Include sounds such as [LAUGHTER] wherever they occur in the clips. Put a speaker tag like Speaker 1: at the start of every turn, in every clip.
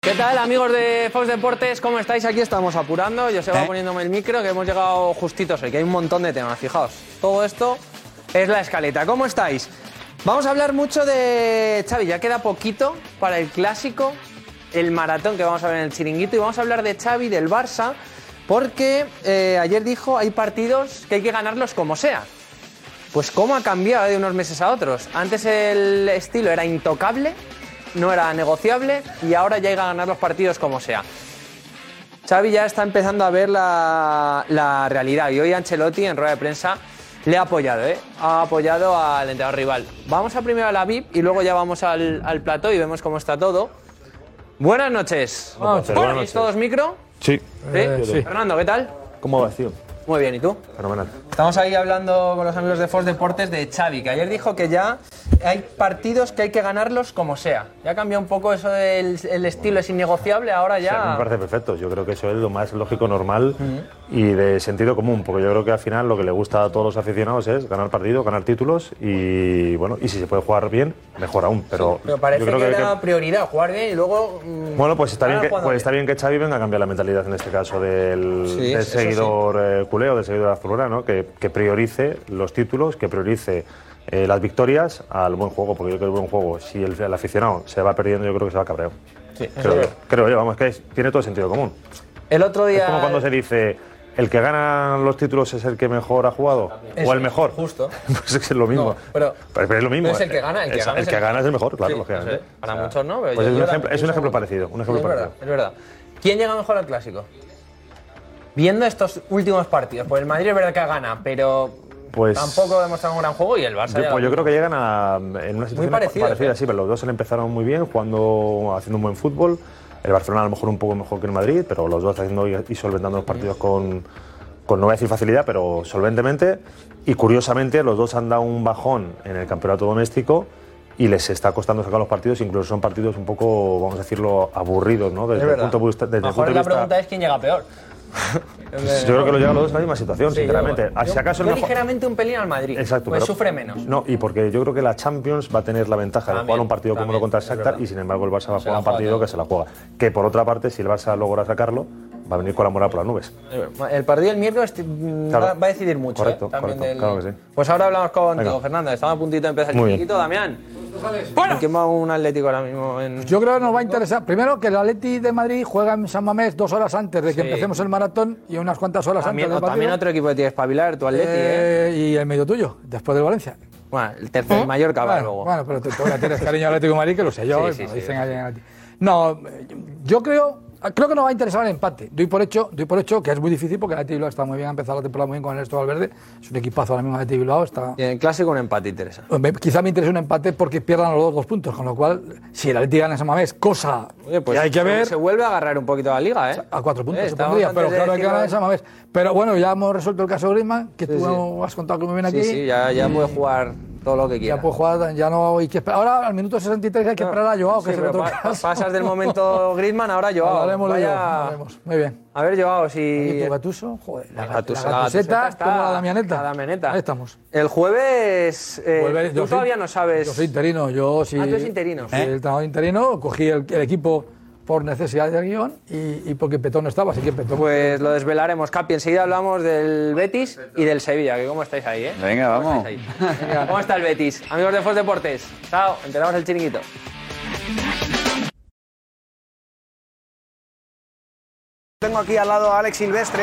Speaker 1: ¿Qué tal, amigos de Fox Deportes? ¿Cómo estáis? Aquí estamos apurando. Yo se va poniéndome el micro, que hemos llegado justitos hoy, que hay un montón de temas. Fijaos, todo esto es la escaleta. ¿Cómo estáis? Vamos a hablar mucho de Xavi. Ya queda poquito para el clásico, el maratón que vamos a ver en el chiringuito. Y vamos a hablar de Xavi, del Barça, porque eh, ayer dijo hay partidos que hay que ganarlos como sea. Pues cómo ha cambiado de unos meses a otros. Antes el estilo era intocable, no era negociable y ahora llega a ganar los partidos como sea. Xavi ya está empezando a ver la, la realidad y hoy Ancelotti en rueda de prensa le ha apoyado, ¿eh? ha apoyado al entrenador rival. Vamos a primero a la VIP y luego ya vamos al, al plató y vemos cómo está todo. Buenas noches.
Speaker 2: Buenas noches. Buenas
Speaker 1: ¿Tenéis
Speaker 2: noches.
Speaker 1: todos micro?
Speaker 2: Sí.
Speaker 3: Eh,
Speaker 1: ¿Sí? Fernando, ¿qué tal?
Speaker 2: ¿Cómo vacío?
Speaker 1: Muy bien, ¿y tú?
Speaker 2: Fenomenal.
Speaker 1: Estamos ahí hablando con los amigos de Fox Deportes de Xavi, que ayer dijo que ya hay partidos que hay que ganarlos como sea. Ya cambió un poco eso del el estilo, es innegociable, ahora
Speaker 3: O sea, a mí me
Speaker 1: ya...
Speaker 3: parece perfecto. Yo creo que eso es lo más lógico, normal y de sentido común. Porque yo creo que al final lo que le gusta a todos los aficionados es ganar partido, ganar títulos y bueno, y si se puede jugar bien, mejor aún. Pero,
Speaker 1: Pero parece
Speaker 3: yo creo
Speaker 1: que,
Speaker 3: que-
Speaker 1: era
Speaker 3: que-
Speaker 1: prioridad jugar bien y luego... mm,
Speaker 3: bueno, pues está, bien
Speaker 1: ganar
Speaker 3: que,
Speaker 1: jugando
Speaker 3: pues está bien que Xavi venga a cambiar la mentalidad en este caso del,
Speaker 1: Sí,
Speaker 3: del
Speaker 1: eso sí.
Speaker 3: seguidor eh, culé o del seguidor azulgrana, ¿no? que, que priorice los títulos, que priorice eh, las victorias al buen juego, porque yo creo que el buen juego, si el, el aficionado se va perdiendo, yo creo que se va a cabrear. creo,
Speaker 1: eso
Speaker 3: yo, creo yo, vamos, que es- tiene todo sentido común.
Speaker 1: El otro día...
Speaker 3: Es como cuando se dice, el que gana los títulos es el que mejor ha jugado,
Speaker 1: Eso,
Speaker 3: o el mejor. [LAUGHS]
Speaker 1: Justo.
Speaker 3: Pues es lo mismo.
Speaker 1: pero-
Speaker 3: Pero es lo mismo. eh,
Speaker 1: pero es el que gana, el que gana es el-
Speaker 3: es el mejor, claro,
Speaker 1: Sí,
Speaker 3: lógicamente.
Speaker 1: eso es. Para muchos no, pero
Speaker 3: Pues
Speaker 1: yo-
Speaker 3: es, un
Speaker 1: yo la-
Speaker 3: ejemplo, es un ejemplo parecido. Un
Speaker 1: Sí,
Speaker 3: ejemplo
Speaker 1: es verdad,
Speaker 3: parecido.
Speaker 1: es verdad. ¿Quién llega mejor al clásico? Viendo estos últimos partidos, pues el Madrid es verdad que gana, pero
Speaker 3: Pues-
Speaker 1: tampoco ha demostrado un gran juego y el Barça...
Speaker 3: Yo,
Speaker 1: ya-
Speaker 3: pues yo creo que llegan a, en una situación
Speaker 1: parecidos,
Speaker 3: parecida,
Speaker 1: ¿eh?
Speaker 3: sí, pero los dos se le empezaron muy bien, jugando, haciendo un buen fútbol. El Barcelona a lo mejor un poco mejor que el Madrid, pero los dos haciendo y, y solventando los partidos con, con, no voy a decir facilidad, pero solventemente. Y curiosamente, los dos han dado un bajón en el campeonato doméstico y les está costando sacar los partidos, incluso son partidos un poco, vamos a decirlo, aburridos, ¿no?
Speaker 1: Es
Speaker 3: Desde el
Speaker 1: verdad.
Speaker 3: punto de vista.
Speaker 1: A
Speaker 3: Desde
Speaker 1: lo
Speaker 3: el punto
Speaker 1: mejor
Speaker 3: de
Speaker 1: la
Speaker 3: vista-
Speaker 1: pregunta es quién llega peor.
Speaker 3: [LAUGHS] Yo creo que lo llegan los dos a la misma situación, sinceramente. Ah,
Speaker 1: Yo-
Speaker 3: si acaso el
Speaker 1: yo
Speaker 3: mejor-
Speaker 1: ligeramente un pelín al Madrid.
Speaker 3: Exacto.
Speaker 1: Pues
Speaker 3: pero-
Speaker 1: sufre menos.
Speaker 3: No, y porque yo creo que la Champions va a tener la ventaja
Speaker 1: Ah,
Speaker 3: de jugar un partido
Speaker 1: también,
Speaker 3: cómodo contra el
Speaker 1: es
Speaker 3: Shakhtar
Speaker 1: verdad.
Speaker 3: y sin embargo el Barça va a
Speaker 1: la
Speaker 3: jugar un
Speaker 1: juega
Speaker 3: partido
Speaker 1: toda.
Speaker 3: que se la juega. Que por otra parte, si el Barça logra sacarlo, va a venir con la moral por las nubes.
Speaker 1: El partido del miércoles mm,
Speaker 3: Claro.
Speaker 1: va- va a decidir mucho. ¿eh?
Speaker 3: Correcto,
Speaker 1: También
Speaker 3: correcto,
Speaker 1: del-
Speaker 3: claro que sí.
Speaker 1: Pues ahora hablamos contigo,
Speaker 3: Venga.
Speaker 1: Fernando. Estamos a puntito de empezar el
Speaker 3: Muy bien.
Speaker 1: chiquito, Damián. Bueno. ¿Quién va a un Atlético ahora mismo? En...
Speaker 4: Yo creo que nos va a interesar. Primero, que el Atleti de Madrid juega en San Mamés dos horas antes de que
Speaker 1: Sí.
Speaker 4: empecemos el maratón y unas cuantas horas
Speaker 1: también,
Speaker 4: antes del
Speaker 1: también
Speaker 4: partido.
Speaker 1: otro equipo que tiene que espabilar, tu Atleti. ¿eh?
Speaker 4: Eh, Y el medio tuyo, después del Valencia.
Speaker 1: Bueno, el tercer mayor que
Speaker 4: Bueno,
Speaker 1: luego.
Speaker 4: bueno, pero tú todavía tienes cariño al Atlético de Madrid, que lo sé yo.
Speaker 1: Sí,
Speaker 4: y
Speaker 1: sí,
Speaker 4: me lo
Speaker 1: sí,
Speaker 4: dicen
Speaker 1: sí.
Speaker 4: ahí en Atleti. No, yo creo, creo que nos va a interesar el empate. Doy por hecho, doy por hecho que es muy difícil porque el Atleti Bilbao está muy bien, ha empezado la temporada muy bien con Ernesto Valverde. Es un equipazo ahora mismo el Atleti Bilbao. Está,
Speaker 1: Y en el clásico un empate interesa.
Speaker 4: Me- Quizá me interese un empate porque pierdan los dos dos puntos, con lo cual, si el Atlético gana esa mamés, cosa
Speaker 1: Oye, pues
Speaker 4: que hay que ver,
Speaker 1: Se vuelve a agarrar un poquito la liga, ¿eh?
Speaker 4: a cuatro puntos
Speaker 1: Eh,
Speaker 4: se
Speaker 1: estamos
Speaker 4: pondría,
Speaker 1: antes
Speaker 4: pero
Speaker 1: de
Speaker 4: claro hay que
Speaker 1: decirlo.
Speaker 4: ganar esa mamés. Pero bueno, ya hemos resuelto el caso de Griezmann, que tú has contado como viene
Speaker 1: Sí,
Speaker 4: aquí.
Speaker 1: sí, ya, ya puede jugar todo lo que quiera.
Speaker 4: Ya puedes jugar, ya no hay que esperar. Ahora, al minuto 63 hay que esperar a Joao, que
Speaker 1: Sí,
Speaker 4: se lo
Speaker 1: pero
Speaker 4: toca.
Speaker 1: pa-
Speaker 4: [LAUGHS]
Speaker 1: [LAUGHS] pasas del momento Griezmann, ahora Joao.
Speaker 4: Hablaremos de
Speaker 1: Vaya-
Speaker 4: Joao, hablaremos. Muy bien.
Speaker 1: A ver, Joao,
Speaker 4: ¿Y
Speaker 1: si...
Speaker 4: tu Gatuso? Joder, la,
Speaker 1: Gattuso-
Speaker 4: la Gatuseta,
Speaker 1: la Gattuseta está-
Speaker 4: como la Damianeta.
Speaker 1: la Damianeta.
Speaker 4: Ahí estamos.
Speaker 1: El jueves... eh,
Speaker 4: Vuelve-
Speaker 1: tú
Speaker 4: yo soy-
Speaker 1: todavía no sabes...
Speaker 4: Yo soy interino, yo sí.
Speaker 1: Ah, tú eres interino.
Speaker 4: Sí, el entrenador interino, cogí el, el equipo por necesidad del guión y, y porque Petón no estaba, así que Petón.
Speaker 1: Pues lo desvelaremos, Capi. Enseguida hablamos del Betis y del Sevilla, que cómo estáis ahí, ¿eh?
Speaker 5: Venga, vamos.
Speaker 1: Ahí. Venga, ¿Cómo está el Betis? Amigos de Fox Deportes, chao, enteramos el chiringuito.
Speaker 6: Tengo aquí al lado a Alex Silvestre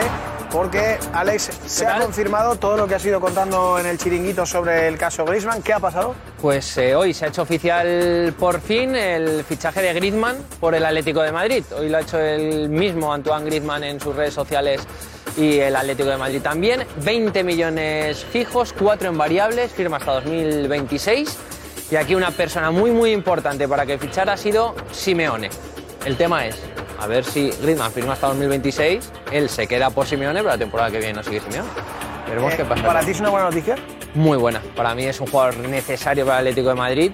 Speaker 6: porque Alex se ha
Speaker 1: tal?
Speaker 6: confirmado todo lo que has ido contando en el chiringuito sobre el caso Griezmann. ¿Qué ha pasado?
Speaker 1: Pues eh, hoy se ha hecho oficial por fin el fichaje de Griezmann por el Atlético de Madrid. Hoy lo ha hecho el mismo Antoine Griezmann en sus redes sociales y el Atlético de Madrid también. 20 millones fijos, 4 en variables, firma hasta 2026. Y aquí una persona muy muy importante para que fichara ha sido Simeone. El tema es, a ver si Griezmann firma hasta 2026, él se queda por Simeone, pero la temporada que viene no sigue Simeone. Veremos
Speaker 6: Eh,
Speaker 1: qué pasa.
Speaker 6: ¿Para ti es una buena noticia?
Speaker 1: Muy buena. Para mí es un jugador necesario para el Atlético de Madrid.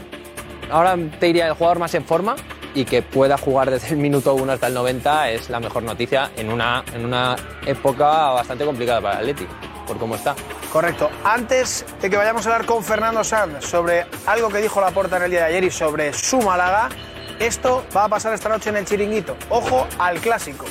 Speaker 1: Ahora te diría el jugador más en forma y que pueda jugar desde el minuto 1 hasta el 90 es la mejor noticia en una, en una época bastante complicada para el Atlético, por cómo está.
Speaker 6: Correcto. Antes de que vayamos a hablar con Fernando Sanz sobre algo que dijo Laporta en el día de ayer y sobre su Málaga, Esto va a pasar esta noche en el chiringuito. Ojo al clásico.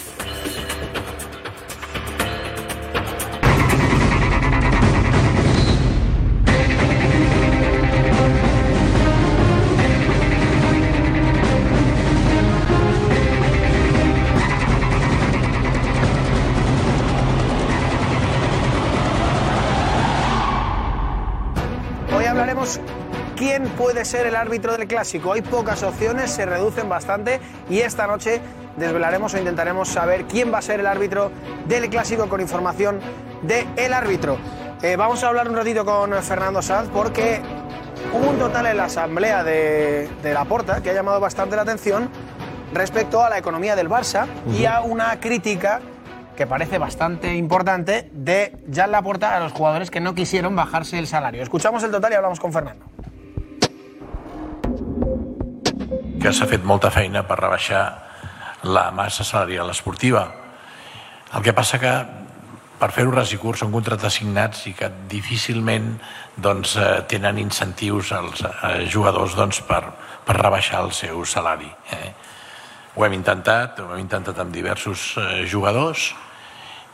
Speaker 6: Hoy hablaremos quién puede ser el árbitro del clásico. Hay pocas opciones, se reducen bastante y esta noche desvelaremos o intentaremos saber quién va a ser el árbitro del clásico con información de el árbitro. Eh, vamos a hablar un ratito con Fernando Sanz porque hubo un total en la asamblea de, de la Porta que ha llamado bastante la atención respecto a la economía del Barça y a una crítica que parece bastante importante de Jan Laporta a los jugadores que no quisieron bajarse el salario. Escuchamos el total y hablamos con Fernando.
Speaker 2: que s'ha fet molta feina per rebaixar la massa salarial esportiva. El que passa que per fer-ho ras i curt són contractes signats i que difícilment doncs, eh, tenen incentius als eh, jugadors doncs, per, per rebaixar el seu salari. Eh? Ho hem intentat, ho hem intentat amb diversos eh, jugadors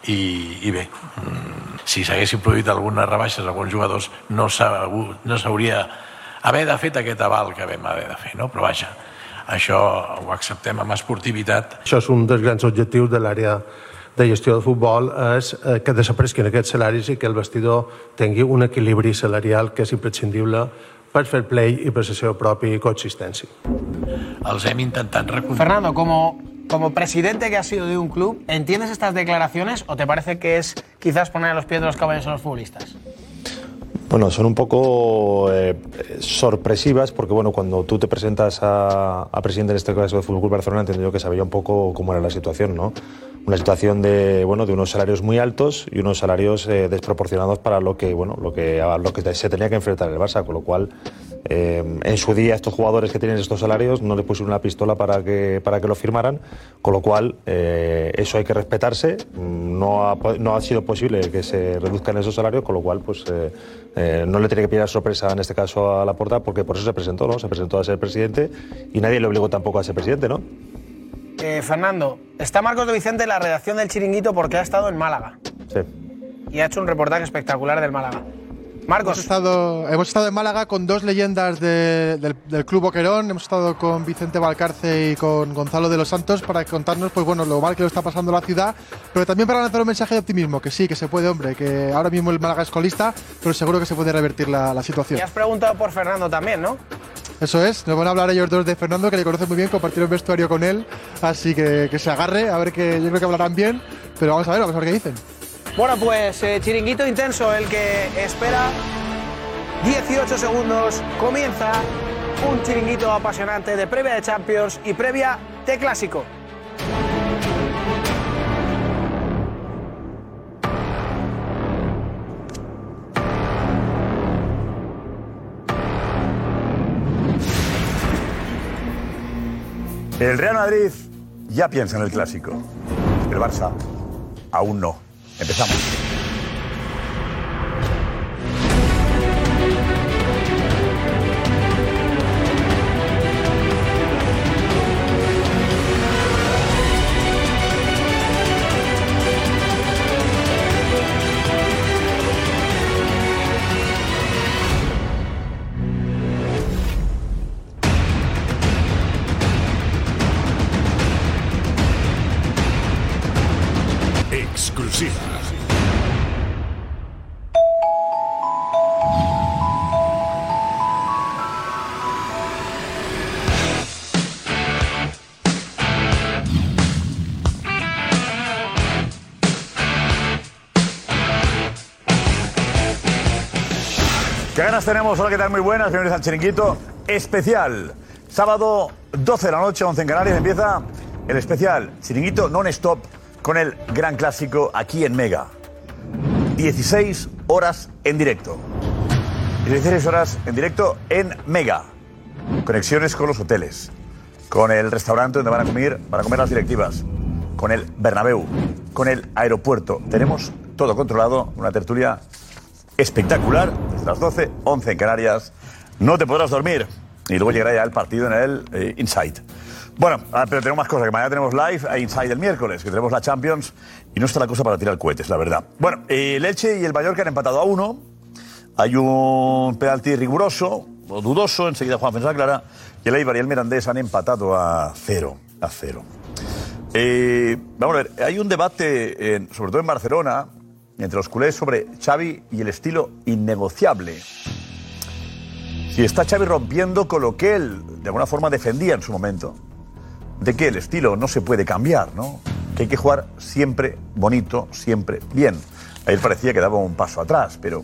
Speaker 2: i, i bé, mm, si s'haguessin produït algunes rebaixes a alguns jugadors no s'ha hagut- no s'hauria haver de fet aquest aval que vam haver de fer, no? però vaja, això ho acceptem amb esportivitat
Speaker 5: Això és un dels grans objectius de l'àrea de gestió del futbol és eh, que desapareguin aquests salaris i que el vestidor tingui un equilibri salarial que és imprescindible per fer play i per la seva pròpia coexistència.
Speaker 2: els hem intentat reconstruir.
Speaker 6: Fernando, como, como presidente que has sido de un club, ¿entiendes estas declaraciones o te parece que es quizás poner a los pies de los caballos a los futbolistas?
Speaker 3: Bueno, son un poco eh, sorpresivas porque bueno, cuando tú te presentas a, a presidente en este caso de Fútbol Club Barcelona, entiendo yo que sabía un poco cómo era la situación, ¿no? Una situación de bueno, de unos salarios muy altos y unos salarios eh, desproporcionados para lo que bueno, lo que a lo que se tenía que enfrentar el Barça, con lo cual eh, en su día estos jugadores que tienen estos salarios no le pusieron una pistola para que para que lo firmaran, con lo cual eh, eso hay que respetarse. Mm, No ha, po- no ha sido posible que se reduzcan esos salarios, con lo cual pues eh, eh, no le tenía que pillar sorpresa en este caso a la porta porque por eso se presentó, ¿no? Se presentó a ser presidente y nadie le obligó tampoco a ser presidente, ¿no?
Speaker 6: Eh, Fernando, está Marcos de Vicente en la redacción del Chiringuito porque ha estado en Málaga
Speaker 3: Sí.
Speaker 6: y ha hecho un reportaje espectacular del Málaga. Marcos.
Speaker 7: Hemos estado, hemos estado en Málaga con dos leyendas de- del, del Club Boquerón. Hemos estado con Vicente Valcarce y con Gonzalo de los Santos para contarnos, pues bueno, lo mal que lo está pasando la ciudad, pero también para lanzar un mensaje de optimismo, que sí, que se puede, hombre, que ahora mismo el Málaga es colista, pero seguro que se puede revertir la, la situación.
Speaker 6: Y has preguntado por Fernando también, ¿no?
Speaker 7: Eso es, nos van a hablar ellos dos de Fernando, que le conoce muy bien, compartieron vestuario con él, así que que se agarre, a ver que yo creo que hablarán bien, pero vamos a ver, vamos a ver qué dicen.
Speaker 6: Bueno, pues eh, chiringuito intenso, el que espera 18 segundos. Comienza un chiringuito apasionante de previa de Champions y previa de Clásico.
Speaker 8: El Real Madrid ya piensa en el clásico. El Barça aún no. Empezamos.
Speaker 9: Exclusiva.
Speaker 8: ¿Qué ganas tenemos? Hola, ¿qué tal? Muy buenas. Bienvenidos al Chiringuito Especial. Sábado 12 de la noche, 11 en Canarias, empieza el especial Chiringuito Non-Stop con el gran clásico aquí en Mega. 16 horas en directo. 16 horas en directo en Mega. Conexiones con los hoteles, con el restaurante donde van a comer, van a comer las directivas, con el Bernabéu, con el aeropuerto. Tenemos todo controlado, una tertulia espectacular desde las 12, 11 en Canarias. No te podrás dormir. Y luego llegará ya el partido en el eh, Inside. Bueno, ah, pero tenemos más cosas, que mañana tenemos live a Inside el miércoles, que tenemos la Champions y no está la cosa para tirar cohetes, la verdad. Bueno, eh, el Elche y el Mallorca han empatado a uno. Hay un penalti riguroso, o dudoso, enseguida Juan Fensal Clara. Y el Eibar y el Mirandés han empatado a cero, a cero. Eh, vamos a ver, hay un debate, en- sobre todo en Barcelona, entre los culés sobre Xavi y el estilo innegociable. Si está Xavi rompiendo con lo que él de alguna forma defendía en su momento, de que el estilo no se puede cambiar, ¿no? Que hay que jugar siempre bonito, siempre bien. A él parecía que daba un paso atrás, pero,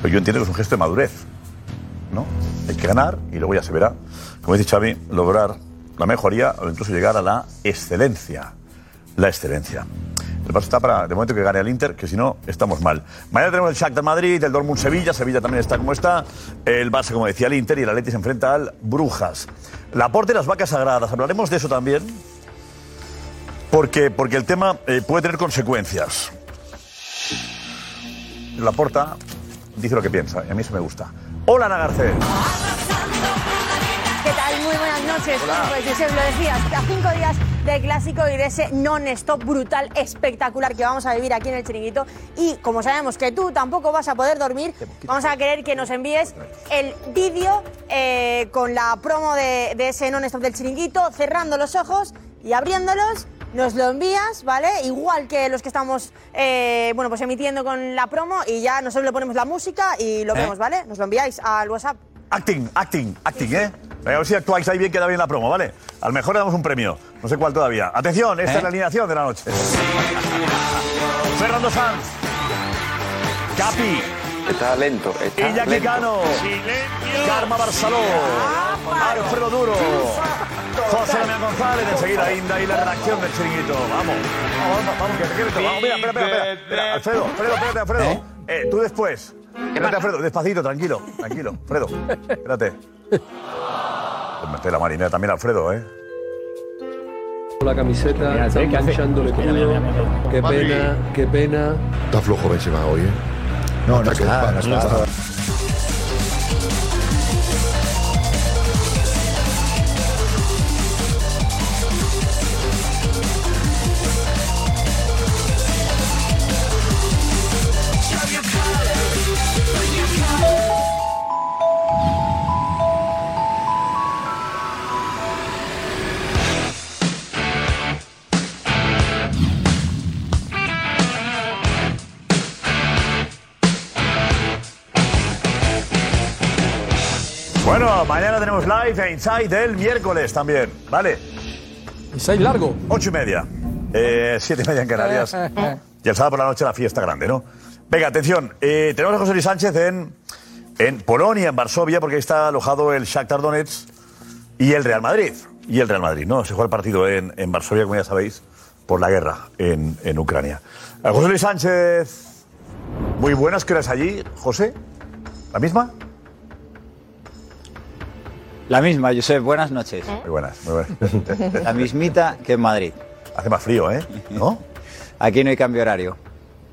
Speaker 8: pero yo entiendo que es un gesto de madurez, ¿no? Hay que ganar y luego ya se verá. Como dice Xavi, lograr la mejoría o incluso llegar a la excelencia. La excelencia. El paso está para, de momento, que gane el Inter, que si no, estamos mal. Mañana tenemos el Shakhtar Madrid, el Dortmund Sevilla, Sevilla también está como está, el Barça, como decía, el Inter y el Atleti se enfrenta al Brujas. La porte de las vacas sagradas, hablaremos de eso también, porque, porque el tema eh, puede tener consecuencias. La porta dice lo que piensa, y a mí eso me gusta. Hola, Ana Garcés.
Speaker 9: ¿Qué tal? Muy buenas noches. Bueno, Pues Josep, lo decías, a cinco días del clásico y de ese non-stop brutal, espectacular que vamos a vivir aquí en el chiringuito. Y como sabemos que tú tampoco vas a poder dormir, vamos a querer que nos envíes el vídeo eh, con la promo de, de ese non-stop del chiringuito, cerrando los ojos y abriéndolos. Nos lo envías, ¿vale? Igual que los que estamos, eh, bueno, pues emitiendo con la promo y ya nosotros le ponemos la música y lo
Speaker 8: ¿Eh?
Speaker 9: vemos, ¿vale? Nos lo enviáis al WhatsApp.
Speaker 8: Acting, acting, acting, ¿eh? Venga, a ver si actuáis ahí bien, queda bien la promo, ¿vale? Al mejor le damos un premio. No sé cuál todavía. Atención, esta es la alineación de la noche. Fernando Sanz. Capi.
Speaker 10: Está lento, está
Speaker 8: Iñaki
Speaker 10: lento.
Speaker 8: Cano. Karma Barceló. Alfredo Duro. José Damián González. Enseguida Inda y la redacción del chiringuito. Vamos. Vamos, vamos, vamos, que te quiero, Vamos, mira, espera, espera, espera. Mira, Alfredo, Alfredo, espérate, Alfredo. Eh, tú después. Espérate, Alfredo, despacito, tranquilo, tranquilo. Alfredo, espérate. Te mete la marinera también, Alfredo, ¿eh?
Speaker 11: La camiseta, están manchando el escudo. Qué pena, qué pena.
Speaker 12: Está flojo Benzema hoy, ¿eh? No, no está, no está.
Speaker 8: Bueno, mañana tenemos live e Inside el miércoles también, ¿vale? ¿Inside largo? Ocho y media. Eh, siete y media en Canarias. [LAUGHS] y el sábado por la noche la fiesta grande, ¿no? Venga, atención. eh, tenemos a José Luis Sánchez en, en Polonia, en Varsovia, porque ahí está alojado el Shakhtar Donetsk y el Real Madrid. Y el Real Madrid, ¿no? Se juega el partido en, en Varsovia, como ya sabéis, por la guerra en, en Ucrania. Eh, José Luis Sánchez, muy buenas, ¿qué horas allí, José? ¿La misma?
Speaker 13: La misma, Josep, buenas noches.
Speaker 8: Muy buenas, muy
Speaker 13: buenas. La mismita que en Madrid.
Speaker 8: Hace más frío, ¿eh? ¿No?
Speaker 13: Aquí no hay cambio horario.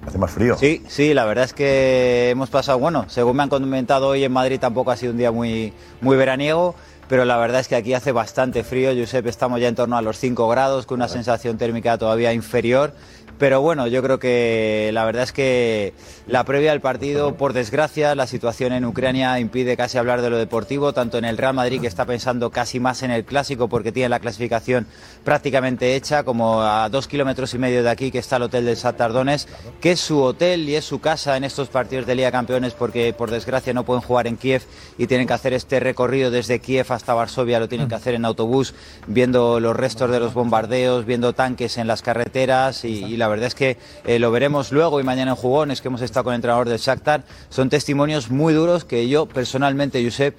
Speaker 8: Hace más frío.
Speaker 13: Sí, sí, la verdad es que hemos pasado, bueno, según me han comentado hoy en Madrid tampoco ha sido un día muy, muy veraniego, pero la verdad es que aquí hace bastante frío, Josep, estamos ya en torno a los 5 grados, con una sensación térmica todavía inferior. Pero bueno, yo creo que la verdad es que la previa del
Speaker 8: Pues,
Speaker 13: partido, por desgracia, la situación en Ucrania impide casi hablar de lo deportivo, tanto en el Real Madrid, que está pensando casi más en el clásico porque tiene la clasificación prácticamente hecha, como a dos kilómetros y medio de aquí, que está el hotel del Satardones, que es su hotel y es su casa en estos partidos de Liga de Campeones, porque por desgracia no pueden jugar en Kiev y tienen que hacer este recorrido desde Kiev hasta Varsovia, lo tienen que hacer en autobús, viendo los restos de los bombardeos, viendo tanques en las carreteras y, y la verdad es que eh, lo veremos luego y mañana en jugones que hemos estado con el entrenador del Shakhtar. Son testimonios muy duros que yo personalmente, Josep,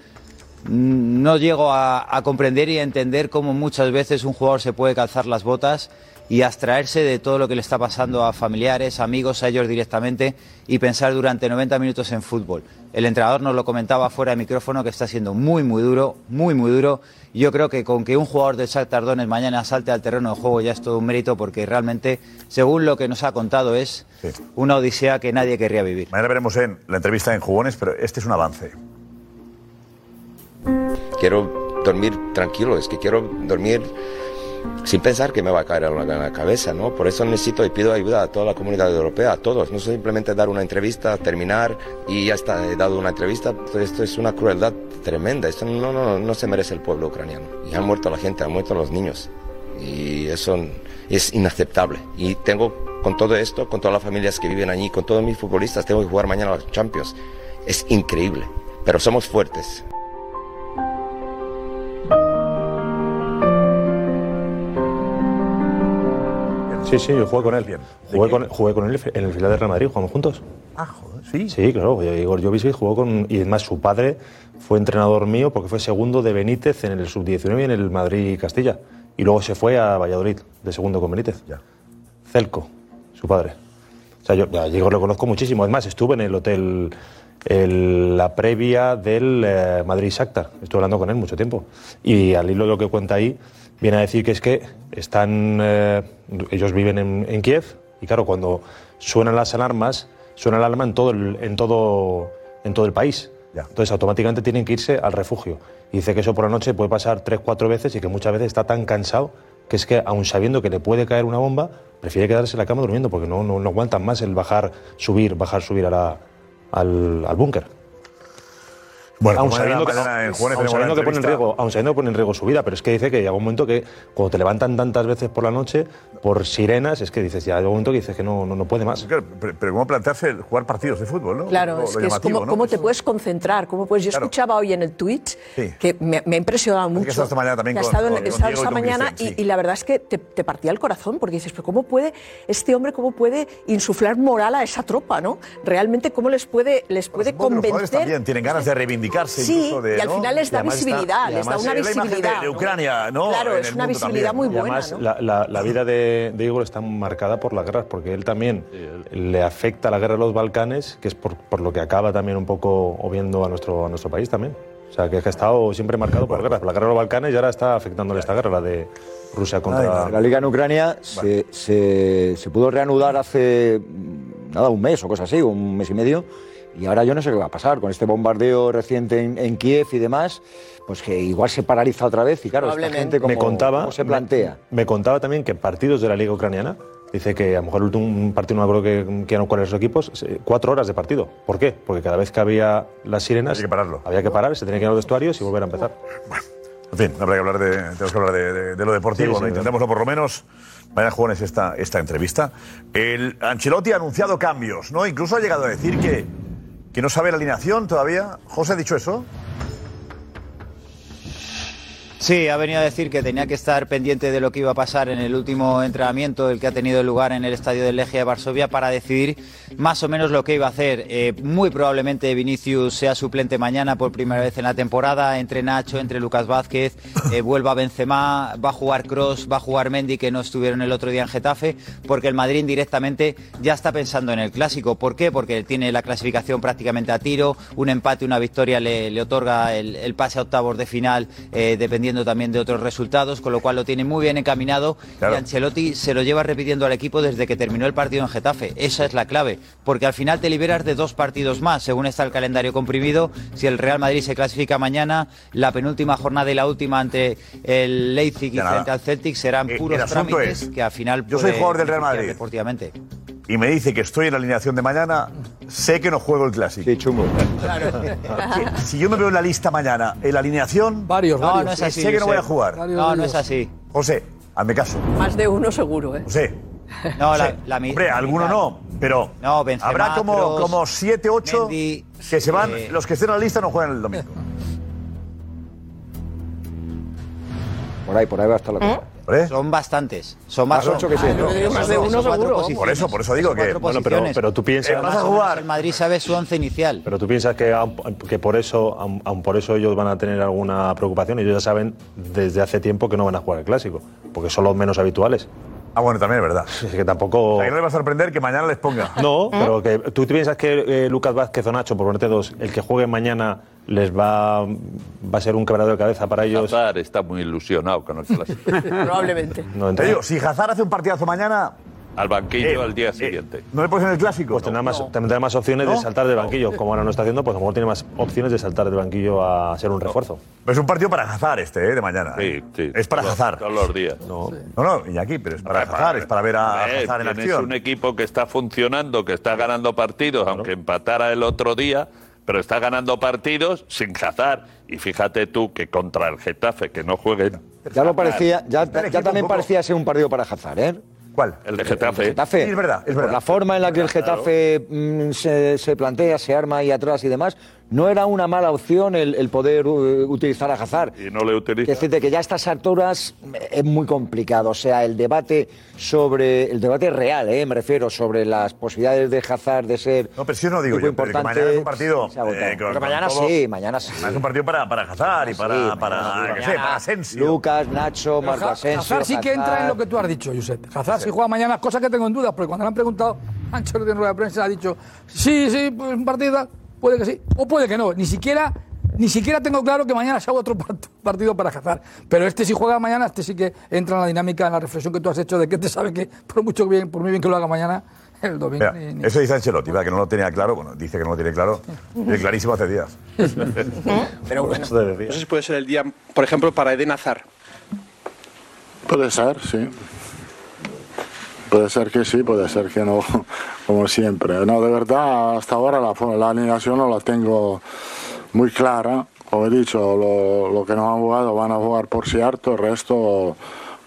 Speaker 13: mm, no llego a, a comprender y a entender cómo muchas veces un jugador se puede calzar las botas y abstraerse de todo lo que le está pasando a familiares, amigos, a ellos directamente y pensar durante 90 minutos en fútbol. El entrenador nos lo comentaba fuera de micrófono que está siendo muy, muy duro, muy, muy duro. Y Yo creo que con que un jugador del Shakhtar Tardones mañana salte al terreno de juego ya es todo un mérito porque realmente, según lo que nos ha contado, es una odisea que nadie querría vivir.
Speaker 8: Mañana veremos en la entrevista en Jugones, pero este es un avance.
Speaker 10: Quiero dormir tranquilo, es que quiero dormir sin pensar que me va a caer algo en la cabeza, ¿no? Por eso necesito y pido ayuda a toda la comunidad europea, a todos, no simplemente dar una entrevista, terminar y ya está, he dado una entrevista, esto es una crueldad tremenda, esto no, no, no se merece el pueblo ucraniano. Y han muerto la gente, han muerto los niños y eso es inaceptable. Y tengo, con todo esto, con todas las familias que viven allí, con todos mis futbolistas, tengo que jugar mañana a los Champions. Es increíble, pero somos fuertes.
Speaker 3: Sí, sí, yo jugué con él. Jugué con, jugué con él en el final de Real Madrid, jugamos juntos.
Speaker 8: Ah, joder, sí.
Speaker 3: Sí, claro, Igor Jovic jugó con. Y además su padre fue entrenador mío porque fue segundo de Benítez en el sub-19 y en el Madrid-Castilla. Y luego se fue a Valladolid, de segundo con Benítez. Celco, su padre. O sea, yo a Igor lo conozco muchísimo. Además, estuve en el hotel. el- la previa del eh, Madrid Shakhtar. Estuve hablando con él mucho tiempo. Y al hilo de lo que cuenta ahí, viene a decir que es que están. eh, ellos viven en, en Kiev. Y claro, cuando suenan las alarmas, suena la alarma en todo el, en todo, en todo el país. Entonces, automáticamente tienen que irse al refugio. Y dice que eso por la noche puede pasar tres, cuatro veces y que muchas veces está tan cansado que es que, aun sabiendo que le puede caer una bomba, prefiere quedarse en la cama durmiendo porque no, no, no aguantan más el bajar, subir, bajar, subir a la, al, al búnker.
Speaker 8: Bueno,
Speaker 3: aun
Speaker 8: como era
Speaker 3: sabiendo,
Speaker 8: la
Speaker 3: que,
Speaker 8: mañana del
Speaker 3: aun
Speaker 8: jueves, tenemos
Speaker 3: sabiendo
Speaker 8: la
Speaker 3: que pone en
Speaker 8: entrevista.
Speaker 3: riesgo, aun sabiendo que pone en riesgo su vida, pero es que dice que llega un momento que cuando te levantan tantas veces por la noche, por sirenas, es que dices, ya llega un momento que dices que no, no, no puede más.
Speaker 8: Pero, pero ¿cómo plantearse el jugar partidos de fútbol, no?
Speaker 14: Claro,
Speaker 8: Lo-
Speaker 14: es
Speaker 8: lo
Speaker 14: que es
Speaker 8: llamativo,
Speaker 14: como,
Speaker 8: ¿no? Pues
Speaker 14: cómo te puedes concentrar, cómo puedes. Yo
Speaker 8: Claro.
Speaker 14: escuchaba hoy en el tweet
Speaker 8: Sí.
Speaker 14: que me, me ha impresionado mucho.
Speaker 8: que estado esta mañana también
Speaker 14: Que ha
Speaker 8: con-
Speaker 14: estado en-
Speaker 8: con- con
Speaker 14: he estado
Speaker 8: Diego y con
Speaker 14: esta mañana
Speaker 8: Vicente,
Speaker 14: y, y la verdad es que te, te partía el corazón porque dices, pero cómo puede este hombre cómo puede insuflar moral a esa tropa, ¿no? Realmente cómo les puede les puede
Speaker 8: Supongo que Los jugadores
Speaker 14: convencer.
Speaker 8: también tienen ganas de reivindicarse.
Speaker 14: Sí,
Speaker 8: incluso de,
Speaker 14: y al
Speaker 8: ¿no?
Speaker 14: final les
Speaker 8: Y
Speaker 14: da
Speaker 8: además está-
Speaker 14: visibilidad,
Speaker 8: y
Speaker 14: les da
Speaker 8: además
Speaker 14: una
Speaker 8: es la imagen de-
Speaker 14: visibilidad,
Speaker 8: De,
Speaker 14: ¿no?
Speaker 8: Ucrania, ¿no?
Speaker 14: Claro,
Speaker 8: En
Speaker 14: es
Speaker 8: el
Speaker 14: una
Speaker 8: mundo
Speaker 14: visibilidad
Speaker 8: también,
Speaker 14: muy
Speaker 3: Y
Speaker 14: buena,
Speaker 3: además,
Speaker 14: ¿no?
Speaker 3: la, la- la vida de, de Igor está marcada por las guerras, porque él también le afecta la guerra de los Balcanes, que es por, por lo que acaba también un poco obviando a nuestro, a nuestro país también. O sea, que es que ha estado siempre marcado por guerras. La guerra de los Balcanes y ahora está afectándole esta guerra, la de Rusia contra.
Speaker 15: La liga en Ucrania se, se- se pudo reanudar hace mm, nada, un mes o cosa así, un mes y medio. Y ahora yo no sé qué va a pasar con este bombardeo reciente en, en Kiev y demás, pues que igual se paraliza otra vez y claro, esta gente como,
Speaker 3: me contaba,
Speaker 15: se plantea.
Speaker 3: Me, me contaba también que partidos de la liga ucraniana, dice que a lo mejor el último un partido, no creo que quieran cuáles los equipos, se- cuatro horas de partido. ¿Por qué? Porque cada vez que había las sirenas, había que, había que parar, se tenía que ir a los vestuarios y volver a empezar.
Speaker 8: En fin, habrá que hablar de, tenemos que hablar de, de- de lo deportivo,
Speaker 3: Sí, sí,
Speaker 8: ¿no? Intentémoslo por lo menos. Mañana jueves esta, esta entrevista. El Ancelotti ha anunciado cambios, ¿no? Incluso ha llegado a decir que, que no sabe la alineación todavía. José ha dicho eso.
Speaker 13: Sí, ha venido a decir que tenía que estar pendiente de lo que iba a pasar en el último entrenamiento, el que ha tenido lugar en el estadio del Legia de Varsovia, para decidir más o menos lo que iba a hacer. Eh, muy probablemente Vinicius sea suplente mañana por primera vez en la temporada, entre Nacho, entre Lucas Vázquez, eh, vuelva Benzema, va a jugar Cross, va a jugar Mendy, que no estuvieron el otro día en Getafe, porque el Madrid directamente ya está pensando en el clásico. ¿Por qué? Porque tiene la clasificación prácticamente a tiro, un empate, una victoria le, le otorga el, el pase a octavos de final, eh, dependiendo también de otros resultados, con lo cual lo tiene muy bien encaminado. Y Ancelotti se lo lleva repitiendo al equipo desde que terminó el partido en Getafe. Esa es la clave, porque al final te liberas de dos partidos más, según está el calendario comprimido. Si el Real Madrid se clasifica mañana, la penúltima jornada y la última ante el Leipzig y
Speaker 8: Ya nada.
Speaker 13: frente al Celtic serán
Speaker 8: Eh,
Speaker 13: puros
Speaker 8: el asunto
Speaker 13: trámites
Speaker 8: es,
Speaker 13: que al final
Speaker 8: yo soy
Speaker 13: puede
Speaker 8: jugador del Real
Speaker 13: beneficiar
Speaker 8: Madrid.
Speaker 13: deportivamente.
Speaker 8: Y me dice que estoy en la alineación de mañana. Sé que no juego el clásico. Sí,
Speaker 15: chungo.
Speaker 8: Si yo me veo en la lista mañana, en la alineación. Varios,
Speaker 13: No, varios. no es así,
Speaker 8: Sé que no voy a
Speaker 13: Josep.
Speaker 8: jugar.
Speaker 13: Varios, No, no varios. es así.
Speaker 8: José, hazme caso.
Speaker 14: Más de uno seguro, ¿eh?
Speaker 8: José.
Speaker 13: No,
Speaker 8: José,
Speaker 13: la, la
Speaker 8: Hombre, alguno no, pero
Speaker 13: No, Benzema,
Speaker 8: habrá como,
Speaker 13: Kroos,
Speaker 8: como siete, ocho que se van.
Speaker 13: eh,
Speaker 8: Los que estén en la lista no juegan el domingo.
Speaker 15: Por ahí, por ahí va a estar la cosa.
Speaker 8: ¿Eh?
Speaker 13: Son bastantes. Son más,
Speaker 15: Más ocho que siete. Ah, yo digo ¿Eh? más de uno seguro, vamos.
Speaker 8: Por eso, por eso digo que-
Speaker 3: Bueno, pero- pero tú piensas- Eh, vas a
Speaker 13: Más o menos
Speaker 3: jugar.
Speaker 13: El Madrid sabe su once inicial.
Speaker 3: Pero tú piensas que, aun- que por eso, aun, aun por eso ellos van a tener alguna preocupación. Ellos ya saben desde hace tiempo que no van a jugar el clásico, porque son los menos habituales.
Speaker 8: Ah, bueno, también es verdad.
Speaker 3: Es que
Speaker 13: Oh.
Speaker 3: tampoco.
Speaker 8: Ahí no le va a sorprender que mañana les ponga.
Speaker 4: ¿Eh?
Speaker 3: No, pero que tú piensas que eh, Lucas Vázquez o Nacho, por ponerte dos, el que juegue mañana les va, va a ser un quebradero de cabeza para ellos.
Speaker 16: Hazard está muy ilusionado con el clásico.
Speaker 14: Probablemente.
Speaker 3: No,
Speaker 8: Te digo, si Hazard hace un partidazo mañana,
Speaker 16: al banquillo al día siguiente.
Speaker 8: ¿No le pones en el clásico?
Speaker 3: Pues tendrá más, tendrá más opciones de saltar del banquillo. Como ahora no está haciendo, pues a lo mejor tiene más opciones de saltar del banquillo a ser un refuerzo.
Speaker 8: Es un partido para jazar este, ¿eh? De mañana. ¿eh? Es para
Speaker 16: Todos-
Speaker 8: jazar.
Speaker 16: Todos los días.
Speaker 8: No, no, no, Iñaki, pero es para jazar, es para ver a
Speaker 16: Eh,
Speaker 8: jazar en
Speaker 16: tienes
Speaker 8: acción.
Speaker 16: un equipo que está funcionando, que está ganando partidos, aunque empatara el otro día, pero está ganando partidos sin cazar. Y fíjate tú que contra el Getafe, que no jueguen.
Speaker 17: Ya lo parecía, ya,
Speaker 16: Este
Speaker 17: ya
Speaker 16: equipo
Speaker 17: también
Speaker 16: un poco-
Speaker 17: parecía ser un partido para Hazard, ¿eh?
Speaker 8: ¿Cuál?
Speaker 16: El de Getafe.
Speaker 17: Getafe.
Speaker 16: Sí, es verdad, es verdad.
Speaker 17: Por la forma en la que el
Speaker 16: Claro.
Speaker 17: Getafe mm, se, se plantea, se arma ahí atrás y demás, no era una mala opción el, el poder uh, utilizar a Hazard.
Speaker 16: Y no le utiliza.
Speaker 17: Es decir, que ya a estas alturas eh, es muy complicado. O sea, el debate sobre. El debate real, ¿eh? me refiero, sobre las posibilidades de Hazard de ser.
Speaker 8: No, pero si yo no digo
Speaker 17: tipo
Speaker 8: yo, pero que mañana es un partido.
Speaker 17: se ha agotado.
Speaker 8: eh, con-
Speaker 17: Pero
Speaker 8: con
Speaker 17: mañana
Speaker 8: todo-
Speaker 17: sí, mañana sí.
Speaker 8: Es un partido para, para jazar y para,
Speaker 17: mañana
Speaker 8: para, yo qué sé, para Asensio.
Speaker 17: Lucas, Nacho,
Speaker 4: Pero
Speaker 17: Marco
Speaker 4: Ja-
Speaker 17: Asensio.
Speaker 4: Hazard sí que entra en lo que tú has dicho, Josep. Hazard si juega mañana, cosa que tengo en dudas, porque cuando le han preguntado, Ancelotti en rueda de prensa ha dicho, sí, sí, pues un partido, puede que sí, o puede que no. Ni siquiera, ni siquiera tengo claro que mañana se haga otro part- partido para Hazard. Pero este si juega mañana, este sí que entra en la dinámica, en la reflexión que tú has hecho de que te sabe que por mucho bien, por muy bien que lo haga mañana, el domingo.
Speaker 8: Mira,
Speaker 4: ni- ni-
Speaker 8: eso dice Ancelotti, ¿verdad? que no lo tenía claro. Bueno, dice que no lo tiene claro. Tiene clarísimo hace
Speaker 17: [LAUGHS]
Speaker 8: días.
Speaker 2: Pero bueno,
Speaker 8: Eso te
Speaker 2: no
Speaker 8: decía.
Speaker 2: sé si puede ser el día, por ejemplo, para Eden Hazard.
Speaker 18: Puede ser, sí. Puede ser que sí, puede ser que no, [LAUGHS] como siempre. No, de verdad, hasta ahora la, fo- la alineación no la tengo muy clara. Como he dicho, lo, lo que no han jugado van a jugar por cierto, el resto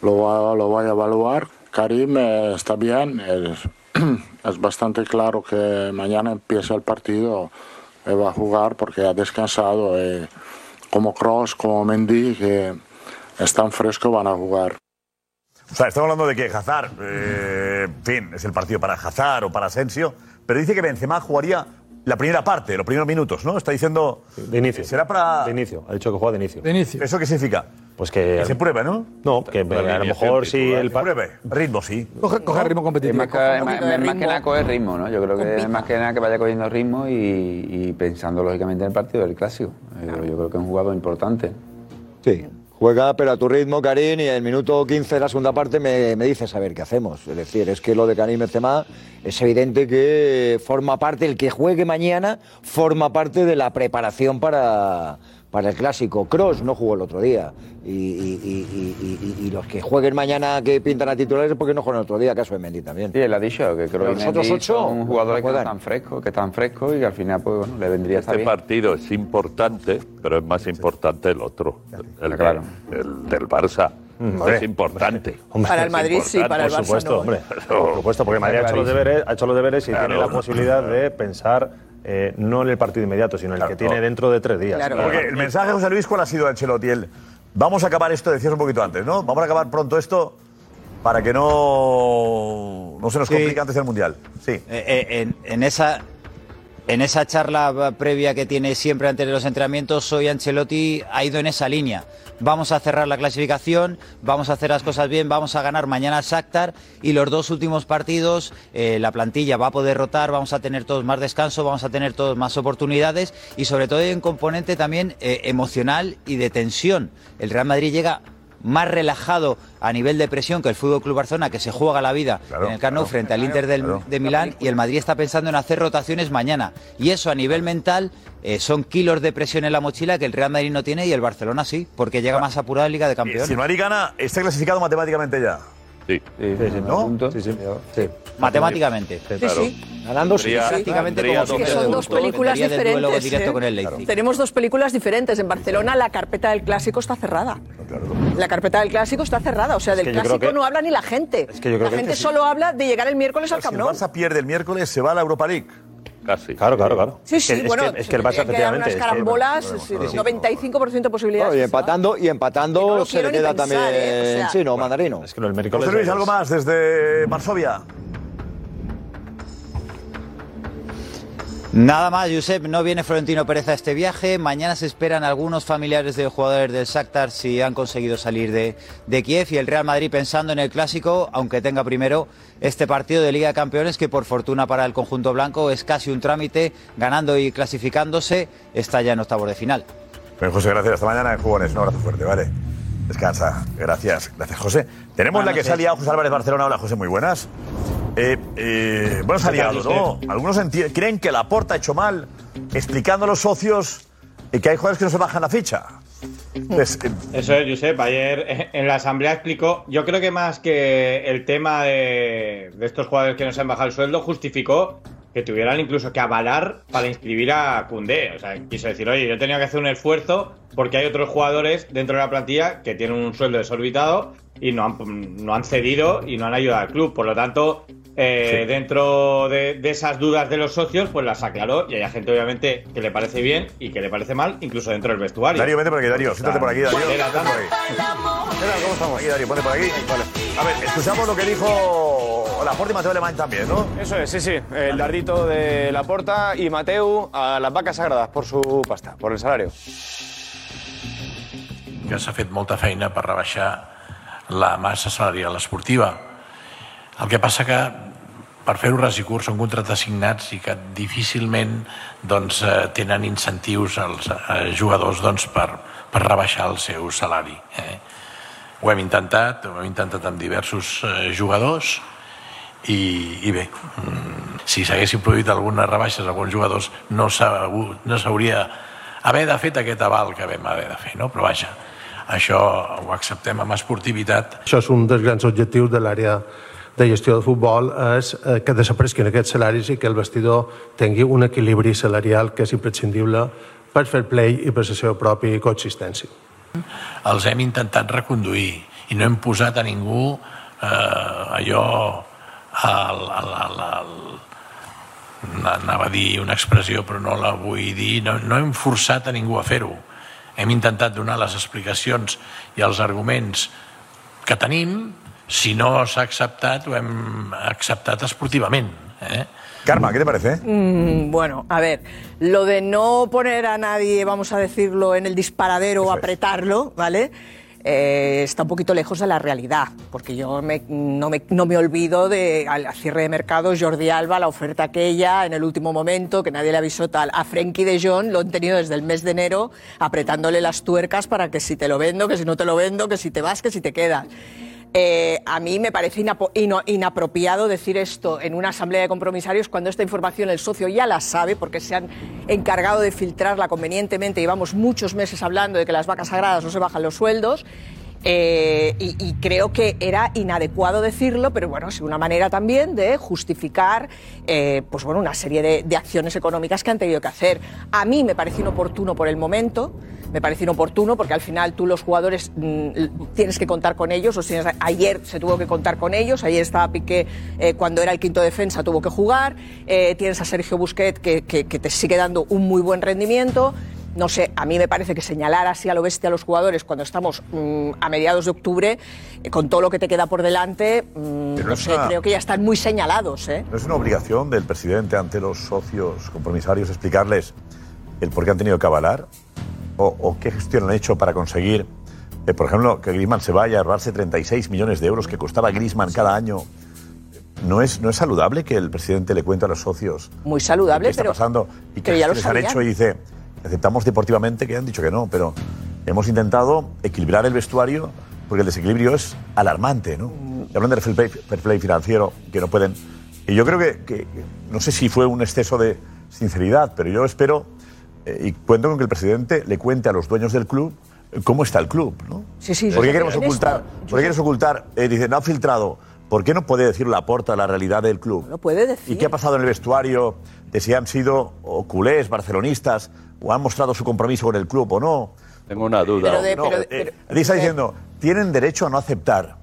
Speaker 18: lo, va- lo voy a evaluar. Karim eh, está bien, es, [CLEARS THROAT] es bastante claro que mañana empieza el partido, eh, va a jugar porque ha descansado. eh, como Cross, como Mendy, que están frescos, van a jugar.
Speaker 8: O sea, estamos hablando de que Hazard, eh, en fin, es el partido para Hazard o para Asensio, pero dice que Benzema jugaría la primera parte, los primeros minutos, ¿no? Está diciendo... De inicio. Será para... De
Speaker 3: inicio, ha dicho que juega de inicio.
Speaker 4: De inicio.
Speaker 8: ¿Eso qué significa?
Speaker 3: Pues que...
Speaker 8: Que se pruebe, ¿no?
Speaker 3: No, que eh, a lo mejor si el...
Speaker 8: Que pruebe, ritmo sí.
Speaker 4: Coge, coge ritmo
Speaker 19: Es
Speaker 4: competitivo.
Speaker 19: más que,
Speaker 4: coge un
Speaker 19: es más-
Speaker 4: poquito de
Speaker 19: es más
Speaker 4: ritmo.
Speaker 19: que nada coger ritmo, ¿no? Yo creo que es más que nada que vaya cogiendo ritmo y, y pensando lógicamente en el partido del clásico. Eh, Yo creo que es un jugador importante.
Speaker 17: Sí, juega pero a tu ritmo, Karim, y en el minuto 15 de la segunda parte me, me dices a ver qué hacemos. Es decir, es que lo de Karim Benzema es evidente que forma parte, el que juegue mañana forma parte de la preparación para, para el clásico. Cross no jugó el otro día. Y, y- y- y- y- y los que jueguen mañana que pintan a titulares porque no juegan el otro día, caso de Mendy también.
Speaker 19: Sí, él ha dicho que creo
Speaker 17: Pero
Speaker 19: que
Speaker 17: los otros
Speaker 19: Mendy
Speaker 17: ocho
Speaker 19: son jugadores
Speaker 17: no
Speaker 19: que no
Speaker 17: juegan.
Speaker 19: están frescos, que están frescos y que al final pues bueno, le vendría
Speaker 16: Este
Speaker 19: esta bien.
Speaker 16: partido es importante, pero es más importante el otro, el,
Speaker 19: Claro.
Speaker 16: el del Barça.
Speaker 3: Mm,
Speaker 16: es
Speaker 3: hombre.
Speaker 16: importante.
Speaker 3: Hombre,
Speaker 16: Es
Speaker 3: es
Speaker 16: importante.
Speaker 3: importante. Por supuesto, hombre. Por supuesto, porque Madrid ha hecho los deberes, ha hecho los deberes y
Speaker 16: Claro.
Speaker 3: tiene la posibilidad de pensar eh, no en el partido inmediato, sino en el que tiene dentro de tres días.
Speaker 8: Porque el mensaje de José Luis, ¿cuál ha sido de Ancelotti? El, vamos a acabar esto, decías un poquito antes, ¿no? Vamos a acabar pronto esto para que no, no se nos complique antes del Mundial. Sí.
Speaker 13: Eh, eh, en, en esa, en esa charla previa que tiene siempre antes de los entrenamientos, hoy Ancelotti ha ido en esa línea. Vamos a cerrar la clasificación, vamos a hacer las cosas bien, vamos a ganar mañana al Shakhtar y los dos últimos partidos eh, la plantilla va a poder rotar, vamos a tener todos más descanso, vamos a tener todos más oportunidades y sobre todo hay un componente también eh, emocional y de tensión. El Real Madrid llega más relajado a nivel de presión que el Fútbol Club Barcelona que se juega la vida en el Camp Nou frente al Inter del- de Milán y el Madrid está pensando en hacer rotaciones mañana y eso a nivel mental eh, son kilos de presión en la mochila que el Real Madrid no tiene y el Barcelona sí porque llega más apurado en Liga de Campeones.
Speaker 8: Si el Madrid gana, está clasificado matemáticamente ya.
Speaker 16: Sí.
Speaker 8: ¿No?
Speaker 17: Sí, sí.
Speaker 13: Matemáticamente.
Speaker 14: Sí, sí.
Speaker 17: Ganando
Speaker 14: sí, prácticamente como si- que son dos películas
Speaker 13: Tendría de duelo
Speaker 14: diferentes.
Speaker 13: directo
Speaker 14: ¿eh?
Speaker 13: con el Leipzig.
Speaker 14: Tenemos dos películas diferentes. En Barcelona la carpeta del clásico está cerrada. La carpeta del clásico está cerrada, o sea, del
Speaker 8: que yo creo
Speaker 14: clásico
Speaker 8: que-
Speaker 14: no habla ni la gente.
Speaker 8: que yo creo
Speaker 14: la
Speaker 8: que-
Speaker 14: gente
Speaker 8: que sí.
Speaker 14: solo habla de llegar el miércoles al
Speaker 8: Si
Speaker 14: Camp
Speaker 8: el
Speaker 14: Nou.
Speaker 8: Barça pierde el miércoles, se va a la Europa League.
Speaker 16: Casi.
Speaker 3: Claro, claro, claro.
Speaker 14: Sí, sí,
Speaker 3: es, que-
Speaker 14: bueno,
Speaker 3: es que, es que el Barça,
Speaker 14: tiene que dar
Speaker 3: efectivamente...
Speaker 14: unas
Speaker 3: es que-
Speaker 14: carambolas,
Speaker 3: Podemos,
Speaker 14: sí,
Speaker 3: podemos.
Speaker 14: 95% de posibilidades.
Speaker 17: Claro,
Speaker 19: ¿ah?
Speaker 17: y empatando, y empatando
Speaker 14: lo
Speaker 17: se le
Speaker 14: quiero ni
Speaker 17: queda
Speaker 14: pensar,
Speaker 17: también
Speaker 14: ¿eh? O sea-
Speaker 17: chino, mandarino.
Speaker 3: Es que el
Speaker 8: José Luis, algo más desde Varsovia.
Speaker 13: Nada más, Josep, no viene Florentino Pérez a este viaje. Mañana se esperan algunos familiares de jugadores del Shakhtar si han conseguido salir de, de Kiev y el Real Madrid pensando en el clásico, aunque tenga primero este partido de Liga de Campeones que por fortuna para el conjunto blanco es casi un trámite, ganando y clasificándose, está ya en octavos de final.
Speaker 8: Bueno, Pues, José, gracias. Hasta mañana en Jugones. Un abrazo fuerte, ¿vale? Descansa. Gracias. Gracias, José. Tenemos
Speaker 13: Buenas
Speaker 8: la que
Speaker 13: noches.
Speaker 8: salía José Álvarez Barcelona. Hola, José, muy buenas. eh, eh, buenos aliados, ¿no?
Speaker 2: usted.
Speaker 8: Algunos enti- creen que la porta ha hecho mal explicando a los socios eh, que hay jugadores que no se bajan la ficha. Entonces, eh,
Speaker 20: Eso es, Josep. Ayer [LAUGHS] eh, en la asamblea explicó, yo creo que más que el tema de, de estos jugadores que no se han bajado el sueldo, justificó que tuvieran incluso que avalar para inscribir a Cundé. O sea, quiso decir, oye, yo tenía que hacer un esfuerzo porque hay otros jugadores dentro de la plantilla que tienen un sueldo desorbitado y no han, no han cedido y no han ayudado al club. Por lo tanto, eh, dentro de, de esas dudas de los socios, pues las aclaró y hay gente obviamente que le parece bien y que le parece mal, incluso dentro del vestuario.
Speaker 8: Darío, vente por aquí, Darío. Siéntate por aquí, Darío.
Speaker 20: Era
Speaker 8: Siéntate por aquí. Mira, ¿Cómo estamos? Aquí, Darío, ponte por aquí. Vale. A ver, escuchamos lo que dijo Laporte y Mateo Alemán también, ¿no?
Speaker 21: Eso es, sí, sí. El dardito de Laporta y Mateu a las vacas sagradas por su pasta, por el salario.
Speaker 2: que s'ha fet molta feina per rebaixar la massa salarial esportiva. El que passa que per fer-ho res i curt són contractes signats i que difícilment doncs, eh, tenen incentius als eh, jugadors doncs, per, per rebaixar el seu salari. Eh? Ho hem intentat, ho hem intentat amb diversos eh, jugadors i, i bé, mm, si s'haguessin produït algunes rebaixes a alguns jugadors no s'ha hagut- no s'hauria haver de fet aquest aval que vam haver de fer, no? però vaja, això ho acceptem amb esportivitat
Speaker 5: Això és un dels grans objectius de l'àrea de gestió del futbol és eh, que desapareguin aquests salaris i que el vestidor tingui un equilibri salarial que és imprescindible per fer play i per la seva pròpia consistència.
Speaker 2: els hem intentat reconduir i no hem posat a ningú eh, allò al, al, al, al, anava a dir una expressió però no la vull dir no, no hem forçat a ningú a fer-ho hem intentat donar les explicacions i els arguments que tenim si no s'ha acceptat ho hem acceptat esportivament eh?
Speaker 8: Carme, què te parece?
Speaker 14: Mm, bueno, a ver, lo de no poner a nadie, vamos a decirlo, en el disparadero o apretarlo, ¿vale? Eh, está un poquito lejos de la realidad, porque yo me- no, me, no me olvido de al al cierre de mercado Jordi Alba, la oferta aquella en el último momento, que nadie le avisó tal. A Frenkie de Jong lo han tenido desde el mes de enero apretándole las tuercas para que si te lo vendo, que si no te lo vendo, que si te vas, que si te quedas. Eh, a mí me parece inapo- ino- inapropiado decir esto en una asamblea de compromisarios cuando esta información el socio ya la sabe porque se han encargado de filtrarla convenientemente. Llevamos muchos meses hablando de que las vacas sagradas no se bajan los sueldos. eh, y, y creo que era inadecuado decirlo, pero bueno, es una manera también de justificar eh, pues bueno, una serie de, de acciones económicas que han tenido que hacer. A mí me parece inoportuno por el momento, me parece inoportuno porque al final tú los jugadores mm, l- tienes que contar con ellos. los tienes- ayer se tuvo que contar con ellos, ayer estaba Piqué eh, cuando era el quinto defensa tuvo que jugar, eh, tienes a Sergio Busquets que, que- que te sigue dando un muy buen rendimiento. No sé, a mí me parece que señalar así a lo bestia a los jugadores cuando estamos mm, a mediados de octubre, eh, con todo lo que te queda por delante, mm,
Speaker 8: Pero
Speaker 14: no
Speaker 8: es
Speaker 14: sé,
Speaker 8: una-
Speaker 14: creo que ya están muy señalados. ¿eh?
Speaker 8: ¿No es una obligación del presidente ante los socios compromisarios explicarles el por qué han tenido que avalar? ¿O, o qué gestión han hecho para conseguir, eh, por ejemplo, que Griezmann se vaya a ahorrarse 36 millones de euros que costaba Griezmann cada año? ¿No es, ¿No es saludable que el presidente le cuente a los socios
Speaker 14: Muy saludable,
Speaker 8: qué está
Speaker 14: pero
Speaker 8: pasando y qué
Speaker 14: pero ya lo
Speaker 8: gestiones han
Speaker 14: sabían.
Speaker 8: hecho? Y dice, aceptamos deportivamente que han dicho que no, pero hemos intentado equilibrar el vestuario porque el desequilibrio es alarmante, ¿no? Y hablan del fair play, fair play financiero, que no pueden... Y yo creo que, que- no sé si fue un exceso de sinceridad, pero yo espero eh, y cuento con que el presidente le cuente a los dueños del club eh, cómo está el club, ¿no?
Speaker 14: Sí, sí,
Speaker 8: ¿Por
Speaker 14: yo
Speaker 8: qué queremos
Speaker 14: también.
Speaker 8: ocultar?
Speaker 14: Esto-
Speaker 8: ¿Por qué quieres ocultar? Eh, dice, no ha filtrado. ¿Por qué no puede decir la porta la realidad del club?
Speaker 14: No puede decir.
Speaker 8: ¿Y qué ha pasado en el vestuario? De si han sido o culés, barcelonistas, o han mostrado su compromiso con el club o no.
Speaker 16: Tengo una duda.
Speaker 8: No, eh, Adri está diciendo, tienen derecho a no aceptar.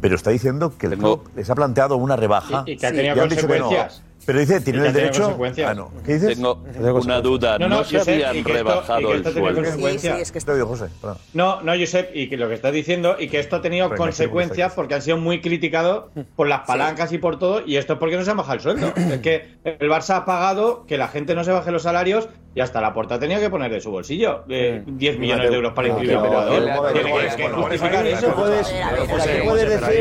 Speaker 8: Pero está diciendo que el club les ha planteado una rebaja.
Speaker 16: Y- y que ha tenido
Speaker 8: y han dicho que no.
Speaker 16: consecuencias.
Speaker 8: Pero dice,
Speaker 16: Y
Speaker 8: tienen
Speaker 16: que
Speaker 8: el
Speaker 16: ha tenido
Speaker 8: derecho.
Speaker 16: consecuencias.
Speaker 8: Ah, no. ¿Qué dices?
Speaker 16: Tengo una duda. No,
Speaker 20: No, no,
Speaker 16: se
Speaker 20: Josep, y
Speaker 16: habían
Speaker 20: que esto- y
Speaker 16: rebajado
Speaker 20: que
Speaker 16: el
Speaker 20: esto tenía
Speaker 16: sueldo.
Speaker 20: consecuencias. Sí, sí, es
Speaker 8: que Te oigo, José. perdón.
Speaker 20: No, no, Josep, y que lo que estás diciendo, y que esto ha tenido
Speaker 8: Correcto,
Speaker 20: consecuencias porque han sido muy criticados por las palancas y por todo, y esto es porque no se han bajado el
Speaker 8: [CLEARS THROAT]
Speaker 20: sueldo. es que el Barça ha pagado que la gente no se baje los salarios y hasta la porta tenía que poner de su bolsillo eh, 10 millones de euros para
Speaker 17: No,
Speaker 20: inscribir a un
Speaker 17: pero-
Speaker 20: jugador. Tiene
Speaker 17: pero-
Speaker 20: que-
Speaker 17: pero-
Speaker 20: que
Speaker 17: pero-
Speaker 20: justificar
Speaker 17: pero-
Speaker 20: eso.
Speaker 17: puedes- pero, José, José, pero ahí-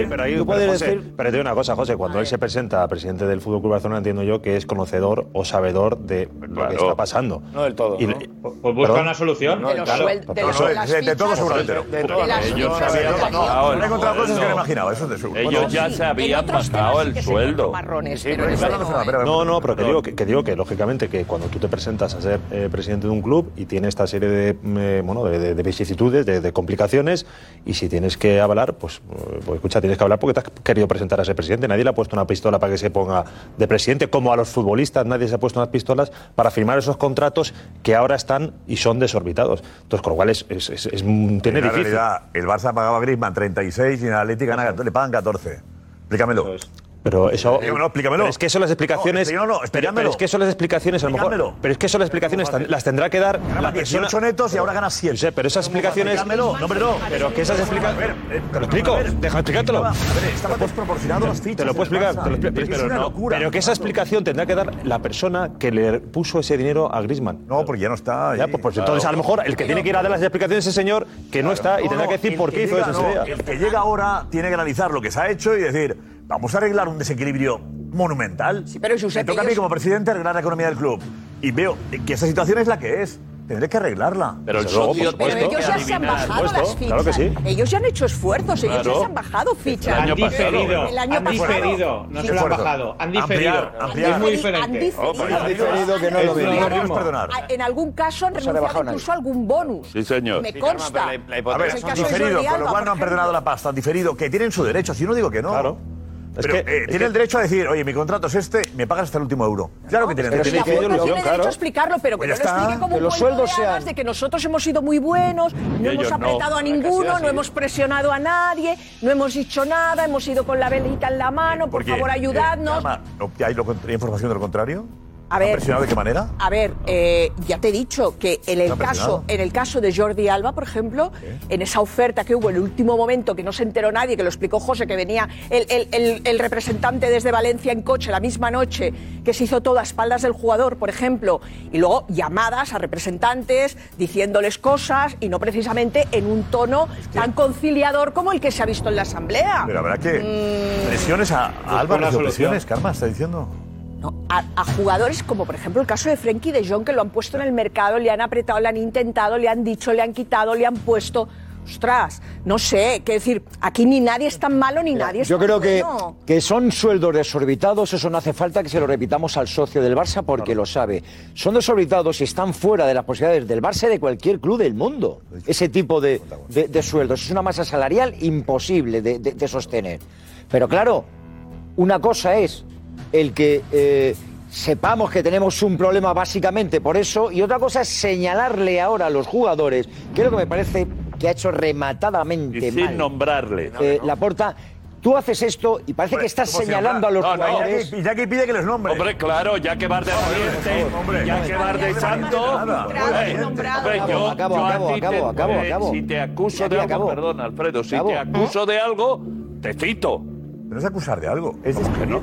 Speaker 17: pero ahí- pero, José,
Speaker 3: Pero te digo una cosa, José, cuando él se presenta a presidente del Fútbol Club Barcelona, entiendo entiendo yo que es conocedor o sabedor de lo que está pasando.
Speaker 2: No del todo.
Speaker 3: Y-
Speaker 2: ¿no?
Speaker 3: Pues busca una solución.
Speaker 2: No,
Speaker 3: De los
Speaker 2: claro.
Speaker 3: suel- de los-
Speaker 2: de-
Speaker 3: las
Speaker 2: de- de
Speaker 3: fichas,
Speaker 2: todo seguramente.
Speaker 3: de-
Speaker 2: no.
Speaker 3: de
Speaker 2: Pero
Speaker 3: todas las
Speaker 2: ellos
Speaker 3: fichas.
Speaker 2: sabían-
Speaker 3: No,
Speaker 2: no,
Speaker 3: ahora
Speaker 2: no,
Speaker 3: he encontrado
Speaker 2: no,
Speaker 3: cosas que no
Speaker 2: no.
Speaker 3: imaginaba, eso es de seguro.
Speaker 16: Ellos
Speaker 3: Bueno,
Speaker 16: ya
Speaker 3: sí.
Speaker 16: se habían pagado el sueldo.
Speaker 3: No, no, pero que digo que, que digo que lógicamente que cuando tú te presentas a ser eh, presidente de un club y tiene esta serie de eh, bueno de, de- de vicisitudes, de, de complicaciones y si tienes que hablar, pues, eh, pues, escucha, tienes que hablar porque te has querido presentar a ser presidente. Nadie le ha puesto una pistola para que se ponga de presidente, como a los futbolistas nadie se ha puesto unas pistolas para firmar esos contratos que ahora están y son desorbitados. Entonces, con lo cual es, es, es- es- mm, tiene
Speaker 8: En la
Speaker 3: difícil.
Speaker 8: realidad, el Barça pagaba a Griezmann 36 y en el Atlético gana- le pagan 14. Explícamelo.
Speaker 3: Pero eso.
Speaker 8: Digo, no, explícamelo.
Speaker 3: Pero es que eso las explicaciones.
Speaker 8: No, no, no,
Speaker 3: pero- pero,
Speaker 8: explícamelo.
Speaker 3: es que eso las explicaciones, a lo mejor.
Speaker 8: Explícamelo.
Speaker 3: Pero es que eso las explicaciones tan- las tendrá que dar. La
Speaker 8: 18 netos y ahora gana 100.
Speaker 3: pero esas explicaciones.
Speaker 8: Explícamelo. No, hombre, no. eh,
Speaker 3: Pero que esas explicaciones. Te lo explico. Deja explicártelo.
Speaker 8: Estaba desproporcionado las fichas.
Speaker 3: Te lo puedo
Speaker 8: del
Speaker 3: explicar.
Speaker 8: Barça.
Speaker 3: te lo expli-
Speaker 8: Es
Speaker 3: pero,
Speaker 8: una
Speaker 3: no,
Speaker 8: locura.
Speaker 3: pero que esa explicación tendrá que dar la persona que le puso ese dinero a Grisman. No, porque
Speaker 8: ya no está.
Speaker 3: Ya, pues, pues entonces a lo mejor el que tiene que ir a dar las explicaciones es ese señor que no está y
Speaker 8: No,
Speaker 3: tendrá
Speaker 8: no,
Speaker 3: que decir
Speaker 8: el
Speaker 3: por qué hizo
Speaker 8: llega,
Speaker 3: eso
Speaker 8: no,
Speaker 3: ese día.
Speaker 8: El que llega ahora tiene que analizar lo que se ha hecho y decir, vamos a arreglar un desequilibrio monumental.
Speaker 14: pero
Speaker 8: Me toca a mí como presidente arreglar la economía del club. Y veo que esa situación es la que es. Tendré que arreglarla.
Speaker 16: Pero el
Speaker 8: Desde luego,
Speaker 16: socio
Speaker 8: por
Speaker 14: Pero
Speaker 8: supuesto.
Speaker 14: ellos ya se han bajado las fichas.
Speaker 8: Claro que sí.
Speaker 14: Ellos ya han hecho esfuerzos, ellos
Speaker 8: Claro.
Speaker 14: ya se han bajado fichas.
Speaker 20: Han diferido,
Speaker 14: El año
Speaker 20: han
Speaker 14: pasado.
Speaker 20: diferido, no se lo han
Speaker 8: Esfuerzo.
Speaker 20: bajado, han
Speaker 8: Ampliar,
Speaker 20: diferido.
Speaker 8: ampliar.
Speaker 20: Es muy
Speaker 14: Han
Speaker 20: diferente.
Speaker 14: diferido.
Speaker 8: Han diferido que no
Speaker 20: Es
Speaker 8: lo veía.
Speaker 20: mismo.
Speaker 8: Podríamos perdonar.
Speaker 14: A- Ah, En algún caso han
Speaker 8: No se ha
Speaker 14: renunciado
Speaker 8: rebajado
Speaker 14: incluso a algún bonus.
Speaker 16: Sí, señor.
Speaker 14: Me consta.
Speaker 8: A ver,
Speaker 14: Es el
Speaker 8: han
Speaker 14: caso
Speaker 8: diferido,
Speaker 14: de Jordi
Speaker 8: con lo
Speaker 14: Alba,
Speaker 8: cual no
Speaker 14: por
Speaker 8: han perdonado la pasta, han diferido, que tienen su derecho, si yo no digo que no. Claro. Pero eh, tienen el derecho a decir, oye, mi contrato es este, me pagas hasta el último euro. Claro que tienen
Speaker 14: Pero si la
Speaker 8: derecho.
Speaker 14: Junta tiene derecho a explicarlo, pero que
Speaker 8: Pues
Speaker 14: no
Speaker 8: ya
Speaker 14: lo
Speaker 8: está.
Speaker 14: explique como
Speaker 8: Que
Speaker 14: un
Speaker 8: los
Speaker 14: cuento
Speaker 8: sueldos
Speaker 14: de hadas
Speaker 8: sean-
Speaker 14: de que nosotros hemos sido muy buenos, no
Speaker 8: ellos
Speaker 14: hemos
Speaker 8: no.
Speaker 14: apretado a
Speaker 8: Para que sea
Speaker 14: ninguno,
Speaker 8: así.
Speaker 14: no hemos presionado a nadie, no hemos dicho nada, hemos ido con la velita en la mano, por
Speaker 8: Porque,
Speaker 14: favor
Speaker 8: eh,
Speaker 14: ayudadnos.
Speaker 8: Alma, ¿no- ¿Hay lo contra- información de lo contrario?
Speaker 14: A
Speaker 8: ¿Han
Speaker 14: ver.
Speaker 8: presionado de qué manera?
Speaker 14: A ver, eh, ya te he dicho que en el,
Speaker 8: Está
Speaker 14: caso,
Speaker 8: presionado.
Speaker 14: en el caso de Jordi Alba, por ejemplo, en esa oferta que hubo en el último momento, que no se enteró nadie, que lo explicó José, que venía el, el- el- el representante desde Valencia en coche la misma noche, que se hizo todo a espaldas del jugador, por ejemplo, y luego llamadas a representantes diciéndoles cosas y no precisamente en un tono tan conciliador como el que se ha visto en la Asamblea. Mm.
Speaker 8: Pero habrá que. Presiones a, a Alba,
Speaker 14: una
Speaker 8: ha habido
Speaker 14: solución.
Speaker 8: presiones, Karma, está diciendo.
Speaker 14: a, a jugadores como por ejemplo el caso de Frenkie de Jong que lo han puesto en el mercado, le han apretado, le han intentado, le han dicho, le han quitado, le han puesto. Ostras, no sé, qué decir, aquí ni nadie es tan malo ni nadie es
Speaker 17: Yo
Speaker 14: tan
Speaker 17: creo que,
Speaker 14: bueno.
Speaker 17: que son sueldos desorbitados, eso no hace falta que se lo repitamos al socio del Barça porque lo sabe. Son desorbitados y están fuera de las posibilidades del Barça y de cualquier club del mundo. Ese tipo de, de- de sueldos. Es una masa salarial imposible de, de- de sostener. Pero claro, una cosa es el que eh, sepamos que tenemos un problema básicamente por eso y otra cosa es señalarle ahora a los jugadores, que es lo que me parece que ha hecho rematadamente
Speaker 16: Y
Speaker 17: mal.
Speaker 16: sin nombrarle.
Speaker 17: Eh, Laporta, tú haces esto y parece que estás
Speaker 16: ¿cómo se nombra?
Speaker 17: señalando a los
Speaker 16: No, no.
Speaker 17: jugadores.
Speaker 8: Ya que pide que los nombres.
Speaker 16: Hombre, claro, ya que vas de valiente, ya que vas de santo. eh, hombre, yo-
Speaker 17: Acabo,
Speaker 16: yo a
Speaker 17: acabo,
Speaker 16: ti te-
Speaker 17: acabo, acabo,
Speaker 16: eh,
Speaker 17: acabo.
Speaker 16: Si te acuso
Speaker 17: Ya,
Speaker 16: de
Speaker 17: ya,
Speaker 16: algo,
Speaker 17: acabo.
Speaker 16: perdón, Alfredo, si
Speaker 17: Acabo.
Speaker 16: te acuso de algo, te cito.
Speaker 8: Pero es acusar de algo. Es
Speaker 16: no?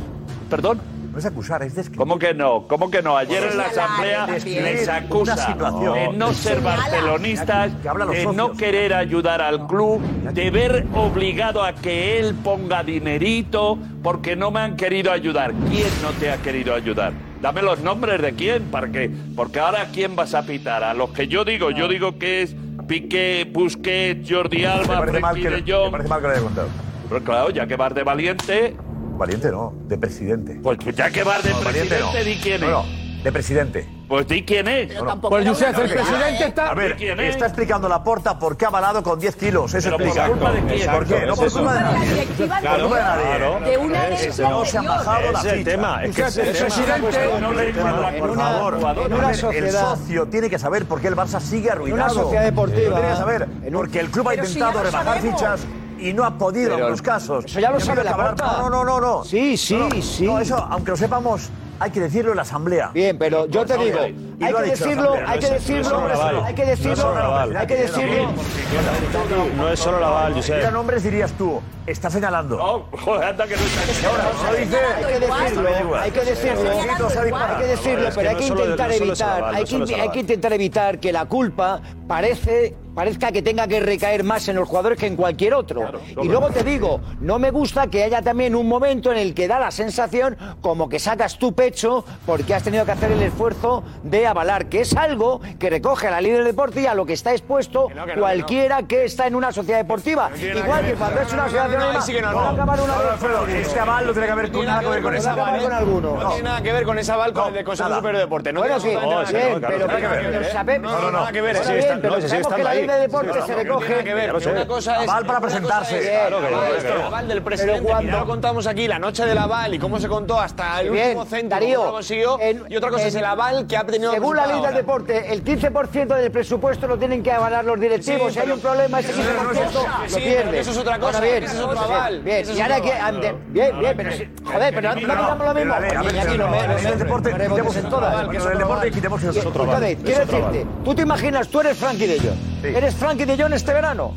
Speaker 16: Perdón.
Speaker 8: No es acusar, es describir.
Speaker 16: ¿Cómo que no? ¿Cómo que no? Ayer
Speaker 8: Pues
Speaker 16: en la
Speaker 8: señalar,
Speaker 16: asamblea
Speaker 8: describir
Speaker 16: les
Speaker 8: una
Speaker 16: acusa
Speaker 8: situación.
Speaker 16: de no ser
Speaker 8: Señala.
Speaker 16: barcelonistas,
Speaker 8: Que hablan los
Speaker 16: de
Speaker 8: socios.
Speaker 16: no querer ayudar al club, de ver obligado a que él ponga dinerito porque no me han querido ayudar. ¿Quién no te ha querido ayudar? Dame los nombres de quién, para que, porque ahora ¿a quién vas a pitar? A los que yo digo, yo digo que es Piqué, Busquets, Jordi Alba,
Speaker 8: parece mal
Speaker 16: Frenkie
Speaker 8: que-
Speaker 16: de Jong.
Speaker 8: me parece mal que lo haya contado.
Speaker 16: Pero claro, ya que vas de valiente,
Speaker 8: Valiente no, de presidente.
Speaker 16: Pues ya que vas de
Speaker 8: No, valiente
Speaker 16: presidente,
Speaker 8: no.
Speaker 16: di quién es.
Speaker 8: No, no, de presidente.
Speaker 16: Pues di quién es.
Speaker 8: No, no.
Speaker 14: tampoco Pues, era Josep, una el verdad, presidente ¿eh? está-
Speaker 8: A
Speaker 16: ¿Di
Speaker 8: ver,
Speaker 16: quién es?
Speaker 8: está explicando la porta por qué ha avalado con 10 kilos. Eso
Speaker 16: Pero por
Speaker 8: explica.
Speaker 16: culpa de quién.
Speaker 8: ¿Por qué?
Speaker 16: Exacto,
Speaker 8: No por
Speaker 16: es
Speaker 8: culpa de
Speaker 16: eso.
Speaker 8: nadie.
Speaker 16: La directiva
Speaker 8: Por
Speaker 16: anterior.
Speaker 8: culpa de nadie.
Speaker 16: Claro. De una
Speaker 8: Ese
Speaker 16: elección
Speaker 8: No se han bajado la
Speaker 3: Es el
Speaker 8: ficha.
Speaker 3: tema, es que es el
Speaker 8: Eso
Speaker 3: tema.
Speaker 8: una cuestión-
Speaker 3: No le-
Speaker 8: Por
Speaker 3: una-
Speaker 8: favor,
Speaker 3: en una
Speaker 8: el
Speaker 3: sociedad-
Speaker 8: socio tiene que saber por qué el Barça sigue arruinado.
Speaker 17: sociedad deportiva-
Speaker 8: Lo Tiene que saber porque el club ha
Speaker 17: Pero si ya
Speaker 8: intentado
Speaker 17: lo
Speaker 8: rebajar
Speaker 17: sabemos.
Speaker 8: fichas y no ha podido en
Speaker 17: Pero
Speaker 8: algunos casos.
Speaker 17: eso ya
Speaker 8: Y
Speaker 17: lo
Speaker 8: ha
Speaker 17: sabe
Speaker 8: habido que
Speaker 17: la
Speaker 8: hablar-
Speaker 17: porta.
Speaker 8: No, no, no, no.
Speaker 17: Sí, sí,
Speaker 8: No,
Speaker 17: sí.
Speaker 8: No, eso, aunque lo sepamos, hay que decirlo en la asamblea.
Speaker 17: Bien, pero yo te digo, hay que decirlo, hay que decirlo, hay que decirlo, hay que decirlo.
Speaker 8: No es solo la Val,
Speaker 3: Josep.
Speaker 8: Mira nombres dirías tú, está señalando. No,
Speaker 16: joder, anda que no está
Speaker 8: señalando.
Speaker 17: Hay que decirlo, hay que decirlo, hay que decirlo, pero hay que intentar evitar, hay que, hay que intentar evitar que la culpa parece parezca que tenga que recaer más en los jugadores que en cualquier otro. y luego te digo, no me gusta que haya también un momento en el que da la sensación como que sacas tu pecho porque has tenido que hacer el esfuerzo de avalar, que es algo que recoge a la ley del deporte y a lo que está expuesto
Speaker 22: no, que no.
Speaker 17: cualquiera que está en una sociedad deportiva.
Speaker 22: tiene nada
Speaker 17: Igual
Speaker 22: que
Speaker 17: que
Speaker 22: ver.
Speaker 17: cuando es una
Speaker 22: No, no, no, no, no,
Speaker 17: sociedad
Speaker 22: ahí
Speaker 17: anónima,
Speaker 22: sí que no,
Speaker 17: no
Speaker 22: no.
Speaker 17: acabar una
Speaker 22: No, no,
Speaker 17: vez
Speaker 22: Alfredo,
Speaker 17: con
Speaker 22: este aval no tiene que ver con nada que ver con esa
Speaker 17: acabar
Speaker 22: aval, ¿eh?
Speaker 17: con alguno.
Speaker 22: No tiene
Speaker 17: nada
Speaker 22: que ver con esa aval con el de Consejo Superior de Deporte, no
Speaker 17: bueno,
Speaker 22: tiene
Speaker 17: sí,
Speaker 22: absolutamente
Speaker 17: bien,
Speaker 22: nada que ver, claro,
Speaker 17: pero,
Speaker 22: claro,
Speaker 17: pero
Speaker 22: claro,
Speaker 17: sabe-
Speaker 22: ¿eh? No, no, no, nada que ver,
Speaker 17: Bueno,
Speaker 22: sigue
Speaker 17: bien,
Speaker 22: estando
Speaker 17: pero
Speaker 22: ahí, sigue
Speaker 17: sabemos
Speaker 22: estando
Speaker 17: que la ley
Speaker 22: ahí.
Speaker 17: de deportes
Speaker 22: Sí, no,
Speaker 17: se
Speaker 22: no, que no
Speaker 17: recoge.
Speaker 22: tiene que ver,
Speaker 17: Ya lo sé.
Speaker 22: una cosa es-
Speaker 17: Aval para
Speaker 22: una cosa
Speaker 17: presentarse.
Speaker 22: es
Speaker 17: Claro,
Speaker 22: el
Speaker 17: que
Speaker 22: aval,
Speaker 17: no, esto
Speaker 22: el
Speaker 17: no.
Speaker 22: aval del
Speaker 17: Pero
Speaker 22: presidente,
Speaker 17: cuando-
Speaker 22: mirad, lo contamos aquí, la noche del aval y cómo se contó hasta el
Speaker 17: Bien,
Speaker 22: último centro,
Speaker 17: Darío,
Speaker 22: cómo lo consiguió, y otra cosa
Speaker 17: en-
Speaker 22: es el aval que ha tenido
Speaker 17: Según la ley del
Speaker 22: deporte.
Speaker 17: deporte, el 15% del presupuesto lo tienen que avalar los directivos.
Speaker 22: Sí,
Speaker 17: si hay
Speaker 22: pero-
Speaker 17: un problema, ese 15%
Speaker 22: Pero no es eso. Sí,
Speaker 17: lo
Speaker 22: pero
Speaker 17: pierde.
Speaker 22: que eso es otra
Speaker 17: Ahora
Speaker 22: cosa,
Speaker 17: bien,
Speaker 22: que eso es otro
Speaker 17: bien,
Speaker 22: aval,
Speaker 17: Bien,
Speaker 22: eso es
Speaker 17: y ahora
Speaker 22: otro
Speaker 17: que.
Speaker 22: aval.
Speaker 17: ande- Bien, bien, pero. sí- Joder, pero no no quitamos lo mismo.
Speaker 8: La ley, a ver,
Speaker 17: Y aquí
Speaker 8: pero
Speaker 17: no
Speaker 8: no,
Speaker 17: me-
Speaker 8: la ley
Speaker 17: no
Speaker 8: del
Speaker 17: me-
Speaker 8: deporte,
Speaker 17: no me
Speaker 8: quitemos
Speaker 17: en
Speaker 8: otro
Speaker 17: todas.
Speaker 8: aval, que eso es otro aval. Quitemos que eso es otro aval, eso
Speaker 17: Entonces,
Speaker 8: es
Speaker 17: quiero
Speaker 8: otro aval.
Speaker 17: decirte, tú te imaginas, tú eres Frankie de Jong. ¿Eres Frankie de Jong este verano?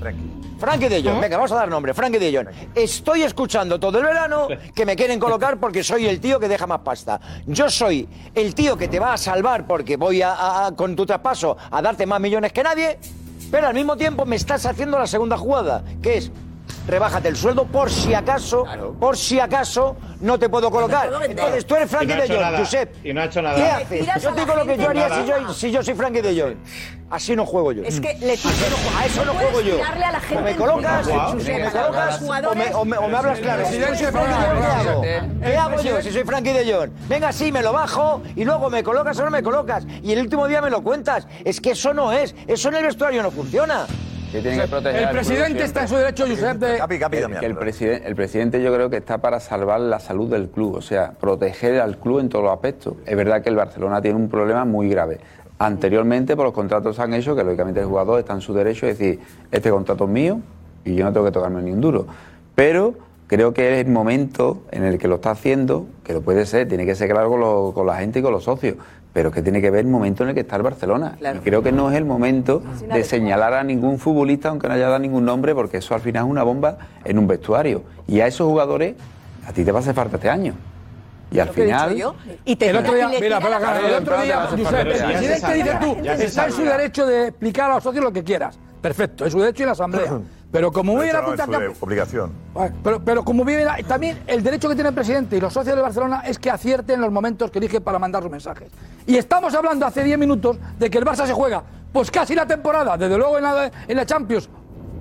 Speaker 17: Frankie de Jong, venga, vamos a dar nombre, Frankie de Jong. Estoy escuchando todo el verano que me quieren colocar porque soy el tío que deja más pasta. Yo soy el tío que te va a salvar porque voy a, a- a- con tu traspaso a darte más millones que nadie, pero al mismo tiempo me estás haciendo la segunda jugada, que es rebájate el sueldo por si acaso, por si acaso no te puedo colocar.
Speaker 20: puedo vender.
Speaker 17: Entonces tú eres
Speaker 20: Y
Speaker 17: Frankie
Speaker 20: no ha
Speaker 17: de
Speaker 20: hecho
Speaker 17: Jong,
Speaker 20: nada.
Speaker 17: Josep.
Speaker 20: Y no ha hecho nada.
Speaker 17: ¿Qué
Speaker 20: Le
Speaker 17: haces?
Speaker 20: tiras
Speaker 17: Yo
Speaker 20: a
Speaker 17: te
Speaker 20: la
Speaker 17: digo lo que
Speaker 20: gente.
Speaker 17: yo haría si
Speaker 20: Nada.
Speaker 17: yo, si yo soy Frankie de Jong. Así no juego yo.
Speaker 9: Es que le
Speaker 17: Así no- a Ah, eso no,
Speaker 9: puedes
Speaker 17: juego yo.
Speaker 9: tirarle a la gente
Speaker 17: o me
Speaker 9: en
Speaker 17: colocas,
Speaker 9: contra,
Speaker 17: o
Speaker 9: Josep,
Speaker 17: me
Speaker 9: a los
Speaker 17: colocas, o
Speaker 9: jugadores.
Speaker 17: me, o me- o me hablas claro. Si yo soy Frankie de Jong, ¿qué hago? ¿Qué hago yo si soy Frankie de Jong? Venga, sí, me lo bajo y luego me colocas o no me colocas. Y el último día me lo cuentas. Es que eso no es. Eso en el vestuario no funciona.
Speaker 19: Que tiene que proteger
Speaker 17: el
Speaker 19: al club
Speaker 17: presidente
Speaker 19: siempre.
Speaker 17: está en su derecho, Josep, de- Capi, capi,
Speaker 19: Que-
Speaker 17: Damián.
Speaker 19: que el, presidente, el presidente yo creo que está para salvar la salud del club, o sea, proteger al club en todos los aspectos. Es verdad que el Barcelona tiene un problema muy grave. Anteriormente, por los contratos que han hecho, que lógicamente el jugador está en su derecho de decir, este contrato es mío y yo no tengo que tocarme ni un duro. Pero creo que es el momento en el que lo está haciendo, que lo puede ser, tiene que ser claro con, lo- con la gente y con los socios, pero que tiene que ver el momento en el que está el Barcelona.
Speaker 18: Claro.
Speaker 19: Y creo que no es el momento de señalar a ningún futbolista, aunque no haya dado ningún nombre, porque eso al final es una bomba en un vestuario. Y a esos jugadores, a ti te va a hacer falta este año. Y al
Speaker 14: Lo que he
Speaker 19: final...
Speaker 14: dicho yo. Y te
Speaker 4: el otro día,
Speaker 14: y le
Speaker 4: mira,
Speaker 14: tira
Speaker 4: para
Speaker 14: la-
Speaker 4: acá, el otro día,
Speaker 19: Ya se
Speaker 4: Josep, el
Speaker 19: sabe.
Speaker 4: presidente dice tú,
Speaker 19: Ya se
Speaker 4: está en su
Speaker 19: sabe.
Speaker 4: derecho de explicar a los socios lo que quieras. Perfecto, es su derecho y la asamblea. Pero como voy a la
Speaker 8: No,
Speaker 4: punta
Speaker 8: es
Speaker 4: Capi-
Speaker 8: su obligación.
Speaker 4: Bueno, Pero, pero como vive la- también el derecho que tiene el presidente y los socios de Barcelona es que acierten los momentos que elige para mandar sus mensajes. Y estamos hablando hace 10 minutos de que el Barça se juega, pues casi la temporada, desde luego en la, en la Champions,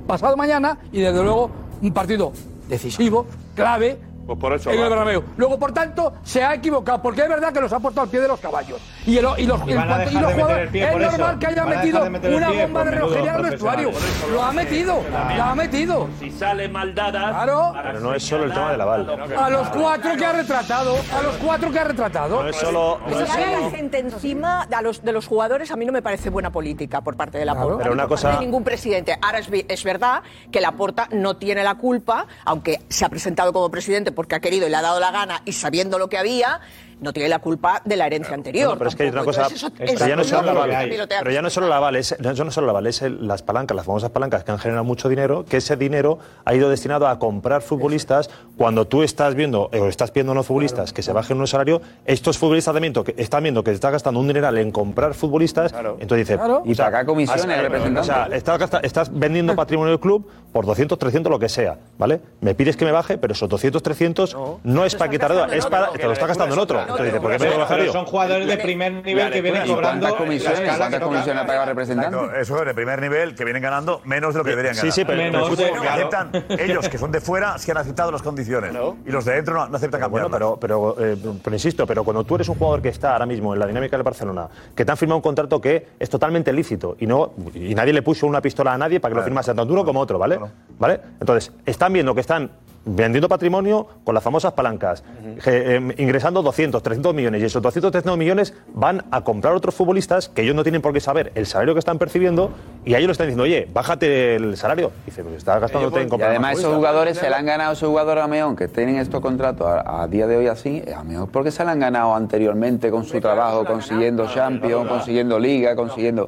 Speaker 4: pasado mañana, y desde luego un partido decisivo, clave,
Speaker 23: Pues por eso.
Speaker 4: en el
Speaker 23: va.
Speaker 4: Bernabéu. Luego, por tanto, se ha equivocado, porque es verdad que los ha puesto al pie de los caballos. Y, el- y los,
Speaker 20: Y van a
Speaker 4: el- y
Speaker 20: dejar
Speaker 4: los
Speaker 20: de meter el pie
Speaker 4: es
Speaker 20: por eso.
Speaker 4: normal que haya
Speaker 20: Van a dejar
Speaker 4: metido
Speaker 20: de meter el
Speaker 4: una
Speaker 20: pie
Speaker 4: bomba
Speaker 20: por
Speaker 4: de
Speaker 20: menudo
Speaker 4: relojería al
Speaker 20: profesionales.
Speaker 4: vestuario. Lo ha metido, lo ha metido.
Speaker 16: Si sale maldadas.
Speaker 4: Claro.
Speaker 3: Pero no es solo el tema del aval.
Speaker 4: A los cuatro que ha retratado, a los cuatro que ha retratado.
Speaker 3: No es solo- no es
Speaker 14: Tirarle a la gente encima de, a los, de los jugadores a mí no me parece buena política por parte de la Porta.
Speaker 3: Pero
Speaker 14: ni
Speaker 3: una
Speaker 14: por parte
Speaker 3: cosa-
Speaker 14: de ningún presidente. Ahora es, vi- es verdad que la Porta no tiene la culpa, aunque se ha presentado como presidente porque ha querido y le ha dado la gana y sabiendo lo que había, no tiene la culpa de la herencia anterior.
Speaker 3: Bueno, pero es que hay otra
Speaker 14: tampoco.
Speaker 3: cosa.
Speaker 14: Entonces, eso-
Speaker 3: Pero ya no
Speaker 14: eso
Speaker 3: es solo
Speaker 14: no
Speaker 3: la
Speaker 14: lo
Speaker 3: aval.
Speaker 14: pilotea.
Speaker 3: Pero ya no es solo la aval, es, no, eso no es solo la aval, es el- las palancas, las famosas palancas que han generado mucho dinero, que ese dinero ha ido destinado a comprar futbolistas cuando tú estás viendo eh, o estás pidiendo a unos futbolistas que se bajen un salario, estos futbolistas también to- que están viendo que se está gastando un dineral en comprar futbolistas, entonces dice,
Speaker 19: Claro. Y
Speaker 3: o sea,
Speaker 19: pagar comisiones,
Speaker 3: has- eh,
Speaker 19: representantes.
Speaker 3: o sea, estás, gasta- estás vendiendo patrimonio del club por 200, 300, lo que sea, ¿vale? Me pides que me baje, pero esos 200, 300 no, es para quitar deuda, es para te lo está gastando en otro. Entonces dice, ¿por qué me voy a
Speaker 19: Pero
Speaker 3: bajar yo?
Speaker 19: son jugadores de primer nivel
Speaker 3: Vale,
Speaker 19: que vienen
Speaker 3: ¿y cuántas
Speaker 19: cobrando
Speaker 3: comisiones?
Speaker 19: la escala ¿Cuántas que toca? comisiones ha pagado el representante?
Speaker 8: Exacto, Eso es de primer nivel que vienen ganando menos de lo que deberían
Speaker 3: Sí,
Speaker 8: ganar.
Speaker 3: sí, pero- pero
Speaker 8: Menos,
Speaker 3: escucha,
Speaker 8: porque
Speaker 3: claro.
Speaker 8: aceptan ellos que son de fuera si han aceptado las condiciones y los de dentro no, no aceptan cambiar.
Speaker 3: Bueno, pero, pero, eh, pero insisto, pero cuando tú eres un jugador que está ahora mismo en la dinámica del Barcelona, que te han firmado un contrato que es totalmente lícito y no y nadie le puso una pistola a nadie para que lo firmase tanto uno como otro, ¿vale? ¿Vale? Entonces, están viendo que están vendiendo patrimonio con las famosas palancas, que, eh, ingresando 200, 300 millones y esos 200, 300 millones van a comprar otros futbolistas que ellos no tienen por qué saber el salario que están percibiendo y a ellos le están diciendo, oye, bájate el salario. dice, pues estás gastándote en
Speaker 19: Y
Speaker 3: comprar más
Speaker 19: además esos
Speaker 3: futbolistas".
Speaker 19: jugadores se le han ganado esos jugadores a Meón, que tienen estos contratos a, a día de hoy así, a Meón porque se le han ganado anteriormente con su trabajo, consiguiendo Champions, consiguiendo Liga, consiguiendo... O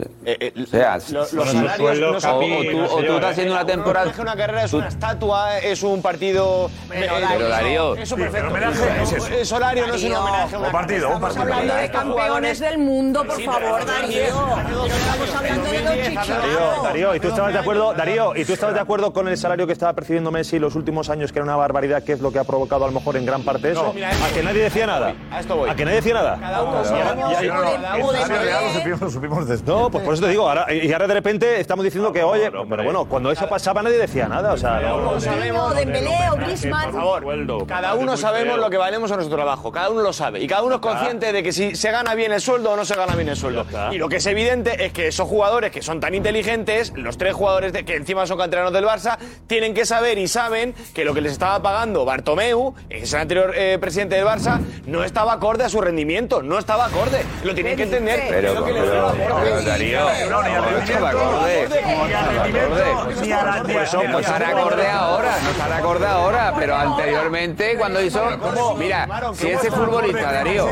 Speaker 19: o sea,
Speaker 22: Eh, Lo-
Speaker 19: si-
Speaker 22: los
Speaker 19: si-
Speaker 22: salarios
Speaker 19: o-
Speaker 22: no
Speaker 19: o,
Speaker 22: son-
Speaker 19: tú, o tú estás haciendo una temporada.
Speaker 22: Es que una carrera es
Speaker 19: tú-
Speaker 22: una estatua, es un partido. eh,
Speaker 19: Pero, Darío.
Speaker 22: Eso
Speaker 19: Sí,
Speaker 22: perfecto.
Speaker 19: pero homenaje es eso.
Speaker 22: Es horario, no es un
Speaker 19: Darío.
Speaker 22: homenaje. a una
Speaker 19: Un partido,
Speaker 22: carrera.
Speaker 19: un
Speaker 22: Estamos
Speaker 19: partido.
Speaker 22: hablando de
Speaker 19: Hablando
Speaker 22: campeones
Speaker 14: Campeones del mundo, por
Speaker 22: Sí, pero
Speaker 14: favor,
Speaker 22: hace
Speaker 14: Darío.
Speaker 22: 10,
Speaker 14: Pero estamos hablando de dos
Speaker 3: Darío,
Speaker 14: chicharos.
Speaker 3: Darío, ¿y tú estabas de acuerdo, Darío, ¿y tú estabas de acuerdo con el salario que estaba percibiendo Messi los últimos años, que era una barbaridad, que es lo que ha provocado a lo mejor en gran parte eso?
Speaker 22: No. Mira, esto-
Speaker 3: a que nadie decía nada.
Speaker 22: A esto voy.
Speaker 3: A que nadie decía nada.
Speaker 22: Cada
Speaker 8: Ah,
Speaker 22: uno
Speaker 3: Y ahora-
Speaker 22: somos
Speaker 3: y ahora-
Speaker 22: un
Speaker 3: no,
Speaker 22: embudo
Speaker 3: el salario
Speaker 22: de
Speaker 3: real lo
Speaker 22: poder.
Speaker 3: supimos- lo supimos después. No, pues por eso te digo, ahora, y ahora de repente estamos diciendo que, oye, pero bueno, cuando eso pasaba nadie decía nada, o sea, no-
Speaker 22: Todos sabemos.
Speaker 9: Dembélé o Griezmann.
Speaker 22: Por favor, cada uno sabemos lo que valemos en nuestro trabajo, cada uno lo sabe. Y cada uno es consciente de que si se gana bien el sueldo o no se gana bien el sueldo. Y lo que es evidente es que esos jugadores que son tan inteligentes, los tres jugadores de- que encima son canteranos del Barça, tienen que saber y saben que lo que les estaba pagando Bartomeu, que es el anterior eh, presidente del Barça, no estaba acorde a su rendimiento, no estaba acorde. Lo tienen que entender.
Speaker 19: Pero,
Speaker 22: Es lo que les
Speaker 19: pero,
Speaker 22: estaba acorde.
Speaker 19: pero, Darío, no, estaba acorde.
Speaker 22: Pues son- pues
Speaker 19: Estará acorde ahora, no estará acorde ahora, pero anteriormente cuando hizo. Mira, si ese futbolista, Darío,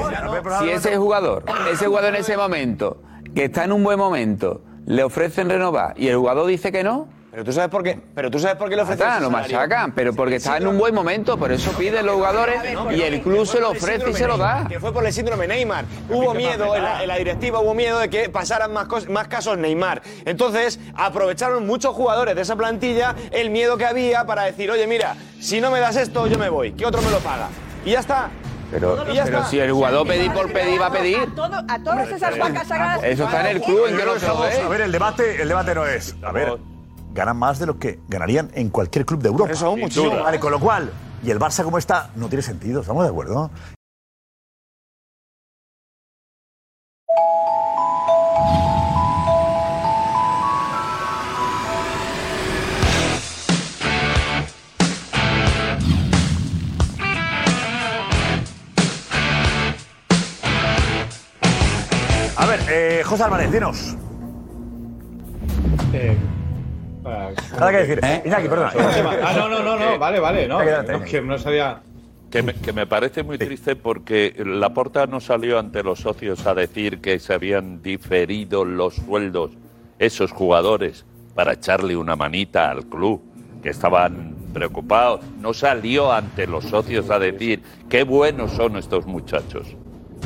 Speaker 19: si ese jugador, ese jugador en ese momento, que está en un buen momento, le ofrecen renovar y el jugador dice que no.
Speaker 22: Pero tú sabes por qué. Pero tú sabes por qué le ofrecen
Speaker 19: Ah,
Speaker 22: ese
Speaker 19: lo
Speaker 22: salario.
Speaker 19: machacan, pero porque está en un buen momento, por eso piden los jugadores y el club se lo ofrece y se lo da.
Speaker 22: Que fue por el síndrome Neymar. Hubo miedo en la, en la directiva, hubo miedo de que pasaran más, cos- más casos Neymar. Entonces, aprovecharon muchos jugadores de esa plantilla el miedo que había para decir, oye, mira, si no me das esto, yo me voy, que otro me lo paga. Y ya está.
Speaker 19: Pero,
Speaker 22: Y ya
Speaker 19: pero
Speaker 22: está.
Speaker 19: si el jugador pedir por pedir va a pedir.
Speaker 9: A, todo- a todas esas vacas sagradas.
Speaker 19: Eso está en el club, ¿en qué no se lo ve?
Speaker 8: A ver, el debate, el debate no es. A ver, ganan más de lo que ganarían en cualquier club de Europa.
Speaker 22: Eso aún
Speaker 8: Sin
Speaker 22: muchísimo
Speaker 8: duda.
Speaker 22: más.
Speaker 8: Vale, con lo cual, y el Barça como está, no tiene sentido, ¿estamos de acuerdo? A ver, eh, José Álvarez, dinos. Nada que decir. Iñaki, perdona.
Speaker 20: Ah, no, no, no, no, vale, vale, no.
Speaker 8: Quédate.
Speaker 20: no, que no sabía.
Speaker 16: Que me, que me parece muy triste porque Laporta no salió ante los socios a decir que se habían diferido los sueldos esos jugadores para echarle una manita al club, que estaban preocupados. No salió ante los socios a decir qué buenos son estos muchachos.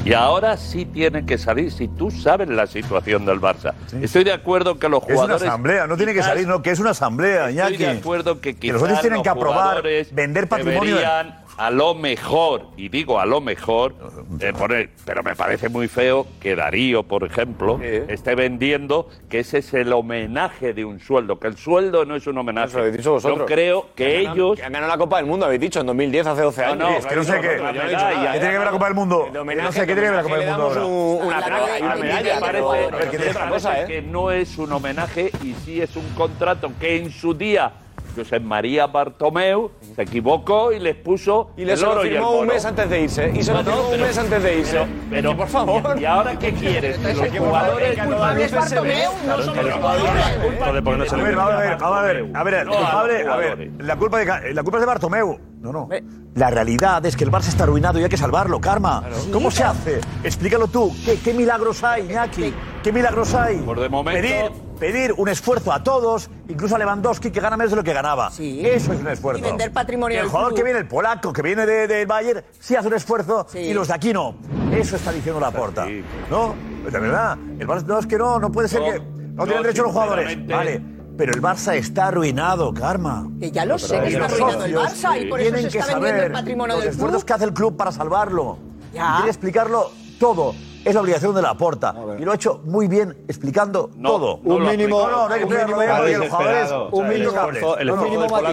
Speaker 16: Y ahora sí tiene que salir, si tú sabes la situación del Barça. Estoy de acuerdo que los
Speaker 8: Es una
Speaker 16: jugadores...
Speaker 8: asamblea, no tiene que
Speaker 16: quizás
Speaker 8: salir, no, que es una asamblea,
Speaker 16: Estoy
Speaker 8: Iñaki.
Speaker 16: de acuerdo que
Speaker 8: los socios
Speaker 16: quizás
Speaker 8: tienen
Speaker 16: los
Speaker 8: que aprobar,
Speaker 16: jugadores
Speaker 8: vender patrimonio.
Speaker 16: deberían, a lo mejor, y digo a lo mejor, eh, poner- pero me parece muy feo que Darío, por ejemplo, esté vendiendo que ese es el homenaje de un sueldo, que el sueldo no es un homenaje.
Speaker 22: Lo habéis dicho vosotros.
Speaker 16: Yo creo que
Speaker 22: han ganado-
Speaker 16: ellos...
Speaker 22: que han ganado la Copa del Mundo, habéis dicho, en 2010, hace 12 años.
Speaker 16: no, es que no sé qué.
Speaker 8: ¿Qué tiene que ver la Copa del Mundo?
Speaker 22: homenaje,
Speaker 8: No sé, ¿qué tiene que ver la Copa del Mundo
Speaker 22: le damos un-
Speaker 8: ahora?
Speaker 22: una placa y una medalla,
Speaker 16: Me
Speaker 22: pero-
Speaker 16: parece,
Speaker 22: pero que
Speaker 16: me
Speaker 22: es otra
Speaker 16: parece
Speaker 22: cosa, ¿eh?
Speaker 16: que no es un homenaje y sí es un contrato que en su día José María Bartomeu se equivocó y les puso
Speaker 22: Y le
Speaker 16: el
Speaker 22: se lo
Speaker 16: oro y el
Speaker 22: firmó un
Speaker 16: mono.
Speaker 22: mes antes de irse, y se
Speaker 16: No,
Speaker 22: lo
Speaker 16: no,
Speaker 22: firmó un
Speaker 16: pero-
Speaker 22: mes antes de irse.
Speaker 16: pero- pero-
Speaker 22: Que, por favor.
Speaker 16: ¿Y ahora qué quieres? Que los jugadores
Speaker 22: culpables Bartomeu, no somos
Speaker 8: A ver, vamos a ver, vamos a ver. A ver, el culpable, a ver, la culpa, de, Ca- la culpa es de Bartomeu. No, no. La realidad es que el Barça está arruinado y hay que salvarlo, Karma. ¿Cómo se hace? Explícalo tú. ¿Qué, qué milagros hay, Iñaki? ¿Qué milagros hay?
Speaker 16: de momento-
Speaker 8: Pedir, pedir un esfuerzo a todos, incluso a Lewandowski, que gana menos de lo que ganaba. Eso es un esfuerzo.
Speaker 14: Y vender patrimonio
Speaker 8: Que El
Speaker 14: al
Speaker 8: jugador
Speaker 14: club.
Speaker 8: que viene, el polaco, que viene de- del Bayern, sí hace un esfuerzo
Speaker 14: Sí.
Speaker 8: y los de aquí no. Eso está diciendo la porta. ¿No? Pues De verdad. El Barça no es que no, no puede ser que.
Speaker 16: no,
Speaker 8: No, tienen derecho los jugadores.
Speaker 16: sinceramente-
Speaker 8: Vale. Pero el Barça está arruinado, Karma.
Speaker 14: Que ya lo sé, que
Speaker 8: Y
Speaker 14: está
Speaker 8: los
Speaker 14: arruinado el
Speaker 8: socios
Speaker 14: Barça y por eso se
Speaker 8: tienen que
Speaker 14: está vendiendo el
Speaker 8: saber
Speaker 14: patrimonio
Speaker 8: los
Speaker 14: del
Speaker 8: esfuerzos
Speaker 14: club.
Speaker 8: que hace el club para salvarlo.
Speaker 14: Ya.
Speaker 8: Y Quiere explicarlo todo. Es la obligación de la porta. Y lo ha hecho muy bien explicando todo.
Speaker 17: Un mínimo,
Speaker 8: No, no, no hay que
Speaker 17: un mínimo,
Speaker 8: explicarlo bien, porque los jugadores.
Speaker 17: Desesperado. un mínimo,
Speaker 8: No, no.
Speaker 17: un mínimo matiz.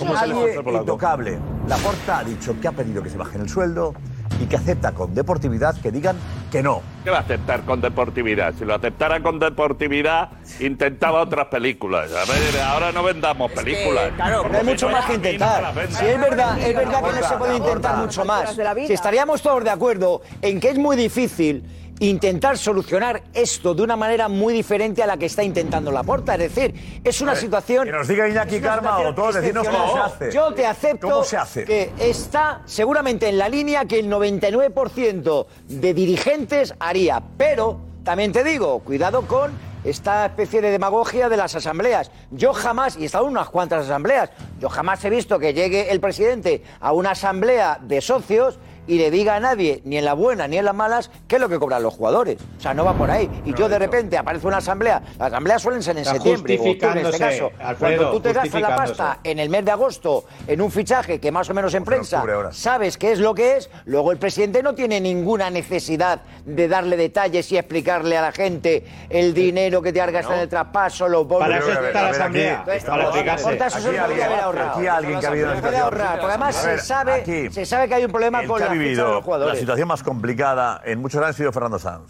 Speaker 8: Hay nadie intocable. La porta ha dicho que ha pedido que se bajen el sueldo y que acepta con deportividad que digan que no.
Speaker 16: ¿Qué va a aceptar con deportividad? Si lo aceptara con deportividad, intentaba otras películas. A ver, ahora no vendamos películas.
Speaker 17: Claro,
Speaker 16: Por
Speaker 17: pero hay
Speaker 16: lo
Speaker 17: mucho
Speaker 16: menos
Speaker 17: más que
Speaker 16: a mí no me las
Speaker 17: intentar.
Speaker 16: vendas.
Speaker 17: Si es verdad, es verdad que no se puede intentar mucho más. Si estaríamos todos de acuerdo en que es muy difícil intentar solucionar esto de una manera muy diferente a la que está intentando la porta. Es decir, es una
Speaker 8: A ver,
Speaker 17: situación.
Speaker 8: que nos diga Iñaki
Speaker 17: es una
Speaker 8: Karma
Speaker 17: situación
Speaker 8: o todos, decirnos cómo se
Speaker 17: excepcional.
Speaker 8: hace.
Speaker 20: Eh,
Speaker 17: Yo te acepto
Speaker 8: ¿Cómo se hace?
Speaker 17: que está seguramente en la línea que el 99% de dirigentes haría, pero también te digo, cuidado con esta especie de demagogia de las asambleas. Yo jamás, y he estado en unas cuantas asambleas, yo jamás he visto que llegue el presidente a una asamblea de socios y le diga a nadie, ni en las buenas ni en las malas, qué es lo que cobran los jugadores. O sea, no va por ahí. Y yo de repente aparece una asamblea. Las asambleas suelen ser en
Speaker 20: Está
Speaker 17: septiembre, o octubre en este
Speaker 20: justificándose,
Speaker 17: caso.
Speaker 20: Alfredo,
Speaker 17: Cuando tú te gastas la
Speaker 20: justificándose.
Speaker 17: pasta en el mes de agosto en un fichaje que más o menos en prensa sabes qué es lo que es, luego el presidente no tiene ninguna necesidad de darle detalles y explicarle a la gente el dinero que te has gastado en el traspaso, los bonos.
Speaker 8: Pero, a ver, a ver, aquí
Speaker 17: Entonces,
Speaker 8: estamos-
Speaker 17: corta, eso se
Speaker 8: Aquí
Speaker 17: lo podría haber
Speaker 8: alguien-
Speaker 17: ahorrado.
Speaker 8: aquí alguien que ha habido en
Speaker 17: Se lo podría haber ahorrado, porque además se sabe- se sabe que hay un problema con
Speaker 8: la ha
Speaker 17: la ficha de
Speaker 8: vivido
Speaker 17: los jugadores.
Speaker 8: la situación más complicada en muchos años ha sido Fernando Sanz.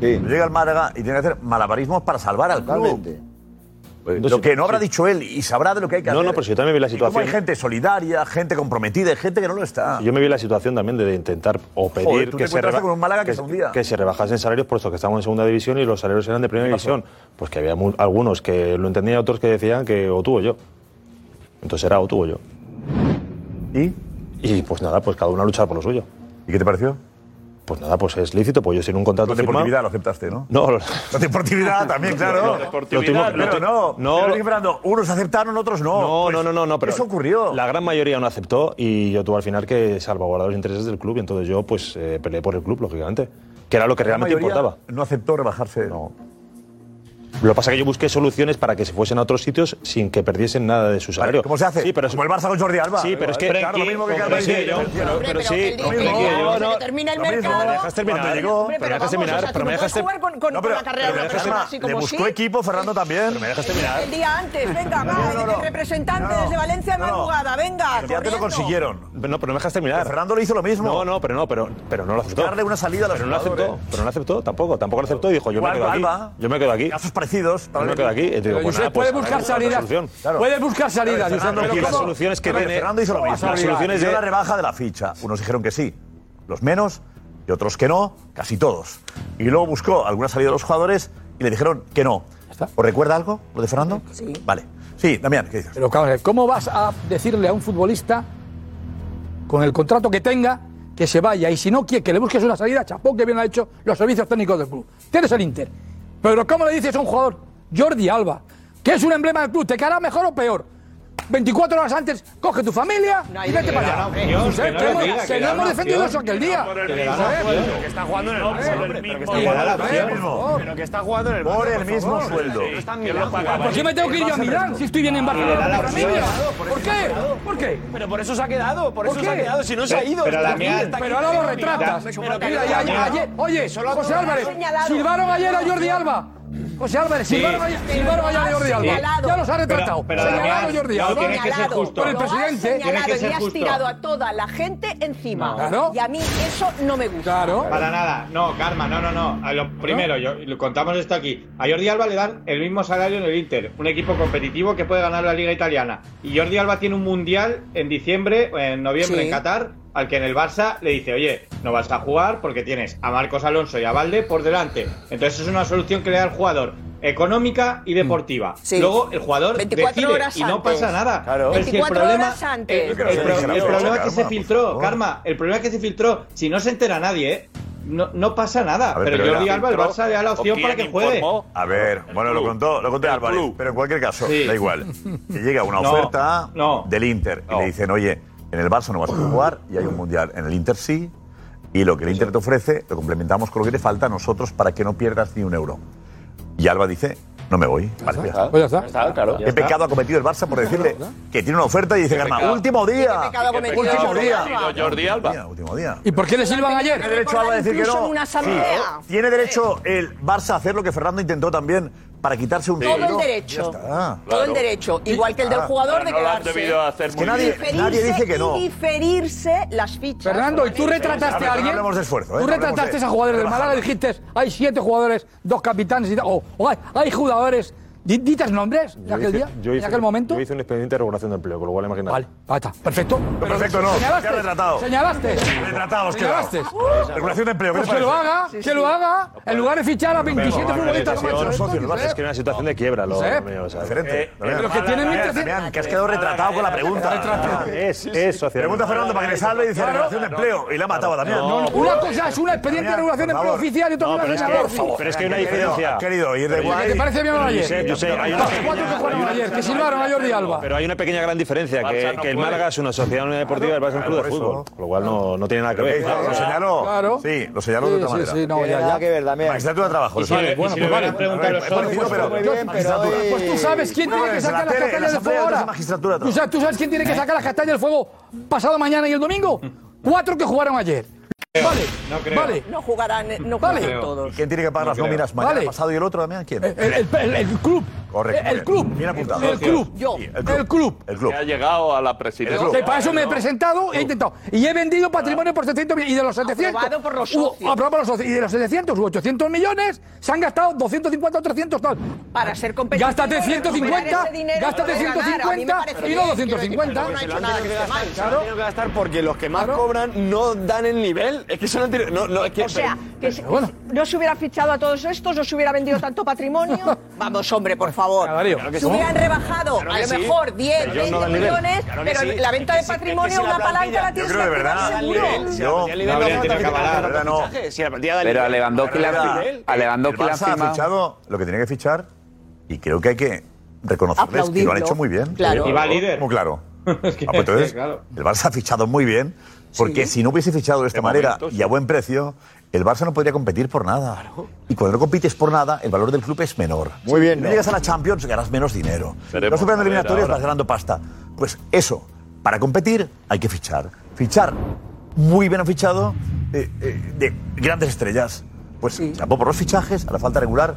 Speaker 8: Llega al Málaga y tiene que hacer malabarismos para salvar al club. Pues, Lo que no habrá dicho él y sabrá de lo que hay que
Speaker 3: No,
Speaker 8: hacer.
Speaker 3: no, pero si yo también vi la
Speaker 8: Y cómo
Speaker 3: situación-
Speaker 8: hay gente solidaria, gente comprometida, y gente que no lo está.
Speaker 3: Yo me vi la situación también de intentar o pedir
Speaker 8: Joder, tú te
Speaker 3: que, se
Speaker 8: encontraste
Speaker 3: reba-
Speaker 8: con un Málaga que
Speaker 3: que-
Speaker 8: se hundía.
Speaker 3: que se rebajasen salarios, puesto que estábamos en segunda división y los salarios eran de primera división. Pues que había mu- algunos que lo entendían y otros que decían que o tú o yo. Entonces era o tú o yo. ¿Y? Y pues nada, pues cada uno a luchar por lo suyo. ¿Y qué te pareció? Pues nada, pues es lícito, pues yo sin un contrato
Speaker 8: Con deportividad
Speaker 3: firmado.
Speaker 8: lo aceptaste, ¿no?
Speaker 3: No, lo-
Speaker 8: [LAUGHS] La
Speaker 3: [LAUGHS]
Speaker 8: deportividad también,
Speaker 3: Lo-
Speaker 8: claro.
Speaker 3: lo tuvimos-
Speaker 8: pero no.
Speaker 3: no.
Speaker 8: Pero, Enrique Fernando, unos aceptaron, otros no.
Speaker 3: No,
Speaker 8: Pues
Speaker 3: no, no, no, no, pero
Speaker 8: Eso ocurrió.
Speaker 3: La gran mayoría no aceptó y yo tuve al final que salvaguardar los intereses del club y entonces yo pues eh, peleé por el club, lógicamente, que era lo que
Speaker 8: La
Speaker 3: realmente
Speaker 8: mayoría
Speaker 3: importaba.
Speaker 8: No aceptó rebajarse. No.
Speaker 3: Lo que pasa es que yo busqué soluciones para que se fuesen a otros sitios sin que perdiesen nada de su salario.
Speaker 8: ¿Cómo se hace?
Speaker 3: Sí, pero es-
Speaker 8: Como el Barça con Jordi Alba.
Speaker 3: Sí, pero es que
Speaker 8: Claro, lo mismo que
Speaker 3: Pero
Speaker 8: Carvajal
Speaker 3: sí,
Speaker 8: y yo.
Speaker 3: pero- pero sí,
Speaker 8: Lo mismo.
Speaker 3: yo no-
Speaker 14: termina el
Speaker 8: Lo mismo.
Speaker 14: mercado.
Speaker 3: Me dejas terminar,
Speaker 14: Cuando llegó,
Speaker 3: pero me dejas terminar, pero me dejas
Speaker 14: jugar con, con-
Speaker 8: No,
Speaker 14: con
Speaker 8: pero-
Speaker 14: la carrera
Speaker 8: pero
Speaker 14: de una
Speaker 8: me dejas
Speaker 14: persona
Speaker 8: terminar.
Speaker 14: así
Speaker 8: Le
Speaker 14: como
Speaker 8: buscó
Speaker 14: sí.
Speaker 8: equipo Fernando también. Pero me dejas
Speaker 14: El día antes, venga, va, el representante desde Valencia de madrugada, venga.
Speaker 3: Ya te lo consiguieron. No, pero no me dejas terminar. Fernando le hizo lo mismo. No, no, pero no, pero, pero no lo aceptó.
Speaker 8: Darle una salida a los
Speaker 3: pero no lo aceptó,
Speaker 8: jugadores.
Speaker 3: pero no lo aceptó tampoco, tampoco lo aceptó y dijo, yo me
Speaker 8: Igual
Speaker 3: quedo aquí.
Speaker 8: Alba.
Speaker 3: Yo me quedo aquí.
Speaker 8: Casos parecidos.
Speaker 3: Yo me quedo aquí. Y digo,
Speaker 4: Pero
Speaker 3: pues
Speaker 4: Josep,
Speaker 3: nada, pues
Speaker 4: puede buscar
Speaker 3: ahora busco otra
Speaker 4: salidas.
Speaker 3: solución.
Speaker 4: Puede buscar salidas,
Speaker 8: Pero
Speaker 4: Josep, pero
Speaker 8: hizo-
Speaker 4: ¿cómo?
Speaker 8: Pero Fernando hizo lo mismo.
Speaker 3: las soluciones
Speaker 8: Dio
Speaker 3: de-
Speaker 8: la rebaja de la ficha. Unos dijeron que sí, los menos, y otros que no, casi todos. Y luego buscó alguna salida de los jugadores y le dijeron que no. ¿Os recuerda algo lo de Fernando? Sí. Vale. Sí, Damián, ¿qué dices?
Speaker 4: Pero cabrón, ¿cómo vas a decirle a un futbolista con el contrato que tenga que se vaya y si no quiere que le busques una salida, chapó que bien lo ha hecho los servicios técnicos del club? Tienes el Inter. Pero ¿cómo le dices a un jugador, Jordi Alba, que es un emblema del club, te caerá mejor o peor? 24 horas antes, coge tu familia y vete
Speaker 20: que le
Speaker 4: para
Speaker 20: dan
Speaker 4: allá.
Speaker 20: opción,
Speaker 4: Josep,
Speaker 20: que no
Speaker 4: que
Speaker 20: le
Speaker 4: hemos-
Speaker 20: diga,
Speaker 4: que
Speaker 20: que
Speaker 4: no
Speaker 20: le
Speaker 4: hemos
Speaker 20: dan
Speaker 4: defendido eso
Speaker 20: opción.
Speaker 4: aquel día.
Speaker 20: Que le dan opción.
Speaker 22: Que está jugando en el Barça, hombre, pero que está
Speaker 20: Que le dan
Speaker 22: jugando en el Barça.
Speaker 20: opción.
Speaker 22: Pero que está jugando en el Barça,
Speaker 8: Por el
Speaker 22: por
Speaker 8: mismo
Speaker 22: favor.
Speaker 8: sueldo.
Speaker 22: No está en Milán
Speaker 8: ¿Quién lo pagaba?
Speaker 22: jugando.
Speaker 4: Pues yo me tengo que ir yo a Milán si estoy bien en Barcelona. con mi familia. ¿Por qué? ¿Por qué?
Speaker 22: Pero por eso se ha quedado, por,
Speaker 4: ¿Por
Speaker 22: eso se ha
Speaker 4: qué?
Speaker 22: quedado, si no se ha
Speaker 4: Pero-
Speaker 22: ido.
Speaker 4: pero
Speaker 22: está
Speaker 4: Damián-
Speaker 22: aquí, está aquí.
Speaker 4: pero ahora lo retratas.
Speaker 22: Pero que-
Speaker 4: Mira, ya- ya- ayer- oye, José Álvarez, silbaron ayer a Jordi Alba. José Álvarez,
Speaker 20: Sí.
Speaker 4: silbaron ayer, silbaron ayer a Jordi
Speaker 20: Sí.
Speaker 4: Alba. Ya los ha retratado.
Speaker 20: Pero- pero
Speaker 4: señalado
Speaker 20: Damián,
Speaker 4: Jordi
Speaker 20: no,
Speaker 4: Alba.
Speaker 20: tiene que ser justo.
Speaker 4: Por el
Speaker 20: Lo has
Speaker 4: presidente.
Speaker 20: señalado Tiene que y ser has justo. tirado
Speaker 14: a toda la gente encima.
Speaker 20: No. Claro.
Speaker 14: Y a mí eso no me gusta.
Speaker 20: Para nada. No, Karma, no, no, no. A lo primero, yo, lo contamos esto aquí. A Jordi Alba le dan el mismo salario en el Inter, un equipo competitivo que puede ganar la Liga Italiana. Y Jordi Alba tiene un mundial en diciembre, en noviembre
Speaker 1: Sí.
Speaker 20: en Qatar, al que en el Barça le dice, oye, no vas a jugar porque tienes a Marcos Alonso y a Valde por delante. Entonces es una solución que le da al jugador. Económica y deportiva.
Speaker 14: Mm. Sí.
Speaker 20: Luego el jugador
Speaker 14: 24
Speaker 20: decide
Speaker 14: horas
Speaker 20: y no
Speaker 14: antes.
Speaker 20: pasa nada.
Speaker 14: Claro.
Speaker 20: Es que el
Speaker 14: 24
Speaker 20: problema,
Speaker 14: horas antes.
Speaker 20: el-
Speaker 14: Yo creo
Speaker 20: el
Speaker 14: que
Speaker 20: pro-
Speaker 14: se
Speaker 20: el
Speaker 14: dijeron,
Speaker 20: problema
Speaker 14: Karma,
Speaker 20: que
Speaker 8: Ah,
Speaker 20: se
Speaker 14: por
Speaker 20: filtró,
Speaker 14: favor.
Speaker 20: Karma, el problema que se filtró, si no se entera nadie, ¿eh? no, no pasa nada.
Speaker 8: A ver,
Speaker 20: pero,
Speaker 8: pero
Speaker 20: Jordi
Speaker 8: era
Speaker 20: Alba, el
Speaker 8: filtró,
Speaker 20: Barça le da la
Speaker 8: ¿o
Speaker 20: opción para que
Speaker 8: quién
Speaker 20: juegue.
Speaker 8: informó? A ver, bueno, lo contó, lo contó Álvarez, pero en cualquier caso,
Speaker 20: Sí.
Speaker 8: da igual. Que llega una
Speaker 20: [LAUGHS] No,
Speaker 8: oferta del Inter y le dicen, oye, en el Barça no vas a jugar y hay un mundial. En el Inter sí, y lo que el Inter te ofrece lo complementamos con lo que te falta a nosotros para que no pierdas ni un euro. Y Alba dice, no me voy. Vale, ya está.
Speaker 4: Pues ya está.
Speaker 22: claro.
Speaker 8: ¿Qué pecado ha cometido el Barça por decirle que tiene una oferta y dice,
Speaker 4: ¿Qué
Speaker 8: Garma,
Speaker 4: pecado?
Speaker 8: último
Speaker 4: ¿Qué
Speaker 8: día?
Speaker 4: pecado ha cometido
Speaker 8: Último
Speaker 4: Jordi
Speaker 8: día.
Speaker 4: Alba?
Speaker 8: Jordi Alba. Último día.
Speaker 4: ¿Y por qué le silban ayer?
Speaker 8: ¿Tiene derecho Alba a decir que
Speaker 4: Incluso
Speaker 8: no?
Speaker 4: en una asamblea.
Speaker 8: Sí. ¿Tiene derecho el Barça a hacer lo que Fernando intentó también para quitarse un
Speaker 14: Todo el
Speaker 8: título?
Speaker 14: derecho.
Speaker 8: Ya está.
Speaker 14: Todo el derecho. Igual que el del
Speaker 8: Ah,
Speaker 14: jugador de
Speaker 8: pero no lo han
Speaker 14: quedarse.
Speaker 8: debido hacer
Speaker 14: Y
Speaker 8: muy bien.
Speaker 14: diferirse-
Speaker 8: Nadie dice que no.
Speaker 14: Y diferirse las fichas.
Speaker 4: Fernando, ¿y tú retrataste a
Speaker 8: no
Speaker 4: alguien?
Speaker 8: hablemos de esfuerzo, ¿eh?
Speaker 4: ¿Tú
Speaker 8: No hablemos
Speaker 4: retrataste
Speaker 8: de-
Speaker 4: a jugadores del
Speaker 8: de
Speaker 4: Málaga?
Speaker 8: bajada.
Speaker 4: Dijiste, hay siete jugadores, dos capitanes y tal. O, o hay, hay jugadores Di- Dites nombres de
Speaker 3: Yo
Speaker 4: aquel
Speaker 3: hice-
Speaker 4: día,
Speaker 3: yo
Speaker 4: en
Speaker 3: hice-
Speaker 4: aquel momento.
Speaker 3: Yo hice un expediente de regulación de empleo, con lo cual imagínate. Vale,
Speaker 4: ahí está. Perfecto.
Speaker 8: Perfecto, no.
Speaker 4: Señalaste,
Speaker 8: Ya retratado.
Speaker 4: Señalaste.
Speaker 8: Retratados,
Speaker 4: Señalaste.
Speaker 8: quedados. Regulación de empleo, ¿qué
Speaker 4: Pues
Speaker 8: te
Speaker 4: que lo
Speaker 8: parece?
Speaker 4: haga, que lo haga. En lugar de fichar a 27 futbolistas. macho, esto
Speaker 3: socios,
Speaker 4: ni
Speaker 3: lo haces,
Speaker 4: sé.
Speaker 3: es que era una situación de quiebra, lo
Speaker 4: Josep.
Speaker 3: lo mío, o sea,
Speaker 8: Diferente.
Speaker 3: no era-
Speaker 8: Pero que tienen Mala mientras- cadena, Damián, que has quedado retratado con la pregunta.
Speaker 3: Ah, Es, es sociedad.
Speaker 8: Pregunta a Fernando para que le salve y dice regulación de empleo. Y la ha matado a Damián.
Speaker 3: No, no,
Speaker 4: Una cosa es un expediente de regulación de empleo oficial y otra cosa
Speaker 3: pero
Speaker 4: es
Speaker 3: es
Speaker 4: una
Speaker 3: que-
Speaker 4: orden.
Speaker 3: pero es que hay una diferencia.
Speaker 8: Querido, ir de
Speaker 3: Pero yo-
Speaker 8: guay.
Speaker 4: ¿Te parece bien o no ayer?
Speaker 1: Josep, Josep, hay una
Speaker 4: Los cuatro que jugaron ayer, que silbaron a Jordi Alba.
Speaker 1: Pero hay una pequeña gran diferencia, que, que el Málaga es una sociedad una deportiva y el Barça es un club de fútbol.
Speaker 3: Con lo cual no, no tiene nada que ver.
Speaker 8: Lo señaló. Sí, lo señaló de
Speaker 3: Sí,
Speaker 8: otra
Speaker 3: sí,
Speaker 8: manera.
Speaker 3: sí, no, ya, ya.
Speaker 8: Magistratura de trabajo.
Speaker 3: Y si le- y si
Speaker 8: pues
Speaker 3: le hubieran preguntado los socios, muy bien, pero hoy-
Speaker 4: Pues tú sabes quién tiene que sacar las castañas del fuego ahora. Tú sabes- ¿Tú sabes quién tiene que sacar las castañas del fuego pasado mañana y el domingo? Cuatro que jugaron ayer. Vale, vale.
Speaker 14: No jugarán, eh, no
Speaker 4: Vale.
Speaker 14: jugarán todos.
Speaker 8: ¿Quién tiene que pagar las nóminas mañana
Speaker 4: Vale.
Speaker 8: pasado y el otro, Damián? ¿Quién?
Speaker 4: El, Eh, el- el- el club.
Speaker 8: Correcto.
Speaker 4: El-
Speaker 8: muy
Speaker 4: el
Speaker 8: bien.
Speaker 4: club.
Speaker 8: Bien apuntado.
Speaker 4: El club. Yo.
Speaker 8: El club.
Speaker 4: El club.
Speaker 8: El club.
Speaker 16: Que ha llegado a la presidencia.
Speaker 4: Que para eso me he presentado he intentado. Y he vendido patrimonio por 700 millones. Y de los 700.
Speaker 14: Aprobado por los
Speaker 4: hubo-
Speaker 14: socios.
Speaker 4: aprobado por los socios. Y de los 700 u 800 millones se han gastado 250 o 300 tal.
Speaker 14: Para ser competitivo.
Speaker 4: Gástate
Speaker 14: y recuperar
Speaker 4: 150,
Speaker 14: ese dinero
Speaker 4: gástate
Speaker 14: que puedes ganar. A mí me
Speaker 4: 150
Speaker 14: parece
Speaker 4: y
Speaker 14: bien,
Speaker 4: no
Speaker 14: quiero decir,
Speaker 4: 250.
Speaker 14: no ha hecho nada que esté mal.
Speaker 22: Tengo que gastar porque los que más cobran no dan el nivel. Es que son anteriores. No, no, es que.
Speaker 14: O sea, que si- no se hubiera fichado a todos estos, no se hubiera vendido
Speaker 4: [LAUGHS]
Speaker 14: tanto patrimonio. Vamos, hombre, por favor.
Speaker 22: Cadarío. Claro que
Speaker 14: se
Speaker 22: sí.
Speaker 14: hubieran rebajado
Speaker 22: Claro
Speaker 14: a
Speaker 22: que
Speaker 14: lo
Speaker 22: sí.
Speaker 14: mejor 10,
Speaker 22: Pero ellos
Speaker 14: 20
Speaker 22: no dan nivel.
Speaker 14: millones,
Speaker 22: Claro que
Speaker 14: pero
Speaker 22: sí.
Speaker 14: la venta de
Speaker 22: Es que sí,
Speaker 14: patrimonio,
Speaker 22: es que sí, la
Speaker 14: una palanca
Speaker 22: plantilla-
Speaker 14: la
Speaker 22: Yo
Speaker 14: tienes
Speaker 22: creo
Speaker 14: que
Speaker 22: de
Speaker 14: activar
Speaker 22: verdad,
Speaker 14: seguro.
Speaker 22: nivel, si la plantilla de nivel no hace falta que haga tantos fichajes, si la plantilla da Pero nivel. a Lewandowski Pero le es han verdad. firmado.
Speaker 8: A Lewandowski
Speaker 22: le han
Speaker 8: ha
Speaker 22: firmado.
Speaker 8: fichado lo que tenía que fichar y creo que hay que reconocerles que lo han
Speaker 22: Aplaudirlo.
Speaker 8: hecho muy bien.
Speaker 22: Claro. Y va líder. [LAUGHS]
Speaker 8: Muy claro. Ah, pues entonces,
Speaker 22: claro.
Speaker 8: el Barça ha fichado muy bien porque si no hubiese fichado de esta
Speaker 22: De
Speaker 8: manera
Speaker 22: momento,
Speaker 8: y a buen precio, el Barça no podría competir por nada. Y cuando no compites por nada, el valor del club es menor. Muy bien. No llegas a la Champions, ganas menos dinero.
Speaker 22: Veremos,
Speaker 8: no superando
Speaker 22: a ver,
Speaker 8: eliminatorias,
Speaker 22: ahora.
Speaker 8: vas ganando pasta. Pues eso, para competir hay que fichar. Fichar muy bien fichado eh, eh, de grandes estrellas. Pues tampoco por los fichajes, a la falta regular,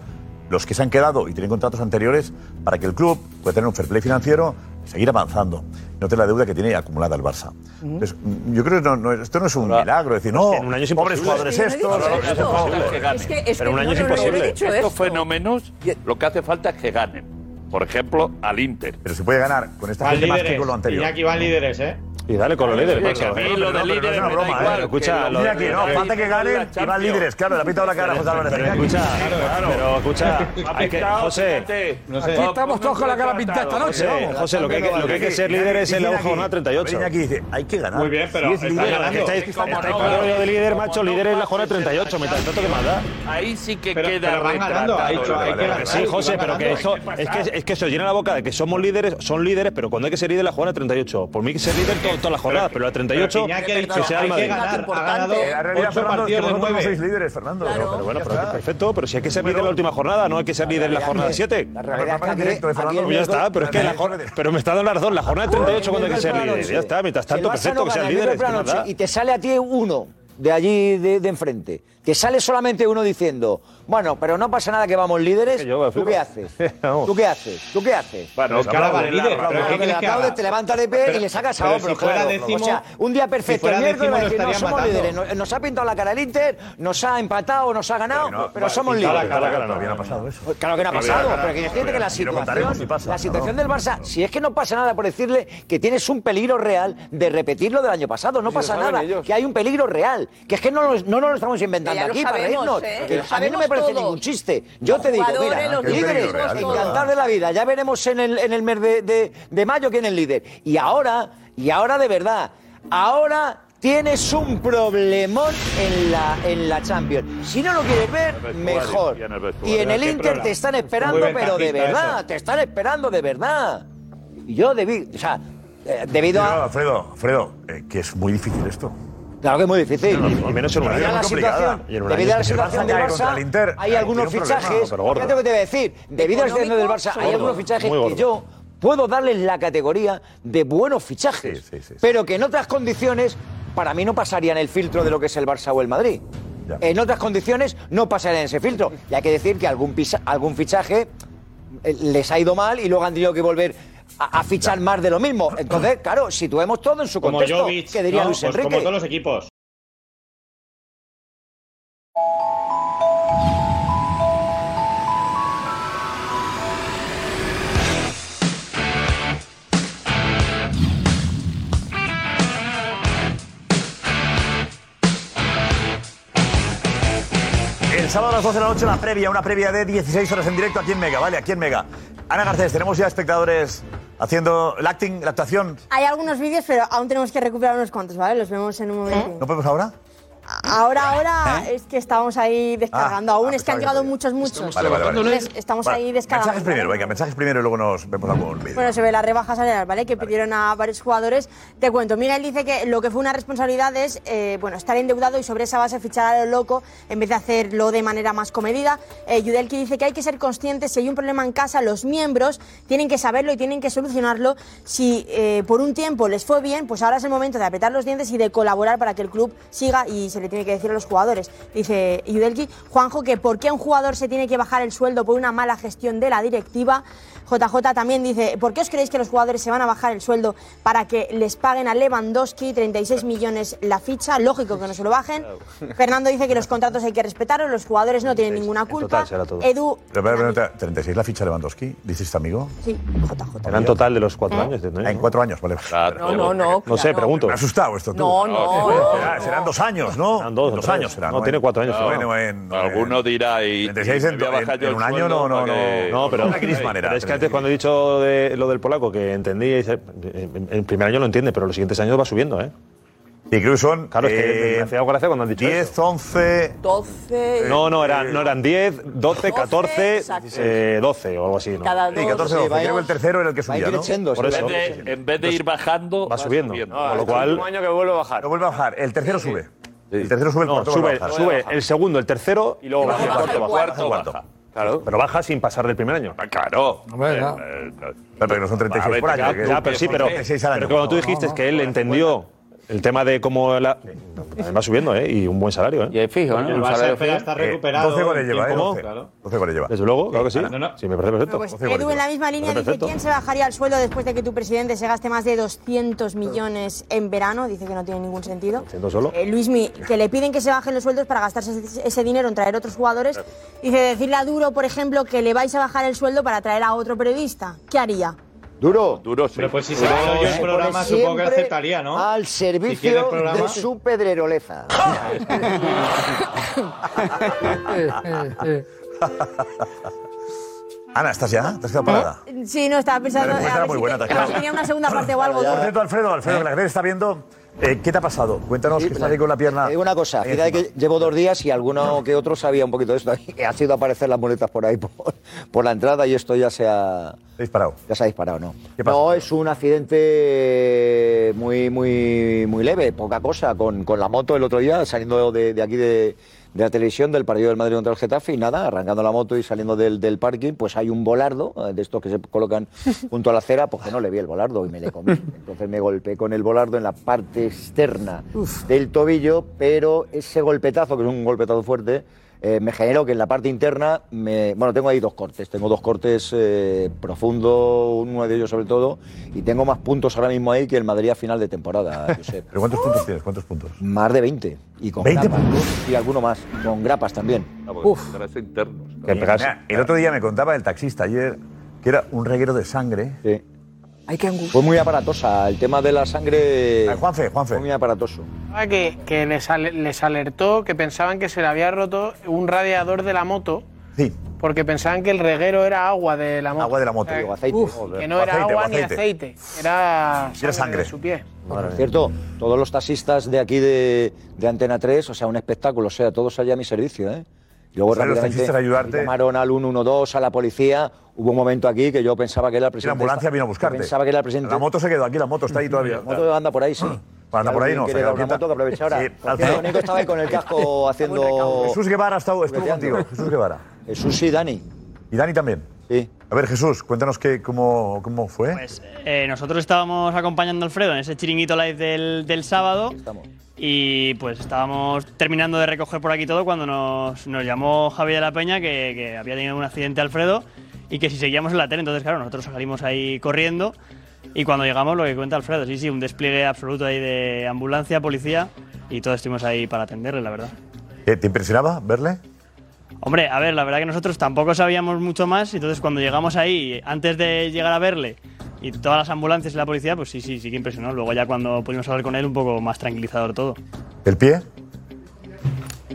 Speaker 8: los que se han quedado y tienen contratos anteriores para que el club pueda tener un fair play financiero y seguir avanzando. No tener la deuda que tiene acumulada el Barça. Entonces, mm, yo creo que no- no- esto no es un milagro. Es decir, no,
Speaker 22: en un año es
Speaker 8: pobres
Speaker 22: imposible.
Speaker 8: jugadores
Speaker 22: Es que yo
Speaker 8: estos.
Speaker 22: no he dicho
Speaker 8: no, no,
Speaker 16: esto.
Speaker 8: no, no,
Speaker 16: que
Speaker 8: no.
Speaker 16: ganen.
Speaker 14: Es que- es
Speaker 8: Pero que un año no, es no, no, imposible. he dicho
Speaker 16: Estos
Speaker 8: esto.
Speaker 16: fenómenos lo que hace falta es que ganen. Por ejemplo, al Inter.
Speaker 8: Pero se puede ganar con esta
Speaker 16: Van
Speaker 8: gente más que
Speaker 16: líderes.
Speaker 8: con lo anterior.
Speaker 16: Iñaki, van líderes, ¿eh?
Speaker 22: Y dale con los
Speaker 16: Oye,
Speaker 22: líderes.
Speaker 16: que
Speaker 22: Paco.
Speaker 16: a mí lo de
Speaker 22: No, pero no es
Speaker 16: líderes
Speaker 22: una
Speaker 16: me da
Speaker 22: broma,
Speaker 16: igual,
Speaker 22: ¿eh? Escucha,
Speaker 16: que
Speaker 22: lo-
Speaker 16: lo-
Speaker 22: Iñaki, no,
Speaker 16: que-
Speaker 22: falta que ganen y van
Speaker 16: Champions.
Speaker 22: líderes, claro, le ha pintado la cara a José Álvarez. Pero
Speaker 8: Iñaki.
Speaker 22: escucha,
Speaker 8: Claro, claro.
Speaker 4: [LAUGHS]
Speaker 22: pero escucha,
Speaker 8: Ha
Speaker 22: hay que,
Speaker 8: pintado,
Speaker 22: José,
Speaker 4: Aquí estamos todos con la cara pintada esta noche.
Speaker 22: José,
Speaker 4: vamos.
Speaker 22: José, lo que hay que, lo que, hay que ser líder es en la
Speaker 8: Iñaki,
Speaker 22: jornada 38.
Speaker 8: Iñaki dice, hay que ganar.
Speaker 22: Muy bien,
Speaker 8: pero está ganando.
Speaker 22: Estáis,
Speaker 8: Es que
Speaker 22: estáis
Speaker 8: como no
Speaker 22: con rollo de
Speaker 8: ganes,
Speaker 22: líder,
Speaker 8: como
Speaker 22: macho,
Speaker 8: no
Speaker 22: líder es la
Speaker 8: pases
Speaker 22: jornada 38, mientras tanto que más da.
Speaker 16: Ahí sí que
Speaker 22: Pero-
Speaker 16: queda
Speaker 22: pero van
Speaker 16: retratado.
Speaker 22: ganando, ha dicho, hay que
Speaker 16: Vale, vale,
Speaker 22: ganar,
Speaker 16: vale.
Speaker 22: Sí, José, pero que eso es que, es que eso llena la boca de que somos líderes, son líderes, pero cuando hay que ser líder la jornada 38. Por mí que ser líder todo- todas las jornadas, pero la 38
Speaker 8: Iñaki ha
Speaker 22: que
Speaker 8: dicho,
Speaker 22: sea el
Speaker 8: hay
Speaker 22: Madrid.
Speaker 8: que ganar, ha ganado
Speaker 22: La realidad, Fernando, es
Speaker 8: ocho
Speaker 22: que
Speaker 8: partidos de
Speaker 22: vosotros no
Speaker 8: nueve.
Speaker 22: sois
Speaker 8: líderes, Fernando.
Speaker 22: Pero, pero bueno, pero perfecto, pero si hay que ser líder en la última jornada, no hay que ser líder en la jornada 7.
Speaker 8: realidad es que directo de Fernando.
Speaker 22: Pues ya está, pero es que la
Speaker 8: Fernando.
Speaker 22: jornada, pero me está dando la razón, la jornada 38 cuando hay que ser
Speaker 17: Plano,
Speaker 22: líder.
Speaker 17: sí.
Speaker 22: Ya está, mientras
Speaker 17: Si el
Speaker 22: tanto,
Speaker 17: Barça
Speaker 22: perfecto,
Speaker 17: no
Speaker 22: que sean
Speaker 17: gana,
Speaker 22: líderes.
Speaker 17: Liverpool
Speaker 22: que más
Speaker 17: anoche,
Speaker 22: da.
Speaker 17: Y te sale a ti uno de allí de, de enfrente. Te sale solamente uno diciendo, bueno, pero no pasa nada que vamos líderes. ¿Tú qué haces?
Speaker 22: [LAUGHS] Vamos.
Speaker 17: ¿Tú qué haces? ¿Tú qué haces?
Speaker 22: Bueno, Pues que ahora aplaude, van líderes, aplaude, pero
Speaker 17: Claro,
Speaker 22: ¿qué
Speaker 17: que
Speaker 22: quieres que
Speaker 17: aplaudes,
Speaker 22: haga?
Speaker 17: te levantas de pie
Speaker 22: Pero-
Speaker 17: y le sacas a
Speaker 22: pero
Speaker 17: otro,
Speaker 22: si fuera
Speaker 17: claro.
Speaker 22: décimo-
Speaker 17: o sea, un día
Speaker 22: si
Speaker 17: perfecto,
Speaker 22: fuera
Speaker 17: el
Speaker 22: décimo
Speaker 17: miércoles va a
Speaker 22: lo
Speaker 17: decir, no
Speaker 22: estarían
Speaker 17: somos
Speaker 22: matando".
Speaker 17: líderes, no- nos, ha pintado la cara el Inter, nos ha empatado, nos ha ganado, pero, somos líderes.
Speaker 8: Todavía no ha pasado eso.
Speaker 17: Pues Claro que no ha pasado, pero que decirte que la situación, la situación del Barça, si es que no pasa nada por decirle que tienes un peligro real de repetirlo del año pasado, no
Speaker 22: Si lo
Speaker 17: pasa
Speaker 22: saben
Speaker 17: nada,
Speaker 22: ellos.
Speaker 17: que hay un peligro real, que es que no, lo- no nos lo estamos inventando
Speaker 14: Ya lo
Speaker 17: aquí para
Speaker 14: sabemos,
Speaker 17: reírnos.
Speaker 14: ¿eh?
Speaker 17: Que
Speaker 14: Lo
Speaker 17: a mí no
Speaker 14: sabemos
Speaker 17: me parece
Speaker 14: todos.
Speaker 17: ningún chiste. Yo
Speaker 14: Los
Speaker 17: te digo,
Speaker 14: jugadores,
Speaker 17: mira,
Speaker 14: los
Speaker 17: líderes,
Speaker 14: líderes, los
Speaker 17: encantar de la vida, ya veremos en el, en el mes de, de- de mayo quién es el líder. Y ahora, y ahora de verdad, ahora... Tienes un problemón en la, en la Champions. Si no lo quieres ver, mejor. Y en el Inter te están esperando,
Speaker 22: Muy
Speaker 17: pero de
Speaker 22: ventajista
Speaker 17: verdad,
Speaker 22: eso.
Speaker 17: te están esperando de verdad. Y yo debí, o sea, eh, debido
Speaker 8: Pero,
Speaker 17: a...
Speaker 8: Alfredo, Alfredo, eh, que es muy difícil esto.
Speaker 17: Claro que es muy difícil.
Speaker 8: Y menos en un
Speaker 17: Debido a
Speaker 8: año
Speaker 17: la
Speaker 8: muy complicada.
Speaker 17: situación, debido a la situación del Barça, hay algunos fichajes. Fíjate lo que te voy a decir. Debido a la situación del Barça, hay Gordo, algunos fichajes muy que gordo. yo puedo darles la categoría de buenos fichajes, pero que en otras condiciones para mí no pasarían el filtro de lo que es el Barça o el Madrid. En otras condiciones no pasarían ese filtro. Y hay que decir que algún, pisa- algún fichaje eh, les ha ido mal y luego han tenido que volver a, a fichar más de lo mismo. Entonces, claro, situemos todo en su
Speaker 20: Como
Speaker 17: contexto.
Speaker 20: Jovic,
Speaker 17: ¿Qué diría
Speaker 20: ¿no?
Speaker 17: Luis
Speaker 20: Pues
Speaker 17: Enrique?
Speaker 20: como todos los equipos.
Speaker 8: El sábado a las 12 de la noche la previa, una previa de 16 horas en directo aquí en Mega, ¿vale? Aquí en Mega. Ana Garcés, tenemos ya espectadores haciendo el acting, la actuación.
Speaker 9: Hay algunos vídeos, pero aún tenemos que recuperar unos cuantos, ¿vale? Los vemos en un momento.
Speaker 8: ¿No podemos ahora?
Speaker 9: Ahora, ahora es que estamos ahí descargando
Speaker 8: ¿Eh? Ah,
Speaker 9: aún,
Speaker 8: ah,
Speaker 9: es que han
Speaker 8: pensaba que
Speaker 9: llegado
Speaker 8: todavía.
Speaker 9: muchos, muchos.
Speaker 8: Vale, vale, vale.
Speaker 9: Entonces, estamos
Speaker 8: Vale,
Speaker 9: ahí descargando.
Speaker 8: Mensajes primero, venga, mensajes primero y luego nos vemos algún vídeo.
Speaker 9: Bueno, sobre las rebajas salariales, ¿vale? Que pidieron a varios jugadores. Te cuento, Miguel dice que lo que fue una responsabilidad es, eh, bueno, estar endeudado y sobre esa base fichar a lo loco en vez de hacerlo de manera más comedida. Eh, Yudelki dice que hay que ser conscientes, si hay un problema en casa, los miembros tienen que saberlo y tienen que solucionarlo. Si eh, por un tiempo les fue bien, pues ahora es el momento de apretar los dientes y de colaborar para que el club siga y se le tiene que decir a los jugadores. Dice Yudelki, Juanjo, que por qué un jugador se tiene que bajar el sueldo por una mala gestión de la directiva. JJ también dice, ¿por qué os creéis que los jugadores se van a bajar el sueldo para que les paguen a Lewandowski 36 millones la ficha? Lógico que no se lo bajen. Fernando dice que los contratos hay que respetarlos, los jugadores no tienen ninguna culpa. Edu,
Speaker 8: Pero, pero, pero, 36 la ficha de Lewandowski, ¿dice esta amigo?
Speaker 9: sí,
Speaker 3: Era en total de los cuatro
Speaker 8: ¿Eh?
Speaker 3: años.
Speaker 8: Ah, en cuatro años, vale.
Speaker 14: No, no, no,
Speaker 3: No sé, pregunto.
Speaker 8: Me ha asustado esto. tú.
Speaker 14: No, no.
Speaker 8: Será- Serán dos años, ¿no? Serán dos,
Speaker 3: tres.
Speaker 8: años. Serán,
Speaker 3: No, tiene cuatro años,
Speaker 8: No,
Speaker 3: seguro.
Speaker 8: en- en-
Speaker 16: Alguno dirá y.
Speaker 8: 36
Speaker 16: y
Speaker 8: en-
Speaker 16: me voy a bajar
Speaker 8: en-
Speaker 16: yo
Speaker 8: en
Speaker 16: el
Speaker 8: un año,
Speaker 16: sueldo
Speaker 8: no, no,
Speaker 16: para que-
Speaker 3: No, pero,
Speaker 8: Una Griezmann era,
Speaker 3: pero es que
Speaker 8: pero-
Speaker 3: antes cuando he dicho de- lo del polaco, que entendí, es- eh, en el primer año lo entiende, pero los siguientes años va subiendo, ¿eh?
Speaker 8: Y creo que son.
Speaker 3: Claro, es que
Speaker 8: eh,
Speaker 3: me hacía gracia cuando han dicho
Speaker 8: 10, 11.
Speaker 14: 12.
Speaker 3: No, no eran, no eran 10, 12, 14,
Speaker 14: exacto.
Speaker 3: eh, 12 o algo así. ¿no?
Speaker 14: Cada Sí, dos. 14 o 12, creo que el
Speaker 8: tercero era el que
Speaker 3: subía, ¿no? Por
Speaker 16: en,
Speaker 3: eso.
Speaker 16: vez de, en vez de ir bajando.
Speaker 3: Va subiendo. Con lo
Speaker 8: el
Speaker 3: cual.
Speaker 8: último año que vuelve a bajar. No vuelve a bajar. El tercero sube. El tercero sube, el
Speaker 3: No,
Speaker 8: cuarto vuelve a
Speaker 3: sube,
Speaker 8: bajar.
Speaker 3: sube el segundo, el tercero y luego
Speaker 8: baja el cuarto,
Speaker 3: baja,
Speaker 8: baja el
Speaker 3: baja
Speaker 8: cuarto.
Speaker 3: Claro. Pero baja sin pasar del primer año.
Speaker 16: Claro.
Speaker 3: Hombre, claro. Eh,
Speaker 8: pero no son 36
Speaker 3: A ver,
Speaker 8: por año,
Speaker 3: ya,
Speaker 8: que es
Speaker 3: ya, pero sí, pero,
Speaker 8: 36 al año.
Speaker 3: pero cuando tú
Speaker 8: No,
Speaker 3: dijiste
Speaker 8: no,
Speaker 3: que él entendió el tema de cómo la, va subiendo, ¿eh? Y un buen salario, ¿eh? Y
Speaker 24: es fijo,
Speaker 13: ¿no? El Un Barça salario espera fijo. estar recuperado
Speaker 3: 12 goles
Speaker 13: en
Speaker 3: lleva, ¿eh?
Speaker 13: tiempo,
Speaker 3: 12.
Speaker 13: claro.
Speaker 8: 12 goles lleva.
Speaker 3: Desde luego, claro que sí. Sí, me parece perfecto.
Speaker 9: Pues Edu, en la misma línea,
Speaker 3: Me
Speaker 9: dice,
Speaker 3: parece
Speaker 9: ¿quién
Speaker 3: perfecto.
Speaker 9: se bajaría el sueldo después de que tu presidente se gaste más de 200 millones en verano? Dice que no tiene ningún sentido.
Speaker 3: ¿Siendo solo?
Speaker 9: Eh, Luismi, que le piden que se bajen los sueldos para gastarse ese- ese dinero en traer otros jugadores. Dice, decirle a Duro, por ejemplo, que le vais a bajar el sueldo para traer a otro periodista. ¿Qué haría?
Speaker 17: Duro.
Speaker 16: Duro, sí.
Speaker 13: Pero pues si se ganó yo el programa,
Speaker 17: Eh, Siempre
Speaker 13: supongo que aceptaría, ¿no?
Speaker 17: Al
Speaker 13: Si quiere el
Speaker 17: servicio
Speaker 13: programa.
Speaker 17: de su [LAUGHS] pedreroleza.
Speaker 8: [LAUGHS] Ana, ¿estás ya? ¿Te has quedado parada?
Speaker 9: Sí, no, estaba pensando...
Speaker 8: La
Speaker 9: a
Speaker 8: respuesta era
Speaker 9: ver si
Speaker 8: muy buena,
Speaker 9: te-
Speaker 8: te has quedado.
Speaker 9: tenía una segunda parte o algo.
Speaker 8: Por cierto, Alfredo, Alfredo, que la gente está viendo. eh, ¿Qué te ha pasado? Cuéntanos que estás ahí con la pierna.
Speaker 17: Te digo una cosa, fíjate que llevo dos días y alguno que otro sabía un poquito de esto. [LAUGHS] Ha sido aparecer las muletas por ahí, por, por la entrada, y esto ya se ha...
Speaker 8: disparado?
Speaker 17: Ya se ha disparado, ¿no? No, es un accidente muy, muy, muy leve, poca cosa, con, con la moto el otro día, saliendo de, de aquí de, de la televisión, del partido del Madrid contra el Getafe, y nada, arrancando la moto y saliendo del, del parking, pues hay un volardo, eh, de estos que se colocan junto a la acera, pues que no le vi el volardo y me le comí. Entonces me golpeé con el volardo en la parte externa del tobillo, pero ese golpetazo, que es un golpetazo fuerte, eh, me generó que en la parte interna, me, bueno, tengo ahí dos cortes, tengo dos cortes eh, profundos, uno de ellos sobre todo, y tengo más puntos ahora mismo ahí que el Madrid a final
Speaker 8: [LAUGHS]
Speaker 17: de temporada, Josep.
Speaker 8: ¿Pero cuántos puntos tienes? ¿Cuántos puntos?
Speaker 17: Ah, Más de 20. Y con 20 grapas. Y alguno más. Con grapas también.
Speaker 16: internos.
Speaker 17: Que pegase.
Speaker 8: Mira, el otro día me contaba el taxista ayer que era un reguero de sangre.
Speaker 17: Sí.
Speaker 14: Hay que angustia.
Speaker 17: Fue muy aparatosa. El tema de la sangre.
Speaker 8: Juanfe, Juanfe.
Speaker 17: Fue muy aparatoso.
Speaker 6: Ah, Que, que les, ale- les alertó que pensaban que se le había roto un radiador de la moto. Porque pensaban que el reguero era agua de la moto.
Speaker 8: Agua de la moto, digo, aceite.
Speaker 6: Uf,
Speaker 8: Joder.
Speaker 6: que no era
Speaker 8: Aceite,
Speaker 6: agua
Speaker 8: o aceite.
Speaker 6: ni aceite. Era
Speaker 8: Era sangre.
Speaker 6: de su pie.
Speaker 17: Por cierto, todos los taxistas de aquí de, de Antena 3, o sea, un espectáculo, o sea, todos allá a mi servicio, ¿eh? Luego
Speaker 8: Salen los
Speaker 17: rápidamente
Speaker 8: taxistas a ayudarte.
Speaker 17: llamaron al 112, a la policía. Hubo un momento aquí que yo pensaba que era
Speaker 8: Y
Speaker 17: el presidente.
Speaker 8: la ambulancia
Speaker 17: esta-
Speaker 8: vino a buscarte.
Speaker 17: yo Pensaba que era el presidente.
Speaker 8: La moto se quedó aquí, la moto está ahí todavía.
Speaker 17: La moto anda por ahí, sí.
Speaker 8: Anda por ahí, no, se
Speaker 17: Quiere
Speaker 8: quedó
Speaker 17: una
Speaker 8: quieta.
Speaker 17: moto que aprovecha ahora.
Speaker 8: Sí,
Speaker 17: Por cierto,
Speaker 8: Alfredo.
Speaker 17: Nico estaba ahí con
Speaker 8: [LAUGHS]
Speaker 17: el casco haciendo.
Speaker 8: Jesús Guevara ha estado- estuvo contigo. Jesús Guevara.
Speaker 17: Jesús y Dani.
Speaker 8: ¿Y Dani también?
Speaker 17: Sí.
Speaker 8: A ver, Jesús, cuéntanos qué, cómo, cómo fue.
Speaker 25: Eh, nosotros estábamos acompañando a Alfredo en ese chiringuito live del, del sábado. Y pues estábamos terminando de recoger por aquí todo cuando nos, nos llamó Javi de la Peña que, que había tenido un accidente Alfredo y que si seguíamos en la tele, entonces claro, nosotros salimos ahí corriendo y cuando llegamos lo que cuenta Alfredo, sí, sí, un despliegue absoluto ahí de ambulancia, policía y todos estuvimos ahí para atenderle, la verdad.
Speaker 8: Eh, ¿Te impresionaba verle?
Speaker 25: Hombre, a ver, la verdad que nosotros tampoco sabíamos mucho más, entonces cuando llegamos ahí, antes de llegar a verle y todas las ambulancias y la policía, pues sí, sí, sí que impresionó. Luego ya cuando pudimos hablar con él, un poco más tranquilizador todo.
Speaker 8: ¿El pie?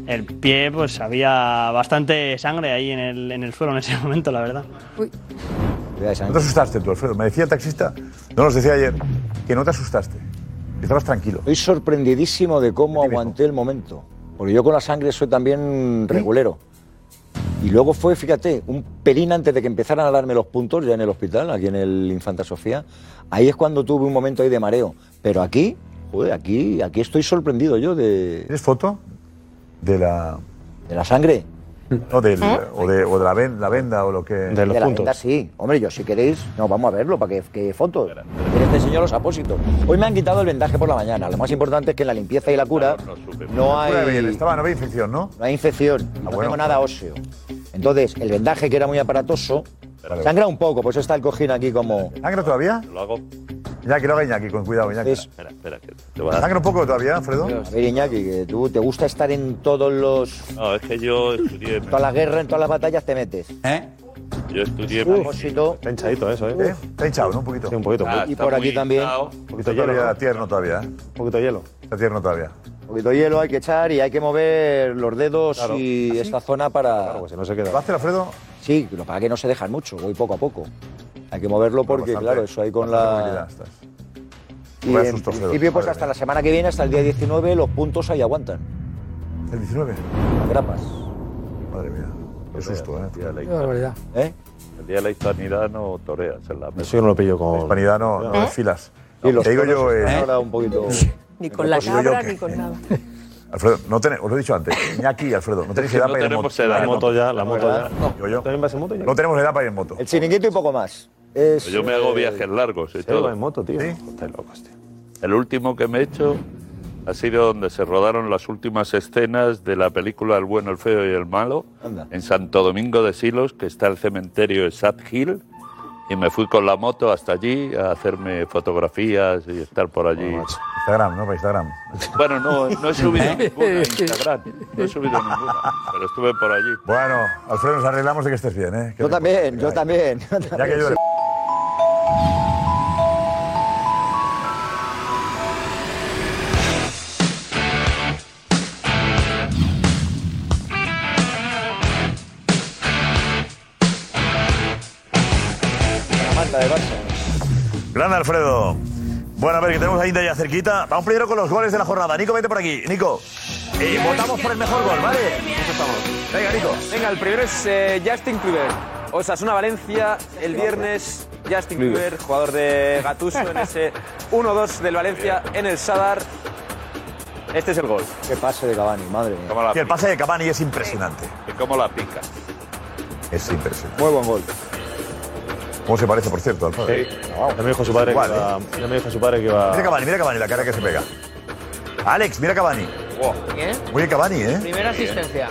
Speaker 25: el pie, pues había bastante sangre ahí en el, en el suelo en ese [LAUGHS] momento, la verdad.
Speaker 8: No te asustaste tú, Alfredo. Me decía el taxista, no nos decía ayer, que no te asustaste. que Estabas tranquilo.
Speaker 17: Estoy sorprendidísimo de cómo aguanté el momento. Porque yo con la sangre soy también regulero. Y luego fue, fíjate, un pelín antes de que empezaran a darme los puntos, ya en el hospital, aquí en el Infanta Sofía, ahí es cuando tuve un momento ahí de mareo. Pero aquí, joder, aquí, aquí estoy sorprendido yo de...
Speaker 8: ¿Tienes foto? De la.
Speaker 17: ¿De la sangre?
Speaker 8: No, del, o de, o de la, ven- la venda o lo que.
Speaker 17: ¿Eh? De la venta, sí. Hombre, yo si queréis, no, vamos a verlo para que, que fotos. Quieres te enseño los apósitos. Hoy me han quitado el vendaje por la mañana. Lo más importante es que en la limpieza y la cura no
Speaker 8: La cura de Bell,
Speaker 17: hay...
Speaker 8: estaba, no había infección, ¿no? Ah,
Speaker 17: No hay infección, no
Speaker 8: bueno.
Speaker 17: tengo nada óseo. Entonces, el vendaje que era muy aparatoso,
Speaker 8: Vale.
Speaker 17: sangra un poco, por eso está el cojín aquí como...
Speaker 8: ¿Sangra todavía?
Speaker 16: Lo hago.
Speaker 8: Iñaki, lo haga Iñaki, con cuidado, Iñaki.
Speaker 16: Espera, espera. Que te voy a-
Speaker 8: ¿Sangra un poco todavía, Alfredo?
Speaker 17: A ver, Iñaki, que tú te gusta estar en todos los...
Speaker 16: No, es que yo estudié.
Speaker 17: Todas las guerras, en todas las batallas te metes. ¿Eh?
Speaker 16: Yo estudié.
Speaker 22: Está hinchadito eso, ¿eh?
Speaker 8: Está hinchado, ¿no? Un poquito.
Speaker 22: Sí, un poquito.
Speaker 16: Ah,
Speaker 22: un poquito.
Speaker 16: está muy hinchado.
Speaker 22: Un
Speaker 8: poquito
Speaker 22: poquito
Speaker 8: hielo.
Speaker 22: de hielo.
Speaker 8: Todavía
Speaker 22: ¿no?
Speaker 8: tierno todavía, ¿eh? Un
Speaker 17: poquito de hielo.
Speaker 8: Está tierno todavía.
Speaker 17: Un poquito de hielo hay que echar y hay que mover los dedos
Speaker 8: Claro. ¿Ah,
Speaker 17: y esta zona para...
Speaker 8: pues, no se queda. ¿Lo hace Alfredo?
Speaker 17: Sí, lo que pasa es que no se dejan mucho, voy poco a poco. Hay que moverlo porque,
Speaker 8: bastante-
Speaker 17: claro, eso ahí con
Speaker 8: bastante movilidad
Speaker 17: la...
Speaker 8: estás.
Speaker 17: Y
Speaker 8: Vaya
Speaker 17: en
Speaker 8: susto, Alfredo.
Speaker 17: principio, pues
Speaker 8: Madre
Speaker 17: hasta
Speaker 8: mía.
Speaker 17: la semana que viene, hasta el día 19, los puntos ahí aguantan.
Speaker 8: El 19.
Speaker 17: Las grapas.
Speaker 8: Madre mía. Qué susto, ¿eh?
Speaker 16: El
Speaker 26: Qué barbaridad.
Speaker 16: ¿Eh? día de la hispanidad no toreas en la mesa.
Speaker 22: Eso yo no lo pillo con...
Speaker 8: Hispanidad no, no
Speaker 22: ¿Eh?
Speaker 8: desfilas.
Speaker 22: Y los
Speaker 8: Te digo yo,
Speaker 22: tonos
Speaker 8: eh,
Speaker 22: están ahora un
Speaker 17: poquito...
Speaker 14: Ni con la
Speaker 8: Digo yo
Speaker 14: cabra,
Speaker 8: que-
Speaker 14: ni con nada.
Speaker 8: Alfredo, no tenéis, os lo he dicho antes, Iñaki y Alfredo, no tenéis
Speaker 16: Que
Speaker 8: edad
Speaker 16: no
Speaker 8: para ir en
Speaker 16: tenemos
Speaker 8: moto.
Speaker 16: edad.
Speaker 8: Para ir en
Speaker 16: La moto ya, la moto
Speaker 8: ¿Verdad?
Speaker 16: ya.
Speaker 8: No, digo yo. ¿También vas en moto? No tenemos edad para ir en moto.
Speaker 17: El chiringuito y poco más. Es,
Speaker 16: Yo me hago viajes largos y
Speaker 17: se va
Speaker 16: todo.
Speaker 17: en
Speaker 22: moto, tío.
Speaker 16: Estáis locos, tío. El último que me he hecho ha sido donde se rodaron las últimas escenas de la película El bueno, el feo y el malo en Santo Domingo de Silos, que está el cementerio de Sad Hill. Y me fui con la moto hasta allí a hacerme fotografías y estar por allí.
Speaker 8: Instagram, ¿no? Para Instagram.
Speaker 16: Bueno, no, no he
Speaker 17: [LAUGHS]
Speaker 16: subido
Speaker 3: ¿Eh?
Speaker 17: ¿Eh?
Speaker 16: ninguna a Instagram. No he subido ninguna, pero estuve por allí.
Speaker 8: Bueno, Alfredo, nos arreglamos de que estés bien, ¿eh? Que
Speaker 17: Yo
Speaker 8: te-
Speaker 17: también, yo también. yo
Speaker 8: Ya que
Speaker 17: también.
Speaker 8: yo...
Speaker 17: La manta de Barça.
Speaker 8: Grande Alfredo. Bueno, a ver, que tenemos a India ya cerquita. Vamos primero con los goles de la jornada. Nico, vete por aquí. Nico, eh, votamos por el mejor gol, ¿vale?
Speaker 15: Venga, Nico. Venga, el primero es eh, Justin Kluivert. Osasuna Valencia, el viernes, Justin Kluivert, jugador de Gatuso en ese 1-2 del Valencia en el Sadar. Este es el gol.
Speaker 17: Qué pase de Cavani, madre mía.
Speaker 16: Como la
Speaker 8: Sí, el pase de Cavani es impresionante.
Speaker 16: Y cómo la pica.
Speaker 8: Es impresionante.
Speaker 17: Muy buen gol.
Speaker 8: ¿Cómo se parece, por cierto, al padre?
Speaker 22: Ya me dijo su padre
Speaker 8: Igual, ¿eh?
Speaker 22: que iba... Ya me dijo su padre que iba...
Speaker 8: Mira Cavani, mira Cavani, la cara que se pega. Alex, mira Cavani.
Speaker 11: Bien.
Speaker 8: Muy bien Cavani, ¿eh?
Speaker 11: Primera asistencia.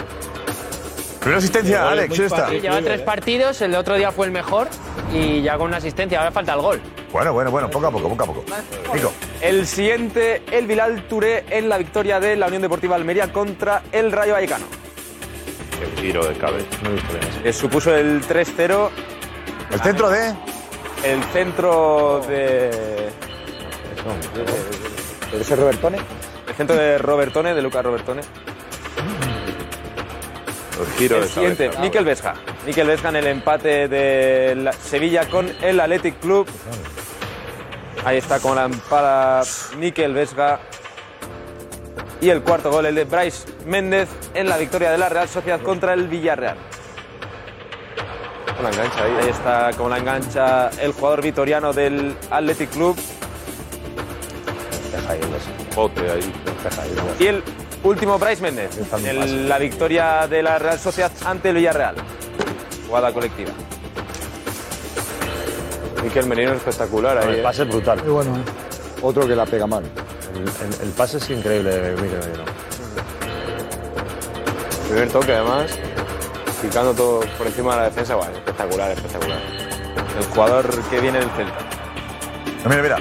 Speaker 8: Primera asistencia, Alex, ya está.
Speaker 11: Sí, Lleva tres partidos, el otro día fue el mejor y ya con una asistencia. Ahora falta el gol.
Speaker 8: Bueno, bueno, bueno, poco a poco, poco a poco. Nico.
Speaker 15: El siguiente, el Bilal Touré en la victoria de la Unión Deportiva Almería contra el Rayo Vallecano.
Speaker 16: El tiro de cabeza.
Speaker 15: Le supuso el 3-0.
Speaker 8: ¿El centro de?
Speaker 15: El centro de...
Speaker 17: ¿Puede ser Robertone?
Speaker 15: El centro de Robertone, de Lucas Robertone.
Speaker 16: El giro
Speaker 15: el
Speaker 16: de
Speaker 15: siguiente,
Speaker 16: cabeza.
Speaker 15: Miquel Vesga. Miquel Vesga en el empate de la- Sevilla con el Athletic Club. Ahí está con la empada Miquel Vesga. Y el cuarto gol, el de Bryce Méndez en la victoria de la Real Sociedad contra el Villarreal. engancha ahí. está con la engancha el jugador vitoriano del Athletic Club.
Speaker 16: Bote ahí.
Speaker 15: Y el último, Bryce Méndez.
Speaker 16: muy
Speaker 15: en
Speaker 16: fácil.
Speaker 15: la victoria de la Real Sociedad ante el Villarreal. Jugada colectiva. Miquel Merino espectacular
Speaker 22: No,
Speaker 15: ahí.
Speaker 22: el
Speaker 15: ¿eh?
Speaker 22: pase es brutal.
Speaker 17: Otro que la pega mal.
Speaker 22: El, el- el pase es increíble de Miguel Merino.
Speaker 15: Primer toque, además. Picando todo por encima de la defensa. Guau, espectacular, espectacular. El jugador que viene del Celta.
Speaker 8: No, mira, mira.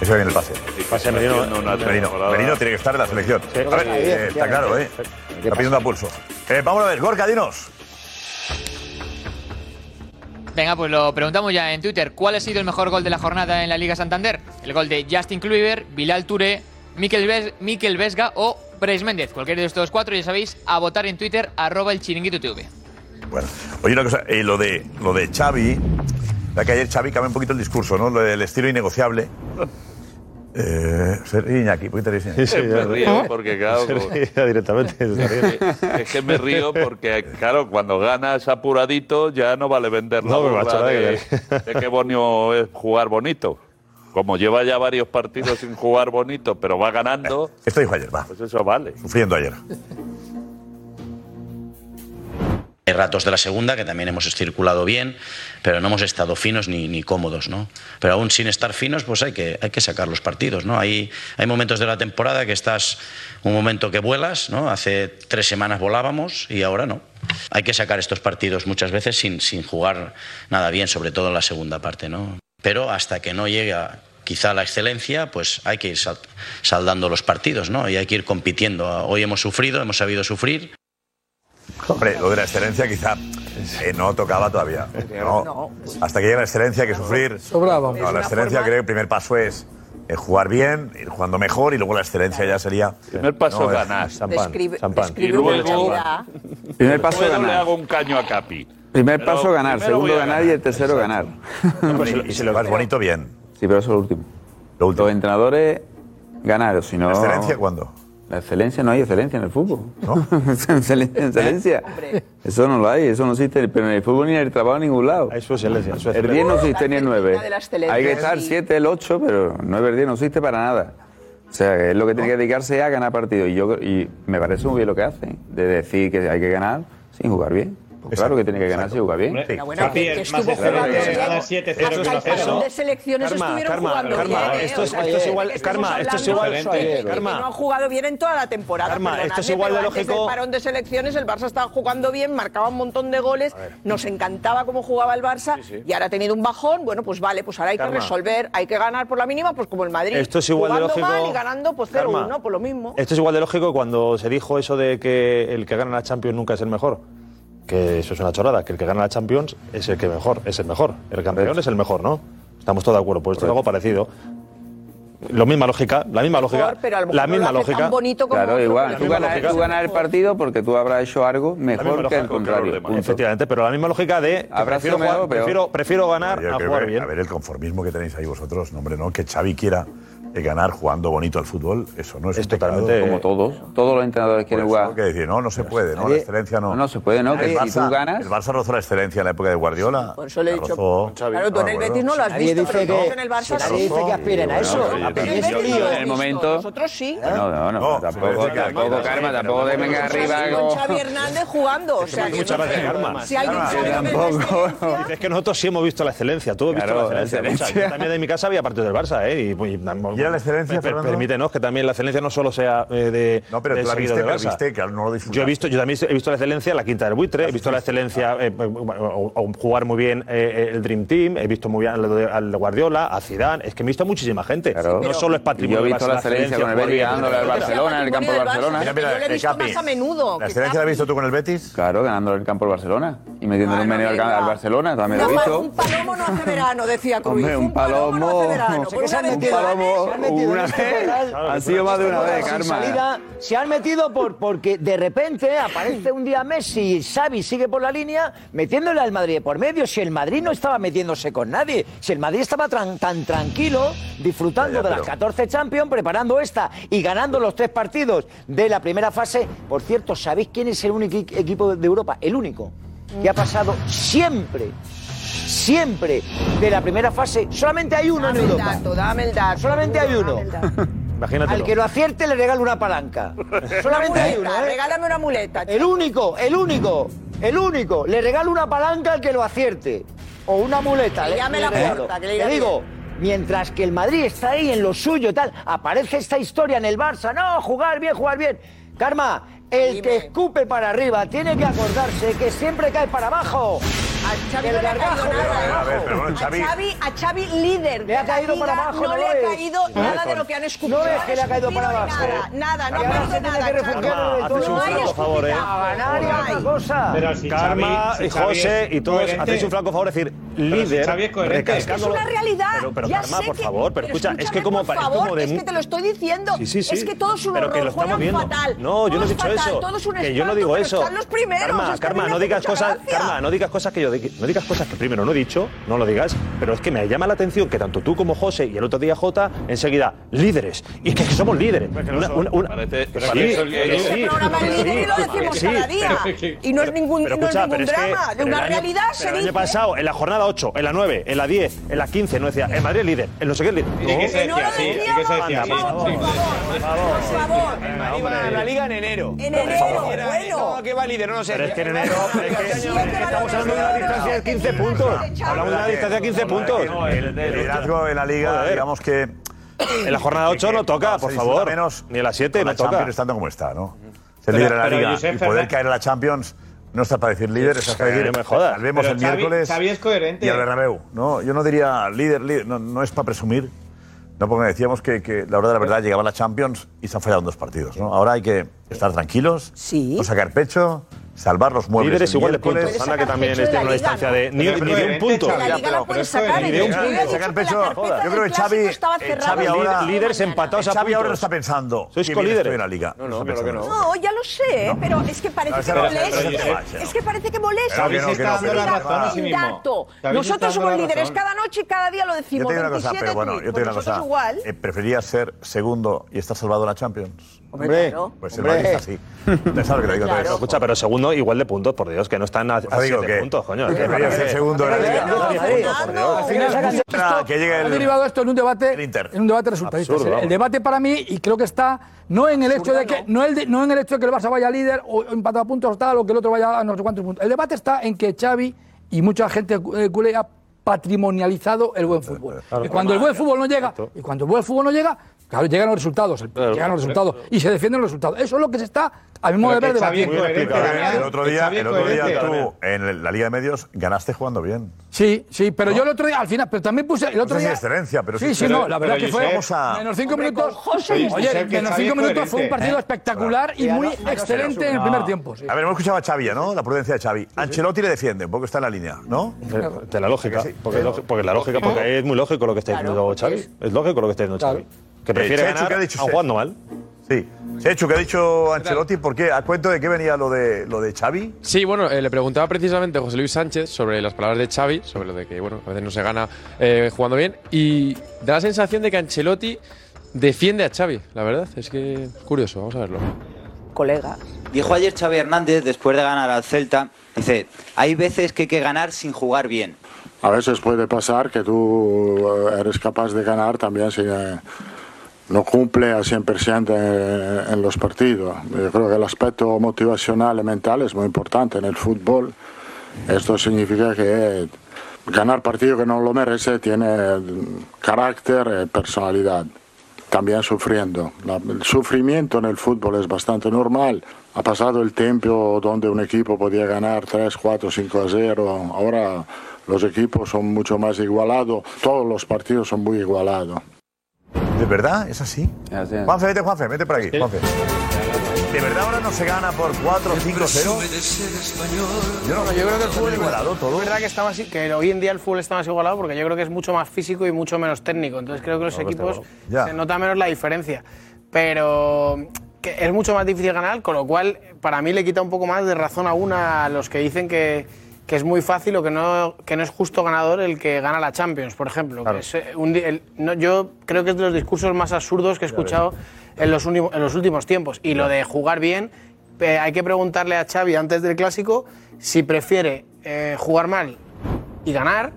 Speaker 8: Eso viene el pase.
Speaker 16: El pase de Merino- Haciendo una
Speaker 8: Merino.
Speaker 16: temporada.
Speaker 8: Merino tiene que estar en la selección. A ver, eh, está claro, ¿eh? Está pidiendo a pulso. Eh, vamos a ver, Gorka, dinos.
Speaker 11: Venga, pues lo preguntamos ya en Twitter. ¿Cuál ha sido el mejor gol de la jornada en la Liga Santander? ¿El gol de Justin Kluivert, Bilal Touré, Mikel, Ves- Mikel Vesga o Brais Méndez, cualquiera de estos cuatro, ya sabéis, a votar en Twitter, arroba el chiringuito TV.
Speaker 8: Bueno, oye, una cosa, eh, lo, de, lo de Xavi, la que ayer Xavi cambió un poquito el discurso, ¿no? Lo del estilo innegociable. Eh, se ríe Iñaki, ¿por qué te ríes, Iñaki?
Speaker 16: Sí, sí, Eh, Me ya río,
Speaker 14: ¿eh?
Speaker 16: río. porque, claro,
Speaker 3: Se ríe directamente. se está riendo.
Speaker 16: Es que me río porque, claro, cuando ganas apuradito ya no vale vender la
Speaker 3: No, me
Speaker 16: burla
Speaker 3: macho,
Speaker 16: de,
Speaker 3: venga.
Speaker 16: de que Bonio es jugar bonito. Como lleva ya varios partidos sin jugar bonito, pero va ganando,
Speaker 8: Esto dijo ayer, va.
Speaker 16: pues eso vale.
Speaker 8: Sufriendo ayer.
Speaker 12: Hay ratos de la segunda que también hemos circulado bien, pero no hemos estado finos ni, ni cómodos, ¿no? Pero aún sin estar finos, pues hay que, hay que sacar los partidos, ¿no? Hay, hay momentos de la temporada que estás, un momento que vuelas, ¿no? Hace tres semanas volábamos y ahora no. Hay que sacar estos partidos muchas veces sin, sin jugar nada bien, sobre todo en la segunda parte, ¿no? Pero hasta que no llega quizá la excelencia, pues hay que ir sal- saldando los partidos, ¿no? Y hay que ir compitiendo. Hoy hemos sufrido, hemos sabido sufrir,
Speaker 8: Hombre, lo de la excelencia quizá eh, no tocaba todavía. No. Hasta que llegue la excelencia hay que sufrir.
Speaker 4: Sobraba.
Speaker 8: No, la excelencia creo que el primer paso es eh, jugar bien, ir jugando mejor y luego la excelencia ya sería. eh, El
Speaker 16: primer paso es ganar.
Speaker 14: Describe-
Speaker 16: Y
Speaker 14: describe una
Speaker 16: luego,
Speaker 14: realidad.
Speaker 19: Primer paso
Speaker 16: luego le
Speaker 19: ganar.
Speaker 16: hago un caño a Capi.
Speaker 19: Primer
Speaker 16: Pero
Speaker 19: paso ganar,
Speaker 16: primero voy
Speaker 19: segundo
Speaker 16: a
Speaker 19: ganar, y el tercero ganar.
Speaker 8: y si lo vas bonito, bien.
Speaker 19: Sí, pero eso es lo último. Los entrenadores ganar, o si no.
Speaker 8: ¿La excelencia cuándo?
Speaker 19: La excelencia, no hay excelencia en el fútbol. ¿No? [LAUGHS]
Speaker 8: ¿Eh?
Speaker 19: excelencia, excelencia. Eso no lo hay, eso no existe, pero en el fútbol ni en el trabajo en ningún lado.
Speaker 3: su excelencia, su
Speaker 19: El 10 no existe ni el 9.
Speaker 14: de la excelencia,
Speaker 19: Hay que estar
Speaker 14: sí.
Speaker 19: 7, el 8, pero 9, el 10 no existe para nada. O sea, que es lo que tiene que dedicarse es a ganar partidos. Y, yo, y me parece muy bien lo que hacen, de decir que hay que ganar sin jugar bien. Pues claro que tiene que ganar sin jugar bien.
Speaker 20: Hombre, Pero bueno, Capi, que- que es más estuvo excelencia jugando que bien. ganar 7-0 que
Speaker 14: Hasta el
Speaker 20: uno a
Speaker 14: parón
Speaker 20: cero.
Speaker 14: de selecciones
Speaker 20: Karma,
Speaker 14: estuvieron
Speaker 20: karma,
Speaker 14: jugando
Speaker 20: karma,
Speaker 14: bien. ¿eh?
Speaker 20: esto es-
Speaker 14: O sea,
Speaker 20: esto es
Speaker 14: que-
Speaker 20: igual-
Speaker 14: que estamos
Speaker 20: karma, esto es
Speaker 14: hablando
Speaker 20: igual-
Speaker 14: de que-
Speaker 20: karma.
Speaker 14: que No han jugado bien en toda la temporada.
Speaker 20: Karma,
Speaker 14: perdonadme,
Speaker 20: esto es igual de
Speaker 14: pero antes
Speaker 20: lógico-
Speaker 14: del parón de selecciones el Barça estaba jugando bien, marcaba un montón de goles, nos encantaba cómo jugaba el Barça y ahora ha tenido un bajón. Bueno, pues vale, pues ahora hay que
Speaker 3: Karma.
Speaker 14: resolver, hay que ganar por la mínima, pues como el Madrid.
Speaker 3: Esto es igual de
Speaker 14: jugando
Speaker 3: lógico-
Speaker 14: mal y ganando pues
Speaker 3: Karma.
Speaker 14: 0-1, por lo mismo.
Speaker 3: Esto es igual de lógico que cuando se dijo eso de que el que gana la Champions nunca es el mejor. Que eso es una chorrada, que el que gana la Champions es el que mejor, es el mejor. El campeón es el mejor, ¿no? Estamos todos de acuerdo, pues esto es algo parecido. Lo misma lógica, la misma lógica,
Speaker 14: Mejor, pero a lo mejor
Speaker 3: la
Speaker 14: no
Speaker 3: misma
Speaker 14: lo hace tan
Speaker 3: lógica.
Speaker 14: bonito como
Speaker 19: Claro,
Speaker 14: otro,
Speaker 19: igual.
Speaker 14: pero
Speaker 19: Tú
Speaker 14: la
Speaker 19: ganas,
Speaker 14: misma
Speaker 19: tú
Speaker 14: lógica.
Speaker 19: ganas el partido porque tú habrás hecho algo mejor que el contrario. punto.
Speaker 3: Efectivamente, pero la misma lógica de que
Speaker 19: Habrá
Speaker 3: prefiero,
Speaker 19: sido mejor
Speaker 3: jugar-
Speaker 19: o peor.
Speaker 3: prefiero- prefiero ganar
Speaker 8: Yo
Speaker 3: a
Speaker 8: creo
Speaker 3: jugar
Speaker 8: que,
Speaker 3: bien.
Speaker 8: A ver, el conformismo que tenéis ahí vosotros, no, hombre, no, que Xavi quiera eh, ganar jugando bonito al fútbol, eso no es, un pecado.
Speaker 19: Como todos. Todos los entrenadores quieren
Speaker 8: Por eso
Speaker 19: jugar.
Speaker 8: que decir, no, no se puede, ¿no? La
Speaker 19: Nadie-
Speaker 8: excelencia no.
Speaker 19: No se puede, ¿no? Que
Speaker 8: El
Speaker 19: si tú ganas-
Speaker 8: El Barça rozó la excelencia en la época de Guardiola.
Speaker 14: Por eso le he
Speaker 8: La
Speaker 14: dicho.
Speaker 8: rozó.
Speaker 14: Claro, tú en el
Speaker 8: Ah, bueno.
Speaker 14: Betis no lo has
Speaker 8: Nadie
Speaker 14: visto,
Speaker 8: dice
Speaker 14: pero
Speaker 8: que-
Speaker 14: todos en el Barça
Speaker 8: Nadie
Speaker 14: sí.
Speaker 8: dice que aspiren a eso.
Speaker 14: Bueno,
Speaker 8: Apenas
Speaker 14: en el
Speaker 8: yo-
Speaker 14: Betis no
Speaker 19: en
Speaker 14: lo has
Speaker 19: el
Speaker 14: visto,
Speaker 19: momento-
Speaker 14: Nosotros sí.
Speaker 19: No, no, no. ¿eh? Oh, pues, tampoco, tampoco, Karma, tampoco te vengas
Speaker 14: Nosotros
Speaker 19: arriba.
Speaker 14: sí,
Speaker 19: como-
Speaker 14: Con Xavi Hernández jugando. O sea, que
Speaker 3: Muchas
Speaker 14: no-
Speaker 3: gracias, Karma.
Speaker 14: Si alguien sabe lo que es
Speaker 3: Es que nosotros sí hemos visto la excelencia. Tú has visto
Speaker 8: Claro,
Speaker 3: la excelencia.
Speaker 8: la excelencia.
Speaker 3: Mucha. Yo también en mi casa había partidos del Barça, ¿eh? Y, era
Speaker 8: la excelencia, Fernando?
Speaker 3: Permítenos que también la excelencia no solo sea eh, de.
Speaker 8: No, pero
Speaker 3: de
Speaker 8: tú la
Speaker 3: seguidor
Speaker 8: viste, pero
Speaker 3: del Barça.
Speaker 8: viste que no lo disfrutaste.
Speaker 3: Yo he visto, yo también he visto la excelencia, la quinta del buitre, he visto la excelencia, eh, o- o- o jugar muy bien eh, el Dream Team, he visto muy bien al de, al de Guardiola, a Zidane, es que he visto a muchísima gente. No solo es patrimonio.
Speaker 19: Yo he
Speaker 3: del
Speaker 19: visto
Speaker 3: Barça,
Speaker 19: la excelencia con el
Speaker 3: jugar
Speaker 19: Betis
Speaker 3: bien,
Speaker 19: ganándole al
Speaker 3: etcétera.
Speaker 19: Barcelona en el campo de Barcelona.
Speaker 14: Mira, mira, yo lo he visto más a menudo.
Speaker 19: ¿La
Speaker 14: que
Speaker 19: excelencia la has visto
Speaker 8: tú con el Betis?
Speaker 19: Claro, ganándole el campo al Barcelona y metiéndole un meneo al, al Barcelona, también lo he
Speaker 14: Una pa-
Speaker 19: visto.
Speaker 14: Un palomo no hace verano, decía Cruyff.
Speaker 19: Hombre, un palomo. [LAUGHS]
Speaker 14: verano. Por una
Speaker 17: Pues
Speaker 14: vez
Speaker 19: Un
Speaker 14: que
Speaker 19: palomo,
Speaker 14: ganes,
Speaker 19: una
Speaker 17: este
Speaker 19: vez. Ha sido más de una vez,
Speaker 17: Sin
Speaker 19: Karma.
Speaker 17: salida, se han metido por, porque de repente aparece un día Messi y Xavi sigue por la línea metiéndole al Madrid de por medio. Si el Madrid no estaba metiéndose con nadie, si el Madrid estaba tran- tan tranquilo, disfrutando de las 14 Champions, preparando esta y ganando los tres partidos de la primera fase. Por cierto, ¿sabéis quién es el único equi- equipo de Europa? El único que ha pasado siempre. Siempre de la primera fase, solamente hay uno en
Speaker 14: Dame el
Speaker 17: Europa.
Speaker 14: dato, dame el dato.
Speaker 17: Solamente hay uno.
Speaker 14: Dame el dato.
Speaker 3: Imagínatelo.
Speaker 17: Al que lo acierte le regalo una palanca. Solamente hay uno, ¿eh?
Speaker 14: Regálame una muleta.
Speaker 17: El único, el único, el único. Le regalo una palanca al que lo acierte. O una muleta.
Speaker 14: Que
Speaker 17: le-
Speaker 14: llame
Speaker 17: le
Speaker 14: la
Speaker 17: regalo.
Speaker 14: puerta, que le
Speaker 17: Te
Speaker 14: irá
Speaker 17: digo, mientras que el Madrid está ahí en lo suyo y tal, aparece esta historia en el Barça. No, jugar bien, jugar bien. Karma, el que escupe para arriba tiene que acordarse que siempre cae para abajo.
Speaker 14: A Xavi
Speaker 17: El
Speaker 14: no le ha
Speaker 17: gargajo.
Speaker 14: caído nada.
Speaker 8: A ver, pero bueno,
Speaker 14: A
Speaker 8: Xavi.
Speaker 14: Xavi, a Xavi líder de
Speaker 17: Le ha
Speaker 14: la
Speaker 17: caído
Speaker 14: liga,
Speaker 17: para abajo,
Speaker 14: no
Speaker 17: ¿no
Speaker 14: le ha
Speaker 17: ves?
Speaker 14: caído
Speaker 17: ¿Eh?
Speaker 14: nada de lo que han escupido.
Speaker 17: ¿No ves que le ha caído para
Speaker 14: escupido
Speaker 17: abajo?
Speaker 14: ni Nada, nada, no
Speaker 17: Karma,
Speaker 14: ha caído
Speaker 17: tiene que
Speaker 14: nada. Xavi.
Speaker 17: refugiar
Speaker 3: Karma, haces un
Speaker 14: No hay
Speaker 3: flaco favor, ¿eh?
Speaker 14: escupitajo,
Speaker 17: A ganar y a otra cosa.
Speaker 3: Karma,
Speaker 20: Xavi- si
Speaker 3: José
Speaker 20: Xavi
Speaker 3: y todos,
Speaker 20: coherente-
Speaker 3: hacéis un flaco favor de decir, líder.
Speaker 16: Xavi es coherente.
Speaker 3: recalcando-
Speaker 14: Es una realidad.
Speaker 3: Pero, pero
Speaker 14: Ya
Speaker 3: Karma,
Speaker 14: sé
Speaker 3: por
Speaker 14: que-
Speaker 3: favor, pero, escucha, es que
Speaker 14: escúchame,
Speaker 3: como
Speaker 14: por
Speaker 3: pa- es
Speaker 14: favor,
Speaker 3: como de
Speaker 14: es que te lo estoy diciendo.
Speaker 3: Sí, sí, sí.
Speaker 14: Es que todos un
Speaker 3: Pero
Speaker 14: horror,
Speaker 3: que lo estamos
Speaker 14: juegan
Speaker 3: viendo.
Speaker 14: fatal.
Speaker 3: No, yo no he
Speaker 14: Juegan
Speaker 3: dicho
Speaker 14: fatal,
Speaker 3: eso.
Speaker 14: Todo es un
Speaker 3: que yo no
Speaker 14: espanto,
Speaker 3: digo
Speaker 14: pero
Speaker 3: eso.
Speaker 14: Están los primeros.
Speaker 3: Karma,
Speaker 14: es que a mí
Speaker 3: Karma,
Speaker 14: me
Speaker 3: no
Speaker 14: hace
Speaker 3: digas
Speaker 14: mucha
Speaker 3: cosas,
Speaker 14: gracia.
Speaker 3: Karma, no digas cosas que yo di- no digas cosas que primero no he dicho, no lo digas, pero es que me llama la atención que tanto tú como José y el otro día Jota enseguida líderes. Y es que somos líderes. Una- una- una- Que sí,
Speaker 27: parece el
Speaker 3: que
Speaker 27: líder.
Speaker 3: sí,
Speaker 27: Este programa
Speaker 3: que
Speaker 27: es
Speaker 3: sí,
Speaker 27: líder y lo
Speaker 3: que
Speaker 27: decimos
Speaker 3: sí,
Speaker 27: cada día.
Speaker 3: pero-
Speaker 14: Y no es ningún,
Speaker 3: pero
Speaker 14: no es
Speaker 3: escucha,
Speaker 14: ningún
Speaker 3: pero es
Speaker 14: drama,
Speaker 3: que,
Speaker 14: de
Speaker 3: pero el
Speaker 14: una
Speaker 3: año-
Speaker 14: realidad
Speaker 3: pero
Speaker 14: se
Speaker 3: el
Speaker 14: dice.
Speaker 3: año pasado, en la jornada 8, en la 9, en la 10, en la 15, no decía, el Madrid es líder, el no sé qué es líder.
Speaker 16: ¿Y qué se decía? Sí, ¿y qué se decía? Sí, sí.
Speaker 22: Iba a la liga en enero.
Speaker 14: En
Speaker 22: enero, bueno. eh, No, que va líder, no lo sé.
Speaker 3: Pero es que en enero, es que estamos hablando de una distancia de 15 puntos. Hablamos de una distancia de 15 puntos.
Speaker 8: El liderazgo en la liga,
Speaker 3: Joder.
Speaker 8: digamos que.
Speaker 3: En la jornada 8
Speaker 8: [COUGHS]
Speaker 3: no toca, por favor. Ni en la 7 no
Speaker 8: la Champions
Speaker 3: toca.
Speaker 8: estando como está, ¿no? Ser
Speaker 3: Pero-
Speaker 8: líder de la
Speaker 3: pero
Speaker 8: liga
Speaker 3: Josep
Speaker 8: y
Speaker 3: Fernández-
Speaker 8: poder caer en la Champions no está para decir líder,
Speaker 3: Es
Speaker 8: es
Speaker 3: que
Speaker 8: para decir
Speaker 3: no me jodas.
Speaker 8: Salvemos
Speaker 3: Pero
Speaker 8: el
Speaker 3: Xavi-
Speaker 8: miércoles.
Speaker 3: Xavi es coherente.
Speaker 8: Y al Bernabéu, ¿no? Yo no diría líder, líder, no, no es para presumir. No, porque decíamos que, que la hora de la verdad llegaba la Champions y se han fallado en dos partidos, ¿no? Ahora hay que estar tranquilos, no sacar pecho, salvar los muebles.
Speaker 3: Líderes
Speaker 8: el
Speaker 3: igual de
Speaker 8: miércoles.
Speaker 3: puntos. Anda que también esté en una distancia de ni, ni
Speaker 8: Pero
Speaker 3: de un
Speaker 8: coherente,
Speaker 3: punto.
Speaker 8: Xavi, ya, pero- pero eso es-
Speaker 3: Ni de un
Speaker 8: Sacar
Speaker 3: punto.
Speaker 8: pecho, Yo creo que Xavi, eh, Xavi ahora,
Speaker 3: líderes empatados a
Speaker 8: Xavi ahora no
Speaker 3: puntos.
Speaker 8: está pensando.
Speaker 3: Sois
Speaker 8: qué bien
Speaker 3: colíderes.
Speaker 8: estoy en la liga.
Speaker 3: No, no,
Speaker 8: está
Speaker 3: claro que
Speaker 8: pensando en eso.
Speaker 14: No, ya lo sé, pero es que parece
Speaker 8: No,
Speaker 14: que
Speaker 8: se va, se va,
Speaker 14: molesta.
Speaker 8: se va, se va.
Speaker 14: Es que parece que molesta.
Speaker 8: Xavi se está dando la razón a sí
Speaker 14: Un
Speaker 8: mismo.
Speaker 14: dato.
Speaker 8: Xavi se está
Speaker 14: Nosotros
Speaker 8: dando
Speaker 14: somos
Speaker 8: la
Speaker 14: líderes
Speaker 8: razón.
Speaker 14: cada noche y cada día lo
Speaker 8: Yo
Speaker 14: decimos.
Speaker 8: te digo una cosa,
Speaker 14: 27
Speaker 8: pero bueno, yo te digo
Speaker 14: tweets,
Speaker 8: una
Speaker 14: pues
Speaker 8: cosa.
Speaker 14: nosotros igual.
Speaker 8: Eh, ¿Preferías ser segundo y estar salvado en la Champions?
Speaker 14: Hombre, Hombre, claro.
Speaker 8: Pues
Speaker 3: hombre.
Speaker 8: el Madrid está así. Te sabes lo que te digo.
Speaker 3: Pero
Speaker 8: Entonces,
Speaker 3: Escucha, pero segundo igual de puntos, por Dios, que no están a, a
Speaker 8: digo
Speaker 3: siete
Speaker 8: que-
Speaker 3: puntos, coño.
Speaker 8: que debería ser segundo en la liga.
Speaker 3: Al final
Speaker 8: Ah, que llegue
Speaker 4: Ha
Speaker 8: el...
Speaker 4: derivado esto en un debate, en un debate resultadista.
Speaker 3: Absurdo,
Speaker 4: Es el, el
Speaker 3: vamos.
Speaker 4: debate para mí, y creo que está no en el hecho de que no, el de- no en el hecho de que el Barça vaya líder o empatado a puntos tal o que el otro vaya a no sé cuántos puntos. El debate está en que Xavi y mucha gente eh, culé ha patrimonializado el buen fútbol.
Speaker 3: claro.
Speaker 4: Y cuando el buen fútbol no llega, y cuando el buen fútbol no llega, claro, llegan los resultados, el- llegan los resultados y se defienden los resultados. Eso es lo que se está a mi modo de ver
Speaker 8: Pero que Xavi es
Speaker 4: debatiendo.
Speaker 8: coherente, Damián. eh, El otro día,
Speaker 4: Xavi es
Speaker 8: el otro día
Speaker 4: coherente.
Speaker 8: tú, en la Liga de Medios, ganaste jugando bien.
Speaker 4: Sí, sí, pero yo el otro día, al final, pero también puse el otro
Speaker 8: No sé si
Speaker 4: día.
Speaker 8: excelencia, pero
Speaker 4: sí,
Speaker 8: sí-
Speaker 4: sí,
Speaker 8: pero-
Speaker 4: no, la verdad
Speaker 8: pero
Speaker 4: que fue.
Speaker 8: Josep- Vamos a-
Speaker 4: Menos cinco
Speaker 14: Hombre,
Speaker 4: minutos.
Speaker 14: con José y Josep,
Speaker 4: Oye,
Speaker 8: que
Speaker 4: menos
Speaker 8: Xavi es
Speaker 4: cinco minutos fue
Speaker 8: coherente,
Speaker 4: un partido
Speaker 8: ¿eh?
Speaker 4: espectacular y
Speaker 8: Claro.
Speaker 4: muy
Speaker 8: Sí, a no- a no
Speaker 4: excelente en el primer tiempo. sí.
Speaker 8: A ver, hemos escuchado a Xavi, ya, ¿no? La prudencia de Xavi. Ancelotti le defiende, un poco está en la línea, ¿no?
Speaker 3: De la lógica, porque, es loj- porque la lógica, porque es muy lógico lo que está diciendo Xavi. Es lógico lo que está diciendo Xavi. Que prefiere
Speaker 8: Eh, Chechu,
Speaker 3: ganar
Speaker 8: ¿qué ha
Speaker 3: aun
Speaker 8: dicho usted?
Speaker 3: jugando mal.
Speaker 8: Sí. Sechu, ¿qué ha dicho Ancelotti? ¿Por qué? ¿A cuento de qué venía lo de, lo de Xavi?
Speaker 1: Sí, bueno, eh, le preguntaba precisamente a José Luis Sánchez sobre las palabras de Xavi, sobre lo de que, bueno, a veces no se gana eh, jugando bien, y da la sensación de que Ancelotti defiende a Xavi, la verdad, es que curioso, vamos a verlo.
Speaker 28: Colega.
Speaker 13: Dijo ayer Xavi Hernández, después de ganar al Celta, dice, hay veces que hay que ganar sin jugar bien.
Speaker 18: A veces puede pasar que tú eh, eres capaz de ganar también si eh, no cumple al 100% en, en los partidos. Yo creo que el aspecto motivacional y mental es muy importante en el fútbol. Esto significa que eh, ganar partido que no lo merece tiene eh, carácter y personalidad. También sufriendo. La- el sufrimiento en el fútbol es bastante normal. Ha pasado el tiempo donde un equipo podía ganar 3, 4, 5 a 0. Ahora los equipos son mucho más igualados. Todos los partidos son muy igualados.
Speaker 8: ¿De verdad? ¿Es así? Juanfe, vete, Juanfe, vete por aquí. Juanfe. ¿De verdad ahora no se gana por 4 5 0? Yo no, yo creo que el fútbol igualado todo.
Speaker 6: Es verdad que, está más, que hoy en día el fútbol está más igualado porque yo creo que es mucho más físico y mucho menos técnico. Entonces creo que los equipos
Speaker 8: Ya.
Speaker 6: se nota menos la diferencia. Pero que es mucho más difícil ganar, con lo cual para mí le quita un poco más de razón a una a los que dicen que, que es muy fácil o que no, que no es justo ganador el que gana la Champions, por ejemplo.
Speaker 29: Claro.
Speaker 6: que es, eh, un di- el- no, yo creo que es de los discursos más absurdos que he escuchado en los, últimos- en los últimos tiempos. Y lo de jugar bien, eh, hay que preguntarle a Xavi antes del clásico si prefiere eh, jugar mal y ganar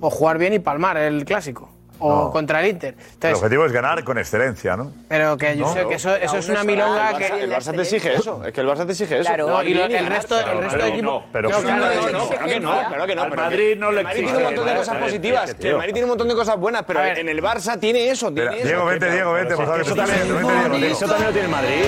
Speaker 6: o jugar bien y palmar el clásico o
Speaker 8: No.
Speaker 6: contra el Inter.
Speaker 8: El
Speaker 6: Entonces,
Speaker 8: objetivo es ganar con excelencia, ¿no?
Speaker 6: pero que yo
Speaker 8: No.
Speaker 6: sé que eso, eso
Speaker 8: Aún
Speaker 6: es
Speaker 8: no
Speaker 6: una
Speaker 8: está-
Speaker 6: milonga
Speaker 8: el
Speaker 6: que... este,
Speaker 8: Barça- el Barça
Speaker 22: te exige eso, es que el Barça te exige eso.
Speaker 6: Claro, No, y lo-
Speaker 22: Ganar,
Speaker 6: el resto- el
Speaker 22: claro,
Speaker 6: resto de
Speaker 22: pero
Speaker 6: equipo-
Speaker 22: no, pero no, claro, claro, no, claro que no, claro que no, Al pero Madrid que- no le el Madrid exige. tiene un montón de Claro, cosas es que, positivas, tío. que el Madrid tiene un montón de cosas buenas, pero en el Barça tiene eso. tiene Espera, eso. Diego, vete, Diego, vete, por favor, que tú también- vete, Diego, vete.
Speaker 3: Eso también lo tiene el Madrid.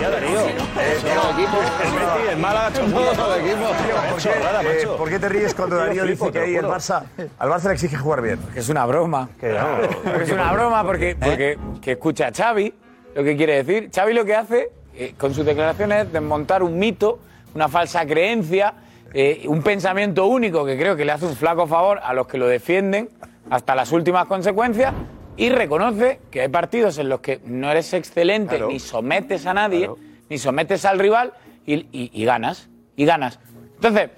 Speaker 3: Ya, Darío. Es el Málaga, todo el equipo.
Speaker 8: ¿Por qué, eh, ¿Por qué te ríes cuando Darío dice que ahí el Barça, al Barça le exige jugar bien?
Speaker 29: Que es una broma. Porque [LAUGHS] es una broma porque,
Speaker 20: ¿eh?
Speaker 29: porque que escucha a Xavi, lo que quiere decir. Xavi lo que hace eh, con sus declaraciones es desmontar un mito, una falsa creencia eh, un pensamiento único que creo que le hace un flaco favor a los que lo defienden hasta las últimas consecuencias y reconoce que hay partidos en los que no eres excelente ni sometes a nadie, ni sometes al rival y, y- y ganas. Y ganas. Entonces,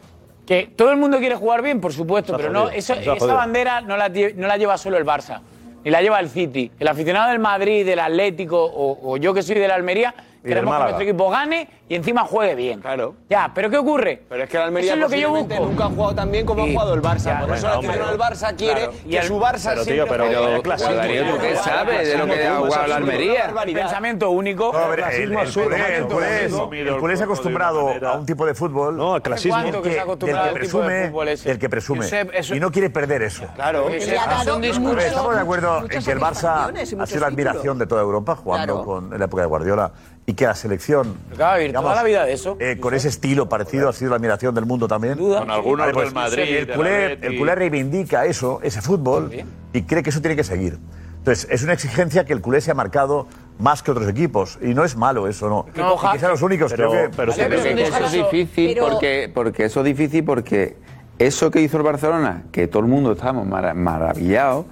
Speaker 29: que todo el mundo quiere jugar bien, por supuesto,
Speaker 20: Está
Speaker 29: pero no,
Speaker 20: jodido,
Speaker 29: eso,
Speaker 20: está
Speaker 29: esa
Speaker 20: jodido.
Speaker 29: bandera no la, tie- no la lleva solo el Barça, ni la lleva el City. El aficionado del Madrid, del Atlético o, o yo que soy del Almería,
Speaker 22: del
Speaker 29: queremos que
Speaker 22: Málaga.
Speaker 29: nuestro equipo gane y encima juegue bien. Claro. Ya, pero ¿qué ocurre?
Speaker 22: Pero es que el Almería
Speaker 29: Eso es lo que yo
Speaker 22: posiblemente
Speaker 29: busco.
Speaker 22: nunca ha jugado tan bien como ha
Speaker 29: Y-
Speaker 22: jugado el Barça.
Speaker 29: Ya,
Speaker 22: por eso
Speaker 29: bueno,
Speaker 22: el aficionado del
Speaker 29: hombre.
Speaker 22: Barça quiere
Speaker 29: Claro.
Speaker 22: que su Barça
Speaker 29: pero, tío,
Speaker 22: siempre
Speaker 29: pero-
Speaker 22: juegue bien.
Speaker 29: pero, Darío, ¿tú qué sabes de lo que ha jugado la Almería? Pensamiento único.
Speaker 8: No, a ver, el, el
Speaker 29: este
Speaker 8: culé, el culé es- el culé se ha acostumbrado a un tipo de fútbol. No, al
Speaker 29: clasismo. ¿Cuánto que se ha acostumbrado
Speaker 8: del que
Speaker 29: al tipo de
Speaker 8: presume,
Speaker 29: fútbol ese?
Speaker 8: del que presume.
Speaker 29: Josep, eso-
Speaker 8: Y no quiere perder eso.
Speaker 29: Claro.
Speaker 8: Ah,
Speaker 29: Y le ha dado
Speaker 8: a ver,
Speaker 29: mucho-
Speaker 8: Estamos de acuerdo en
Speaker 29: muchas
Speaker 8: que el Barça
Speaker 29: satisfacciones y
Speaker 8: ha
Speaker 29: muchos
Speaker 8: sido la admiración de toda Europa jugando
Speaker 29: Claro.
Speaker 8: con, en la época de Guardiola y que la selección.
Speaker 29: Acaba de vivir toda
Speaker 8: digamos,
Speaker 29: la vida de eso.
Speaker 8: eh, con ese estilo parecido ha sido la admiración del mundo también.
Speaker 16: Con algunos
Speaker 8: Vale, pues,
Speaker 16: del Madrid,
Speaker 8: El
Speaker 16: del
Speaker 8: culé,
Speaker 16: Atleti.
Speaker 8: el culé reivindica eso, ese fútbol, y cree que eso tiene que seguir. Entonces, es una exigencia que el culé se ha marcado más que otros equipos. Y no es malo eso, no.
Speaker 29: Que coja-
Speaker 8: Y que sean los únicos,
Speaker 29: Pero-
Speaker 8: creo que.
Speaker 29: pero sí, pero
Speaker 19: Creo que eso es difícil porque, porque eso es difícil porque eso que hizo el Barcelona, que todo el mundo estábamos mara- maravillados,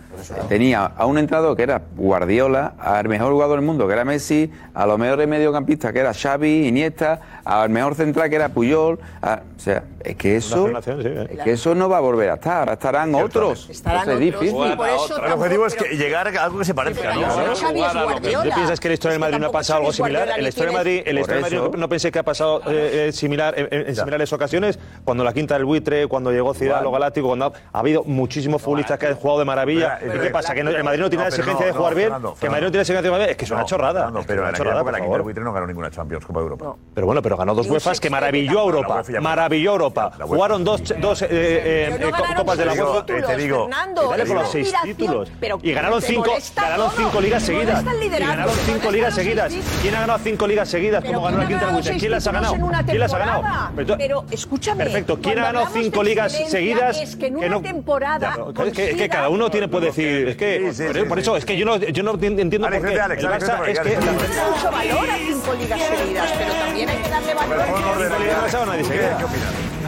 Speaker 19: tenía a un entrado que era Guardiola, al mejor jugador del mundo que era Messi, a los mejores mediocampistas que era Xavi, Iniesta, al mejor central que era Puyol, a- o sea, es que eso
Speaker 3: generación, sí, eh.
Speaker 19: es que eso no va a volver a estar, ahora estarán otros.
Speaker 3: Estarán
Speaker 19: Eso es
Speaker 3: otros,
Speaker 19: difícil.
Speaker 3: y por eso
Speaker 8: El objetivo es que llegar a algo que se
Speaker 3: Sí,
Speaker 8: parezca,
Speaker 3: pero
Speaker 8: ¿no?
Speaker 3: no es Xavi, es Guardiola. ¿Tú piensas que la historia del Madrid no ha pasado algo
Speaker 8: Xavi es
Speaker 3: similar?
Speaker 8: Guardiola,
Speaker 3: En la
Speaker 8: ni
Speaker 3: historia de Madrid,
Speaker 8: tienes-
Speaker 3: en la historia de
Speaker 8: Por
Speaker 3: Madrid
Speaker 8: eso.
Speaker 3: no pensé que ha pasado eh, eh, similar en, en- en similares ocasiones. Cuando la quinta del buitre, cuando llegó Ciudad, lo Galáctico, cuando ha, ha habido muchísimos futbolistas que han jugado de maravilla.
Speaker 8: Pero,
Speaker 3: ¿Y
Speaker 8: pero-
Speaker 3: qué pasa? ¿Que no- el Madrid no tiene la
Speaker 8: No, pero
Speaker 3: exigencia
Speaker 8: no,
Speaker 3: de
Speaker 8: no,
Speaker 3: jugar bien?
Speaker 8: Fernando,
Speaker 3: ¿Que el Madrid no tiene la exigencia de jugar bien? Es que es una chorrada.
Speaker 8: No,
Speaker 3: es que es
Speaker 8: pero en
Speaker 3: una
Speaker 8: aquella
Speaker 3: chorrada, por
Speaker 8: época la Quinta del
Speaker 3: favor.
Speaker 8: Buitre no ganó ninguna Champions, Copa de Europa.
Speaker 3: Pero bueno, pero ganó dos UEFAs que maravilló a Europa. Maravilló a Europa. Jugaron dos, dos eh, eh,
Speaker 14: Pero no
Speaker 3: eh, co-
Speaker 14: ganaron
Speaker 3: copas de la eh,
Speaker 14: sus
Speaker 3: UEFA.
Speaker 14: títulos, Fernando,
Speaker 3: Italia
Speaker 14: es
Speaker 3: con los
Speaker 14: una
Speaker 3: seis
Speaker 14: admiración,
Speaker 3: títulos.
Speaker 14: pero
Speaker 3: Y ganaron
Speaker 14: te
Speaker 3: cinco,
Speaker 14: molesta
Speaker 3: ganaron
Speaker 14: todo,
Speaker 3: cinco ligas
Speaker 14: te molesta
Speaker 3: seguidas.
Speaker 14: el
Speaker 3: Y
Speaker 14: liderazgo,
Speaker 3: ganaron
Speaker 14: te
Speaker 3: cinco
Speaker 14: molestan
Speaker 3: ligas
Speaker 14: los seis
Speaker 3: seguidas.
Speaker 14: títulos.
Speaker 3: ¿Quién ha ganado cinco ligas seguidas?
Speaker 14: Pero
Speaker 3: ¿Cómo ganó
Speaker 14: ¿quién
Speaker 3: la
Speaker 14: ha
Speaker 3: quinta del
Speaker 14: ganado
Speaker 3: Buitre?
Speaker 14: seis
Speaker 3: ¿Quién las ha
Speaker 14: títulos
Speaker 3: ganado?
Speaker 14: en una
Speaker 3: ¿Quién las ha ganado?
Speaker 14: temporada?
Speaker 3: Pero tú-
Speaker 14: Pero escúchame.
Speaker 3: Perfecto. ¿Quién
Speaker 14: cuando
Speaker 3: ha ganado
Speaker 14: hablamos de
Speaker 3: cinco ligas
Speaker 14: excelencia,
Speaker 3: seguidas?
Speaker 14: Es que en
Speaker 3: que
Speaker 14: una
Speaker 3: no- Ya,
Speaker 14: temporada.
Speaker 3: pero es, que, es que cada uno tiene puede decir. Es que
Speaker 8: Sí, sí,
Speaker 3: por,
Speaker 8: sí,
Speaker 3: por
Speaker 8: sí.
Speaker 3: eso es que yo no, yo no entiendo por
Speaker 8: Alex,
Speaker 3: qué
Speaker 8: vete, Alex,
Speaker 3: el
Speaker 8: Alex,
Speaker 3: Barça
Speaker 8: vete,
Speaker 3: es que
Speaker 8: Alex.
Speaker 3: la-
Speaker 14: consideran mucho valor a cinco ligas seguidas, pero también hay que darle valor. a que
Speaker 3: el Madrid no ha ganado nadie seguida.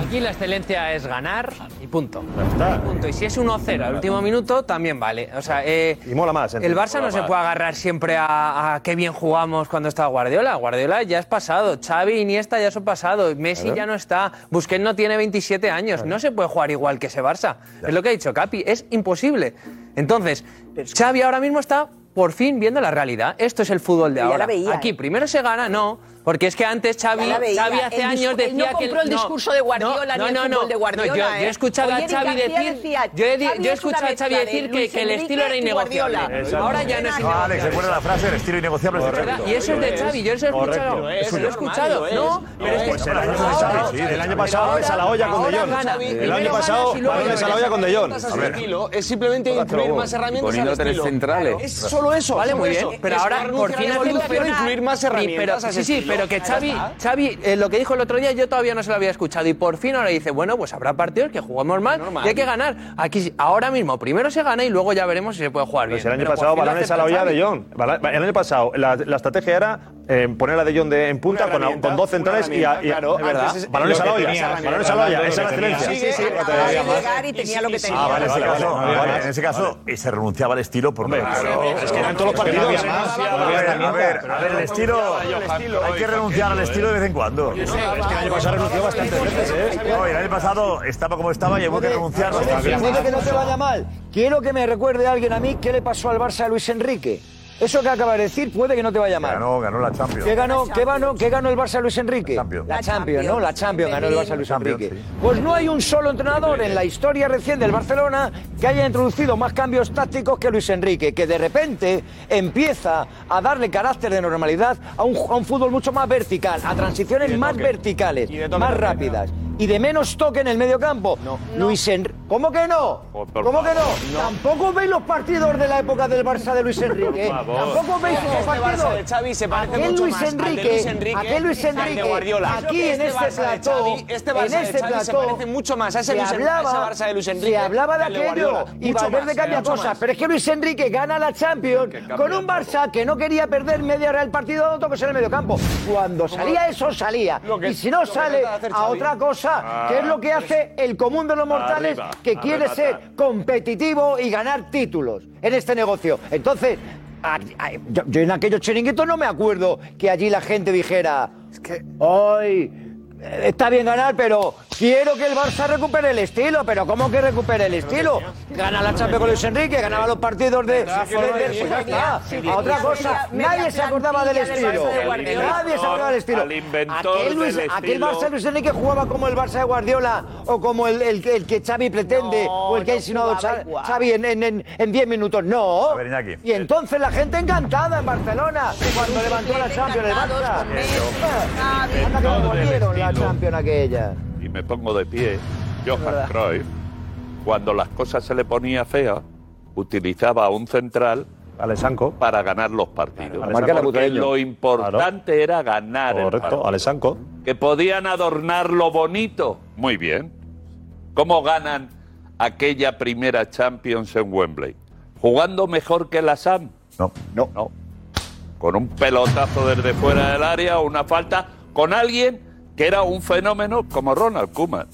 Speaker 1: Aquí la excelencia es ganar y punto. Y punto. Y si es 1-0 al último minuto, también vale. O sea, eh,
Speaker 3: Y mola más.
Speaker 1: el Barça no se puede agarrar siempre a, a qué bien jugamos cuando está Guardiola. Guardiola ya es pasado. Xavi, Iniesta ya son pasado. Messi
Speaker 3: Claro.
Speaker 1: ya no está. Busquets no tiene 27 años. No se puede jugar igual que ese Barça. Es lo que ha dicho Capi. Es imposible. Entonces, Xavi ahora mismo está por fin viendo la realidad. Esto es el fútbol de
Speaker 14: Pero ya
Speaker 1: ahora.
Speaker 14: la veía, ¿eh?
Speaker 1: Aquí primero se gana, no. Porque es que antes Xavi,
Speaker 14: Ya la veía.
Speaker 1: Xavi hace
Speaker 14: El discu-
Speaker 1: años
Speaker 14: él no
Speaker 1: decía que...
Speaker 14: compró el discurso de Guardiola ni el fútbol de Guardiola,
Speaker 1: yo,
Speaker 14: ¿eh?
Speaker 1: yo he escuchado
Speaker 14: Oye,
Speaker 1: a
Speaker 14: Eric
Speaker 1: Xavi
Speaker 14: García
Speaker 1: decir...
Speaker 14: decía,
Speaker 1: yo he, di-
Speaker 14: Xavi
Speaker 1: yo he
Speaker 14: es una
Speaker 1: escuchado a Xavi
Speaker 14: mezcla de
Speaker 1: decir que,
Speaker 14: Luis
Speaker 1: que el
Speaker 14: Enrique
Speaker 1: estilo era
Speaker 14: y
Speaker 1: innegociable.
Speaker 14: Guardiola.
Speaker 1: Ahora ya no es
Speaker 8: No, Alex,
Speaker 1: innegociable.
Speaker 8: recuerda la frase, el estilo innegociable es
Speaker 1: ¿Verdad? Y eso es de Xavi, yo eso he escuchado. Eso lo he escuchado. No, pero es
Speaker 3: Pues el año pasado, el año pasado es a la olla con De Jong. El año pasado balones a la olla con De Jong.
Speaker 22: A ver. Es simplemente
Speaker 3: Tócatelo,
Speaker 22: incluir
Speaker 3: huevo.
Speaker 22: más herramientas.
Speaker 3: Y poniendo
Speaker 22: al
Speaker 3: tres
Speaker 22: estilo.
Speaker 3: centrales.
Speaker 22: Claro, Es solo eso.
Speaker 1: Vale,
Speaker 22: solo
Speaker 1: muy bien.
Speaker 22: eso.
Speaker 1: Pero
Speaker 22: Es
Speaker 1: ahora
Speaker 22: dar
Speaker 1: por
Speaker 22: una
Speaker 1: fin hace
Speaker 22: evolución, incluir más
Speaker 1: Sí,
Speaker 22: herramientas.
Speaker 1: pero-
Speaker 22: a
Speaker 1: Sí,
Speaker 22: ese
Speaker 1: sí,
Speaker 22: estilo.
Speaker 1: pero que
Speaker 22: Ya
Speaker 1: Xavi,
Speaker 22: está.
Speaker 1: Xavi eh, lo que dijo el otro día yo todavía no se lo había escuchado y por fin ahora dice, bueno, pues habrá partidos que jugamos mal y hay que ganar. Aquí sí, ahora mismo primero se gana y luego ya veremos si se puede jugar bien.
Speaker 3: Pues el año
Speaker 1: Pero por
Speaker 3: pasado,
Speaker 1: fin lo
Speaker 3: balones a la
Speaker 1: acepta
Speaker 3: olla
Speaker 1: Xavi.
Speaker 3: de John. El año pasado, la, la estrategia era eh, poner a De Jong de, en punta con, a- con dos centrales y, a, y a-
Speaker 22: claro, antes es-
Speaker 3: balones
Speaker 22: lo
Speaker 3: a la
Speaker 22: que
Speaker 3: olla.
Speaker 22: tenía,
Speaker 3: balones a la olla,
Speaker 22: lo que
Speaker 3: esa es la
Speaker 22: tenía.
Speaker 3: excelencia.
Speaker 22: Sí, sí, sí, lo que
Speaker 14: Acababa de
Speaker 22: tenía más.
Speaker 14: llegar y tenía lo que tenía.
Speaker 8: Ah, vale, en ese
Speaker 3: vale,
Speaker 8: caso,
Speaker 3: vale, vale.
Speaker 8: en ese caso, eh, se renunciaba al estilo por
Speaker 3: Hombre, claro, es que eran todos los partidos.
Speaker 8: A ver, a ver, a ver, el estilo. Hay que renunciar al estilo de vez en cuando. No,
Speaker 3: es que el año pasado renunció bastantes veces, ¿eh?
Speaker 8: el año pasado estaba como estaba y hubo que renunciar.
Speaker 17: Dice que no te vaya mal. Quiero que me recuerde alguien a mí qué le pasó al Barça a Luis Enrique. Eso que acaba de decir puede que no te vaya mal.
Speaker 8: Ganó, ganó la Champions.
Speaker 17: ¿Qué ganó, qué ganó, qué ganó el Barça a Luis Enrique? La Champions. La Champions, ¿no? La Champions ganó el Barça a Luis Enrique. Pues no hay un solo entrenador en la historia recién del Barcelona que haya introducido más cambios tácticos que Luis Enrique, que de repente empieza a darle carácter de normalidad a un, a un fútbol mucho más vertical, a transiciones más verticales, más rápidas. Y de menos toque en el medio campo. Luis Enrique. ¿Cómo que no? ¿Cómo que no? Tampoco veis los partidos de la época del Barça de Luis Enrique. Tampoco veis
Speaker 22: Este
Speaker 17: los
Speaker 22: Barça
Speaker 17: partidos.
Speaker 22: de Xavi se parece
Speaker 17: Aquel
Speaker 22: mucho
Speaker 17: Luis
Speaker 22: más al de
Speaker 17: Enrique,
Speaker 22: Luis Enrique,
Speaker 17: aquel Luis
Speaker 22: al de
Speaker 17: Enrique,
Speaker 22: Guardiola.
Speaker 17: aquí en este
Speaker 22: Barça de
Speaker 17: plató,
Speaker 22: Xavi- este
Speaker 17: en
Speaker 22: Barça de
Speaker 17: este
Speaker 22: Xavi se
Speaker 17: plató,
Speaker 22: parece mucho más a ese,
Speaker 17: se
Speaker 22: Luis, Enrique- a ese
Speaker 17: hablaba-
Speaker 22: Barça de Luis
Speaker 17: se
Speaker 22: Enrique.
Speaker 17: hablaba de
Speaker 22: al
Speaker 17: aquello,
Speaker 22: Guardiola.
Speaker 17: y
Speaker 22: Mucho
Speaker 17: Valverde
Speaker 22: más,
Speaker 17: cambia
Speaker 22: mucho
Speaker 17: cosas,
Speaker 22: más.
Speaker 17: pero es que Luis Enrique gana la Champions con un Barça que no quería perder media hora el partido, no toques en el medio campo. Cuando salía eso, salía.
Speaker 22: Lo que-
Speaker 17: y si
Speaker 22: lo
Speaker 17: no
Speaker 22: que
Speaker 17: sale
Speaker 22: trata de hacer
Speaker 17: a
Speaker 22: Xavi. Ah,
Speaker 17: otra cosa cosa, que es lo que hace el común de los mortales
Speaker 2: Arriba,
Speaker 17: que quiere
Speaker 2: arrebata.
Speaker 17: ser competitivo y ganar títulos en este negocio. Entonces, a- a- yo, yo en aquellos chiringuitos no me acuerdo que allí la gente dijera, hoy está bien ganar, pero quiero que el Barça recupere el estilo, pero ¿cómo que recupere el estilo? Gana la Champions con Luis Enrique, ganaba los partidos de... de- de- pues ya está. A otra cosa, nadie se acordaba del estilo. Nadie se acordaba del estilo.
Speaker 16: Al inventor
Speaker 17: Aquel, Luis-
Speaker 16: del
Speaker 17: aquel
Speaker 16: estilo.
Speaker 17: Barça de Luis Enrique jugaba como el Barça de Guardiola o como el, el- el que Xavi pretende o el que ha insinuado Xa- Xavi en 10 en, en 10 minutos. No. Y entonces la gente encantada en Barcelona cuando levantó la Champions el Barça. Anda que
Speaker 16: Inventor
Speaker 17: lo
Speaker 16: del
Speaker 17: volvieron la
Speaker 16: estilo.
Speaker 17: Champions aquella.
Speaker 16: y me pongo de pie, Johan
Speaker 17: verdad.
Speaker 16: Cruyff, cuando las cosas se le ponía fea, utilizaba a un central para ganar los partidos.
Speaker 3: Alessanco. Marca el
Speaker 16: Porque
Speaker 3: abutragueño.
Speaker 16: lo importante era ganar el
Speaker 3: Correcto,
Speaker 16: partido.
Speaker 3: Alessanco.
Speaker 16: Que podían adornar lo bonito. Muy bien. ¿Cómo ganan aquella primera Champions en Wembley? ¿Jugando mejor que la SAM?
Speaker 8: No.
Speaker 16: No. no. Con un pelotazo desde fuera del área, una falta, con alguien que era un fenómeno como Ronald Koeman.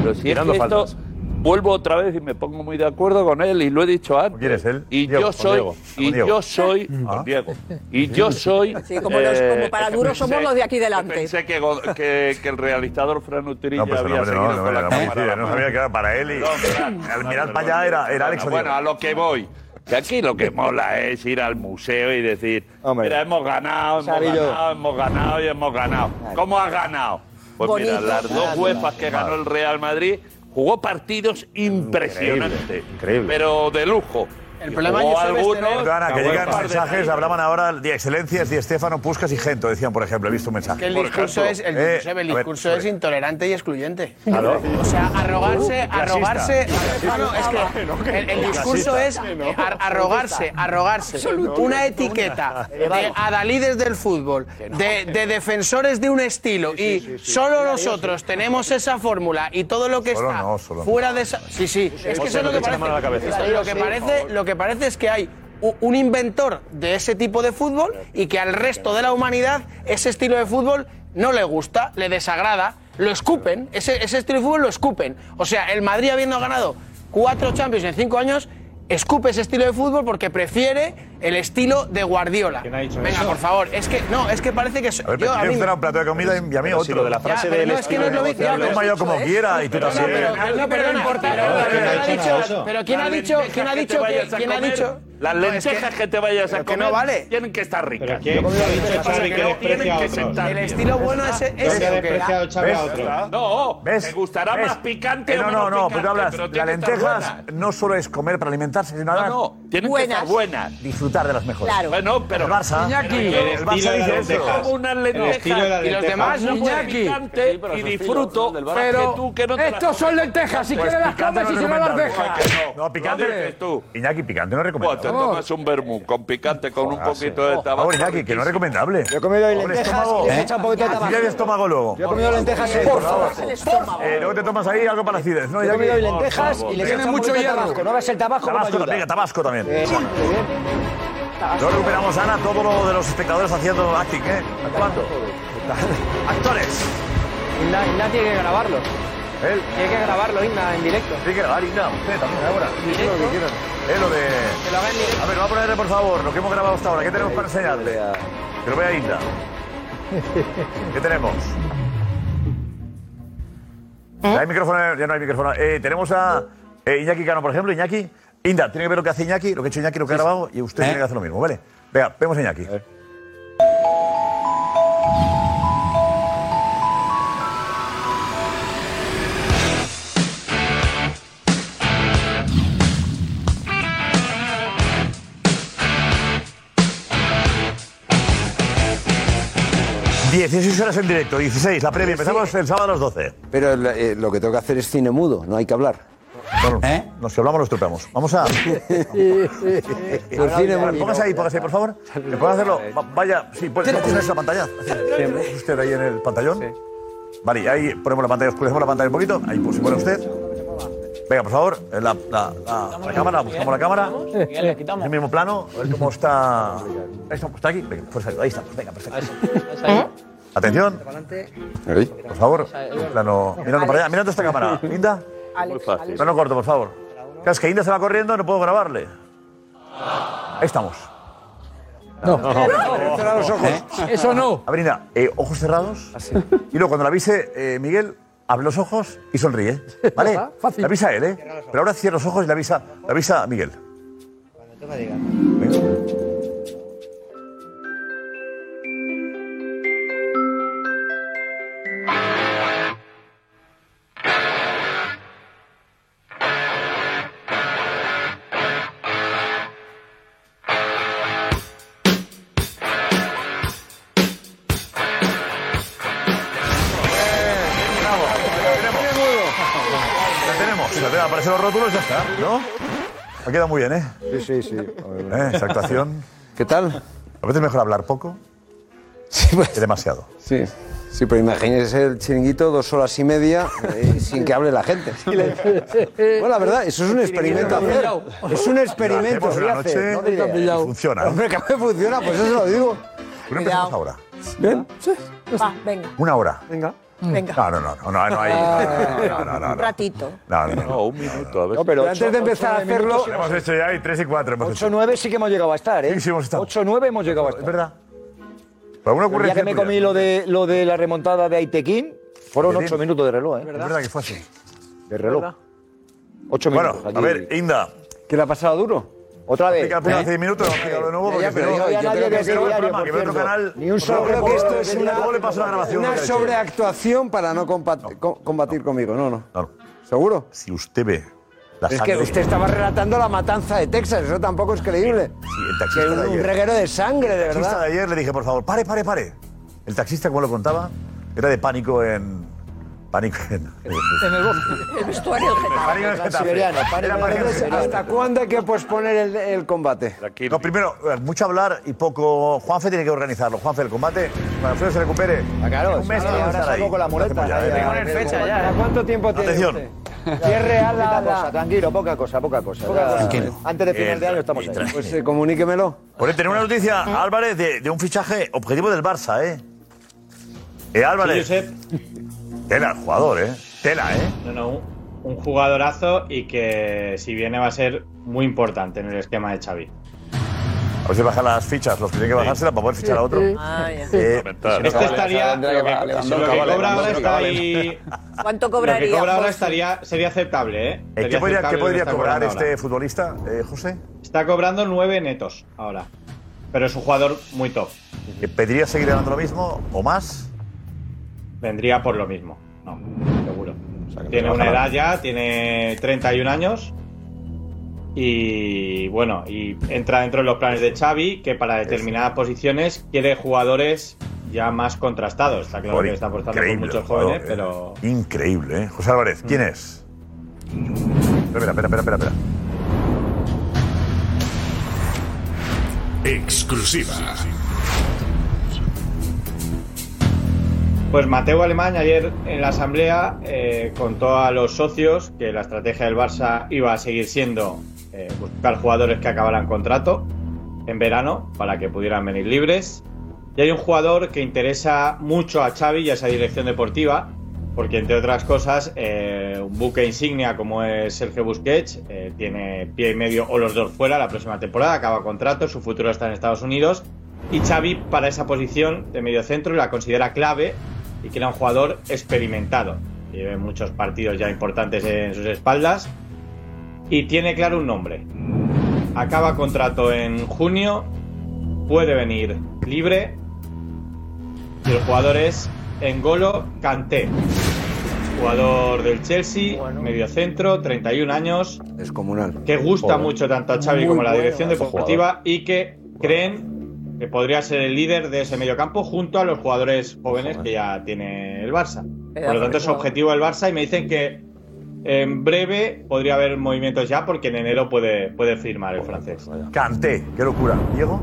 Speaker 16: Pero si es que
Speaker 8: Tirando
Speaker 16: esto,
Speaker 8: faltas.
Speaker 16: vuelvo otra vez y me pongo muy de acuerdo con él y lo he dicho antes.
Speaker 8: ¿Quién es él?
Speaker 16: Y
Speaker 8: Diego,
Speaker 16: yo
Speaker 8: con
Speaker 16: soy,
Speaker 8: Diego,
Speaker 16: y
Speaker 8: con Diego. Ah.
Speaker 16: yo soy, con Diego, y yo soy.
Speaker 14: Sí, como, los-
Speaker 16: eh,
Speaker 14: como para duros somos
Speaker 8: [LAUGHS]
Speaker 16: pensé-
Speaker 14: los de aquí delante.
Speaker 16: Pensé que, go- que, que el realizador Fran Utrilla
Speaker 8: No, pues el
Speaker 16: había
Speaker 8: hombre
Speaker 16: seguido
Speaker 8: no, no,
Speaker 16: con la
Speaker 8: no,
Speaker 16: cámara.
Speaker 8: no, no sabía que era para él y- al mirar para allá era- era Alex
Speaker 16: Bueno,
Speaker 8: Odiedo.
Speaker 16: a lo que voy. Que aquí lo que mola es ir al museo y decir,
Speaker 8: Hombre.
Speaker 16: mira, hemos ganado, hemos
Speaker 8: Sabillo.
Speaker 16: ganado, hemos ganado y hemos ganado. ¿Cómo ha ganado? Pues mira,
Speaker 8: Bonito.
Speaker 16: las dos
Speaker 8: Claro.
Speaker 16: huefas que ganó el Real Madrid jugó partidos impresionantes,
Speaker 8: increíble.
Speaker 16: pero de lujo.
Speaker 8: El
Speaker 16: problema, Jugó Josep, es algunos- tener-
Speaker 8: Ana, que
Speaker 16: La
Speaker 8: llegan
Speaker 16: UEFA.
Speaker 8: mensajes, hablaban ahora de excelencias, de Estefano, Puscas y Gento, decían, por ejemplo, he visto un mensaje.
Speaker 6: Que el
Speaker 8: Por
Speaker 6: discurso
Speaker 8: ejemplo.
Speaker 6: es, el,
Speaker 8: Eh,
Speaker 6: Josep, el
Speaker 8: a ver,
Speaker 6: discurso es intolerante y excluyente.
Speaker 8: Claro.
Speaker 6: O sea, arrogarse,
Speaker 8: Uh,
Speaker 6: arrogarse.
Speaker 8: clasista.
Speaker 6: Ah, no, es que el, el discurso es ar- arrogarse, arrogarse una etiqueta de adalides del fútbol, de, de defensores de un estilo y solo nosotros tenemos esa fórmula y todo lo que
Speaker 8: Solo
Speaker 6: está
Speaker 8: no, solo no.
Speaker 6: fuera de esa. Sí, sí, es que eso
Speaker 8: Josep,
Speaker 6: es lo que
Speaker 8: echa la mano a la cabeza.
Speaker 6: parece. Lo que
Speaker 8: Sí,
Speaker 6: parece, lo que parece es que hay u- un inventor de ese tipo de fútbol y que al resto de la humanidad ese estilo de fútbol no le gusta, le desagrada, lo escupen, ese, ese estilo de fútbol lo escupen. O sea, el Madrid habiendo ganado cuatro Champions en cinco años, escupe ese estilo de fútbol porque prefiere el estilo de Guardiola. Venga, por favor, es que no, es que parece que... so-
Speaker 8: A ver, pero
Speaker 6: mí-
Speaker 8: primero era un plato de comida y a mí
Speaker 6: Pero
Speaker 8: otro.
Speaker 6: si lo de la frase Ya, pero del no, es que no es lo estilo mismo.
Speaker 8: Yo como yo como
Speaker 6: ¿eh?
Speaker 8: quiera y tú
Speaker 6: Pero no,
Speaker 8: también.
Speaker 6: pero- no, pero no importa. Pero ¿quién ha dicho- Pero ¿quién ha
Speaker 16: Las
Speaker 6: dicho?
Speaker 16: lentejas
Speaker 6: ¿Quién ha
Speaker 16: que te
Speaker 6: dicho que?
Speaker 16: vayas a
Speaker 6: ¿Quién ha
Speaker 16: comer,
Speaker 6: dicho?
Speaker 16: Las
Speaker 6: No, es
Speaker 16: lentejas que, te vayas a
Speaker 6: pero que
Speaker 16: comer
Speaker 6: no vale.
Speaker 16: tienen que estar ricas.
Speaker 6: quién-
Speaker 16: Yo
Speaker 6: quién ha
Speaker 16: digo
Speaker 6: dicho
Speaker 16: que
Speaker 6: Xavi
Speaker 16: pasa
Speaker 6: que
Speaker 16: que no
Speaker 6: desprecia
Speaker 16: tienen
Speaker 6: a
Speaker 16: que
Speaker 6: otros?
Speaker 16: sentar
Speaker 6: El
Speaker 16: bien.
Speaker 6: estilo bueno es- es
Speaker 16: ¿Ves?
Speaker 6: el que-
Speaker 8: ¿Ves? ¿Ves?
Speaker 16: No, te gustará
Speaker 8: ¿Ves?
Speaker 16: más picante
Speaker 8: Eh,
Speaker 16: o
Speaker 8: no,
Speaker 16: menos
Speaker 8: no, no, pero
Speaker 16: picante,
Speaker 8: tú hablas.
Speaker 16: pero
Speaker 8: Las
Speaker 16: tiene que estar
Speaker 8: lentejas
Speaker 16: buena.
Speaker 8: no solo es comer para alimentarse, sino
Speaker 16: No, no, tienen que estar buenas.
Speaker 8: Disfrutar de las mejores.
Speaker 16: Claro. Bueno, pero
Speaker 8: el Barça,
Speaker 16: Iñaki,
Speaker 8: el
Speaker 16: el estilo
Speaker 8: Barça
Speaker 16: de
Speaker 8: dice
Speaker 16: las lentejas.
Speaker 8: eso.
Speaker 16: Unas lentejas
Speaker 8: El estilo de las
Speaker 16: y los
Speaker 8: lentejas.
Speaker 16: demás no pueden
Speaker 4: Iñaki.
Speaker 16: picante
Speaker 4: Sí, pero
Speaker 16: y
Speaker 4: su estilo,
Speaker 16: disfruto.
Speaker 4: del Barça.
Speaker 16: más
Speaker 4: Pero
Speaker 16: que tú que no te
Speaker 4: estos
Speaker 16: las
Speaker 4: son
Speaker 16: comes.
Speaker 4: lentejas, si
Speaker 16: Pues
Speaker 4: quieres las
Speaker 16: picante
Speaker 4: comes y
Speaker 16: no
Speaker 4: si no las
Speaker 16: recomendable.
Speaker 4: dejas.
Speaker 16: Ay, que No, picante tú.
Speaker 8: Iñaki, picante no es
Speaker 16: Pues te
Speaker 8: recomendable.
Speaker 16: tomas un vermú con picante con un poquito de
Speaker 8: Por
Speaker 16: tabaco.
Speaker 8: favor, Iñaki, que no es recomendable. Yo he
Speaker 17: comido
Speaker 16: lentejas
Speaker 8: estómago.
Speaker 16: y les he
Speaker 17: echado un poquito de
Speaker 8: Acidez
Speaker 17: tabaco.
Speaker 8: estómago luego.
Speaker 17: Yo he comido lentejas y-
Speaker 8: Por favor.
Speaker 17: El estómago.
Speaker 8: Eh, Luego te tomas ahí algo para la acidez, ¿no?
Speaker 17: Yo he
Speaker 8: Iñaki?
Speaker 17: comido hoy lentejas y les he echado un poquito de tabasco. No ves el tabaco como
Speaker 8: Tabasco,
Speaker 17: ayuda.
Speaker 8: venga, Tabasco también.
Speaker 17: Eh,
Speaker 8: Luego recuperamos, Ana, todo lo de los espectadores haciendo acting, ¿eh? Actuando. Actores.
Speaker 10: Inda, Inda tiene que grabarlo.
Speaker 8: Él.
Speaker 10: Tiene que grabarlo, Inda, en directo.
Speaker 8: Tiene que grabar, Inda, usted también ahora.
Speaker 10: Directo.
Speaker 8: Eh, lo de... A ver, va a ponerle, por favor, lo que hemos grabado hasta ahora. ¿Qué tenemos para enseñarle? Que lo vea Inda. ¿Qué tenemos? ¿Hay micrófono? Ya no hay micrófono. Eh, tenemos a eh, Iñaki Cano, por ejemplo. Iñaki. Inda, tiene que ver lo que hace Iñaki, lo que ha hecho Iñaki, lo que ha grabado, y usted tiene que hacer lo mismo, ¿vale? Venga, vemos ¿Eh? a Iñaki. Dieciséis horas en directo, 16, la previa. Empezamos el sábado a las 12.
Speaker 7: Pero eh, lo que tengo que hacer es cine mudo, no hay que hablar.
Speaker 17: ¿Eh?
Speaker 8: Nos que hablamos los tropeamos. Vamos a.
Speaker 7: El cine mudo.
Speaker 8: Póngase ahí, póngase ahí, por favor. ¿Me puede hacerlo? Va- Vaya, sí, pues no pones la pantalla. Usted ahí en el pantallón. Vale, y ahí ponemos la pantalla, oscurecemos la pantalla un poquito. Ahí pues, se pone usted. Venga, por favor, eh, la, la, la, la cámara, buscamos la cámara. En el mismo plano, a ver cómo está. Ahí está, está aquí. Venga, pues ahí, ahí estamos, venga, perfecto. Atención. Por favor. Plano, mirando para allá, mirando esta cámara. Inda.
Speaker 14: Alex, Alex.
Speaker 8: Plano corto, por favor. Claro, es que Inda se va corriendo, no puedo grabarle. Ahí estamos. No, Eh, Cerrar los ojos.
Speaker 4: Eso no.
Speaker 8: A ver, Inda, eh, ojos cerrados. Y luego cuando la avise, eh, Miguel, abre los ojos y sonríe. [LAUGHS] ¿Vale?
Speaker 4: Ajá, fácil.
Speaker 8: La avisa él, ¿eh? Pero ahora cierra los ojos y la avisa, la avisa a Miguel. La tenemos. La tenemos. Aparecen los rótulos y ya está, ¿no? Ha quedado muy bien, ¿eh? Sí, sí, sí. ¿Eh? Esa actuación.
Speaker 17: ¿Qué tal?
Speaker 8: A veces es mejor hablar poco sí, que demasiado.
Speaker 17: pues. Sí. Sí, pero imagínese el chiringuito dos horas y media eh, sin que hable
Speaker 8: [LAUGHS]
Speaker 17: la gente. Bueno, la verdad, eso es un experimento. a hacer. Es un experimento.
Speaker 8: Lo hacemos una
Speaker 17: ¿qué hace?
Speaker 8: noche
Speaker 17: No diré.
Speaker 8: y funciona. ¿eh?
Speaker 17: Hombre, que me funciona, pues eso lo digo.
Speaker 8: Pero empezamos ahora.
Speaker 17: ¿Bien?
Speaker 14: Va, venga,
Speaker 8: Una hora.
Speaker 14: venga.
Speaker 4: Mm.
Speaker 14: Venga.
Speaker 8: No, no, no, no, no, no hay. No, no, no, no,
Speaker 14: Un ratito.
Speaker 8: no, no, no, un minuto, a ver.
Speaker 17: Pero antes de empezar a hacerlo,
Speaker 8: Hemos hecho ya y 3 y 4 hemos hecho.
Speaker 17: 8-9 sí que hemos llegado a estar, ¿eh? Sí, sí hemos estado. 8-9 hemos llegado a estar. Es
Speaker 8: verdad. Por alguna
Speaker 17: Ya
Speaker 8: ocurrencia
Speaker 17: que me
Speaker 8: tuya.
Speaker 17: comí lo de, lo de la remontada de Aitequín, fueron
Speaker 8: Bien.
Speaker 17: 8 minutos de reloj, ¿eh?
Speaker 8: Es verdad que fue así.
Speaker 17: De reloj. 8
Speaker 8: Bueno,
Speaker 17: minutos.
Speaker 8: a ver, Inda. ¿Eh?
Speaker 17: ¿Qué le ha pasado duro? Otra vez.
Speaker 8: Explica apenas 10 minutos, explícalo de nuevo.
Speaker 17: Ya,
Speaker 8: Porque
Speaker 17: ya, pero
Speaker 8: si no-
Speaker 17: no
Speaker 8: Yo
Speaker 17: había nadie
Speaker 8: creo
Speaker 17: que
Speaker 8: que
Speaker 17: viera
Speaker 8: no,
Speaker 17: el
Speaker 8: programa, que ve otro
Speaker 17: concierto.
Speaker 8: canal.
Speaker 17: Ni un solo.
Speaker 8: Yo creo que esto es una-
Speaker 17: Luego le paso la
Speaker 8: grabación,
Speaker 17: Una
Speaker 8: lo que ha dicho.
Speaker 17: sobreactuación para no compa- co- combatir conmigo. No, no. ¿Seguro?
Speaker 8: Si usted ve la
Speaker 17: es
Speaker 8: sangre-
Speaker 17: que usted estaba relatando la matanza de Texas, eso tampoco es creíble.
Speaker 8: Sí, el taxista
Speaker 17: un,
Speaker 8: de ayer.
Speaker 17: reguero de sangre, de
Speaker 8: El taxista
Speaker 17: verdad.
Speaker 8: de ayer le dije, por favor, pare, pare, pare. El taxista, como lo contaba, era de pánico en. Pánico en.
Speaker 4: En el bosque.
Speaker 14: El vestuario del Getafe.
Speaker 8: Pánico en Getafe.
Speaker 17: Transiberiano,
Speaker 8: Era
Speaker 17: pánico en
Speaker 8: pánico en
Speaker 17: Getafe.
Speaker 8: Getafe.
Speaker 17: ¿Hasta cuándo hay que posponer el, el combate?
Speaker 8: No, primero, eh, mucho hablar y poco. Juanfe tiene que organizarlo. Juanfe, el combate, cuando Alfredo se recupere.
Speaker 17: Ah, Claro,
Speaker 8: un mes tiene
Speaker 17: sí,
Speaker 8: que
Speaker 17: ahora
Speaker 8: estar
Speaker 17: salgo
Speaker 8: ahí.
Speaker 17: con la
Speaker 8: Lo hacemos
Speaker 17: muleta.
Speaker 8: ya,
Speaker 17: ahí,
Speaker 8: eh, venga.
Speaker 17: ahí, ahí, ¿Para ¿Cuánto tiempo tiene
Speaker 8: Atención.
Speaker 17: usted? Si es real la, cosa, tranquilo, poca cosa, poca cosa. ya.
Speaker 8: Tranquilo.
Speaker 17: Antes de final de
Speaker 8: Bien,
Speaker 17: año estamos ahí.
Speaker 8: tranquilo.
Speaker 17: Pues eh, comuníquemelo.
Speaker 8: Por tener una noticia, Álvarez, de, de un fichaje objetivo del Barça, ¿eh? Eh, Álvarez. Tela, el jugador, ¿eh? Tela, ¿eh?
Speaker 20: No, no, un, un jugadorazo y que si viene va a ser muy importante en el esquema de Xavi.
Speaker 8: A ver si bajan las fichas, los que tienen que bajárselas para poder fichar a otro. Eh,
Speaker 20: Este estaría. Lo que, lo que cobra ahora está ahí.
Speaker 14: ¿Cuánto
Speaker 20: Lo
Speaker 14: cobraría? pues,
Speaker 20: que cobra ahora
Speaker 14: José?
Speaker 20: estaría, sería aceptable, ¿eh?
Speaker 8: Eh, ¿Qué
Speaker 20: Sería aceptable
Speaker 8: podría, qué
Speaker 20: lo que
Speaker 8: podría
Speaker 20: está
Speaker 8: cobrar
Speaker 20: cobrando ahora.
Speaker 8: este futbolista, eh, José?
Speaker 20: Está cobrando nueve netos ahora. Pero es un jugador muy top.
Speaker 8: ¿Que ¿Pediría seguir ganando lo mismo o más?
Speaker 20: Vendría por lo mismo. No, seguro.
Speaker 8: que
Speaker 20: tiene
Speaker 8: no
Speaker 20: una
Speaker 8: bajará.
Speaker 20: edad ya, tiene 31 años. Y bueno, y entra dentro de los planes de Xavi, que para determinadas posiciones quiere jugadores ya más contrastados. Está claro
Speaker 8: Joder,
Speaker 20: que está apostando por
Speaker 8: increíble,
Speaker 20: muchos
Speaker 8: jugador,
Speaker 20: jóvenes,
Speaker 8: eh.
Speaker 20: pero. Mm.
Speaker 8: Increíble, ¿eh? José Álvarez, ¿quién es? Espera, espera, espera, espera. espera.
Speaker 2: Exclusiva.
Speaker 20: Pues Mateo Alemán ayer en la asamblea eh, contó a los socios que la estrategia del Barça iba a seguir siendo eh, buscar jugadores que acabaran contrato en verano para que pudieran venir libres. Y hay un jugador que interesa mucho a Xavi y a esa dirección deportiva, porque entre otras cosas, eh, un buque insignia como es Sergio Busquets eh, tiene pie y medio o los dos fuera la próxima temporada, acaba contrato, su futuro está en Estados Unidos. Y Xavi para esa posición de mediocentro la considera clave y que era un jugador experimentado. que Lleva muchos partidos ya importantes en sus espaldas y tiene claro un nombre. Acaba contrato en junio, puede venir libre y el jugador es Engolo Kanté. Jugador del Chelsea, mediocentro, 31 años,
Speaker 17: Descomunal.
Speaker 20: que gusta
Speaker 17: Joder.
Speaker 20: mucho tanto a Xavi
Speaker 17: Muy
Speaker 20: como a la
Speaker 17: bueno
Speaker 20: dirección
Speaker 17: ese
Speaker 20: deportiva y que creen que podría ser el líder de ese mediocampo junto a los jugadores jóvenes que ya tiene el Barça.
Speaker 29: Eh,
Speaker 20: Por lo
Speaker 22: Pedazo de
Speaker 20: tanto es
Speaker 22: jugador.
Speaker 20: objetivo del Barça y me dicen que en breve podría haber movimientos ya porque en enero puede, puede firmar el francés.
Speaker 8: Canté, qué locura. Diego,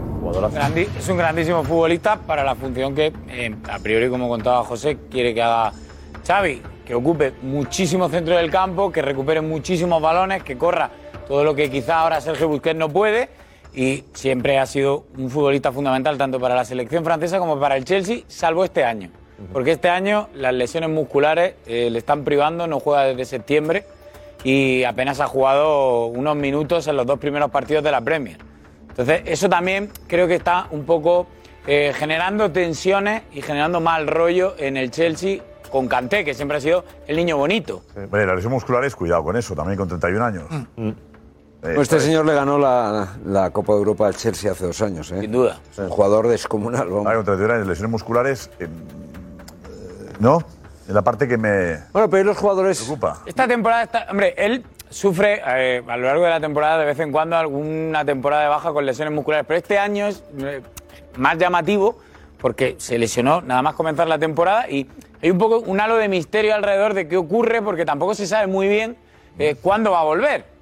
Speaker 29: Grandi- es un grandísimo futbolista para la función que, eh, a priori, como contaba José, quiere que haga Xavi, que ocupe muchísimo centro del campo, que recupere muchísimos balones, que corra todo lo que quizá ahora Sergio Busquets no puede. Y siempre ha sido un futbolista fundamental tanto para la selección francesa como para el Chelsea, salvo este año. porque este año las lesiones musculares eh, le están privando, no juega desde septiembre y apenas ha jugado unos minutos en los dos primeros partidos de la Premier. Entonces, eso también creo que está un poco eh, generando tensiones y generando mal rollo en el Chelsea con Kanté, que siempre ha sido el niño bonito.
Speaker 8: Vale, las lesiones musculares, cuidado con eso, también con 31 años.
Speaker 20: Mm.
Speaker 8: Eh,
Speaker 7: Mm. este señor le ganó la, la Copa de Europa al Chelsea hace dos años, ¿eh? Sin
Speaker 29: duda.
Speaker 7: Un jugador descomunal, vamos.
Speaker 8: Hay otras teorías de lesiones musculares. eh, ¿No? Es la parte que me.
Speaker 7: Bueno, pero los jugadores.
Speaker 8: Preocupa.
Speaker 29: Esta temporada está. Hombre, él sufre eh, a lo largo de la temporada de vez en cuando alguna temporada de baja con lesiones musculares, pero este año es eh, más llamativo porque se lesionó nada más comenzar la temporada y hay un poco un halo de misterio alrededor de qué ocurre porque tampoco se sabe muy bien eh, cuándo va a volver.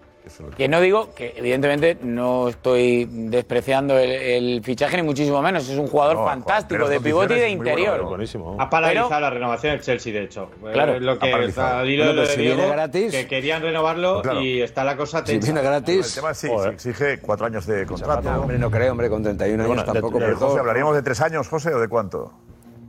Speaker 29: Que no digo que evidentemente no estoy despreciando el, el fichaje ni muchísimo menos, es un jugador fantástico de pivote y de interior.
Speaker 20: Ah,
Speaker 19: Ha paralizado la renovación del Chelsea, de hecho.
Speaker 29: Claro.
Speaker 19: Eh, lo
Speaker 29: Ha
Speaker 19: que
Speaker 29: paralizado.
Speaker 19: al hilo de lo
Speaker 29: Bueno, pero
Speaker 19: de
Speaker 29: si viene
Speaker 19: Diego,
Speaker 29: gratis.
Speaker 19: que querían renovarlo
Speaker 8: Claro.
Speaker 19: y está la cosa tensa.
Speaker 8: El tema es si si exige cuatro años de contrato.
Speaker 19: No, hombre,
Speaker 7: no creo, hombre, con 31
Speaker 19: años tampoco,
Speaker 8: De,
Speaker 19: pero
Speaker 8: José,
Speaker 19: todo-
Speaker 8: ¿hablaríamos de tres años, José, o de cuánto?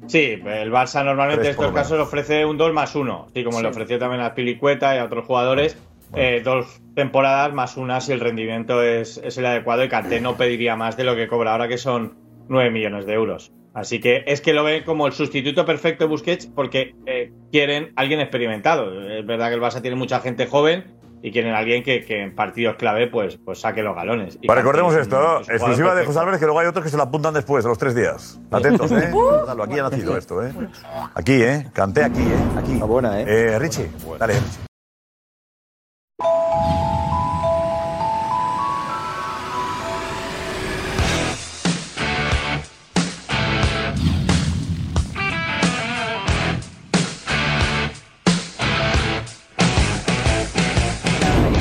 Speaker 19: Sí, el Barça normalmente
Speaker 8: Tres
Speaker 19: en
Speaker 8: por
Speaker 19: estos
Speaker 8: lo menos.
Speaker 19: casos ofrece un 2 más 1, así como
Speaker 8: Sí.
Speaker 19: le ofreció también a Pilicueta y a otros jugadores. eh, dos temporadas más una si el rendimiento es, es el adecuado y Kanté no pediría más de lo que cobra ahora que son 9 millones de euros. Así que es que lo ve como el sustituto perfecto de Busquets porque eh, quieren alguien experimentado. Es verdad que el Barça tiene mucha gente joven y quieren alguien que, que en partidos clave pues, pues saque los galones. Y Kanté
Speaker 8: Vale, recordemos
Speaker 19: es un-
Speaker 8: esto, ¿no?
Speaker 19: es un jugador
Speaker 8: exclusiva de
Speaker 19: perfecto.
Speaker 8: José Álvarez, que luego hay otros que se la apuntan después, a los tres días. Atentos, ¿eh? Guardadlo, aquí ha nacido esto, ¿eh? Aquí, ¿eh? Canté aquí, ¿eh? Aquí. buena, ¿eh? Richie, dale, Richie.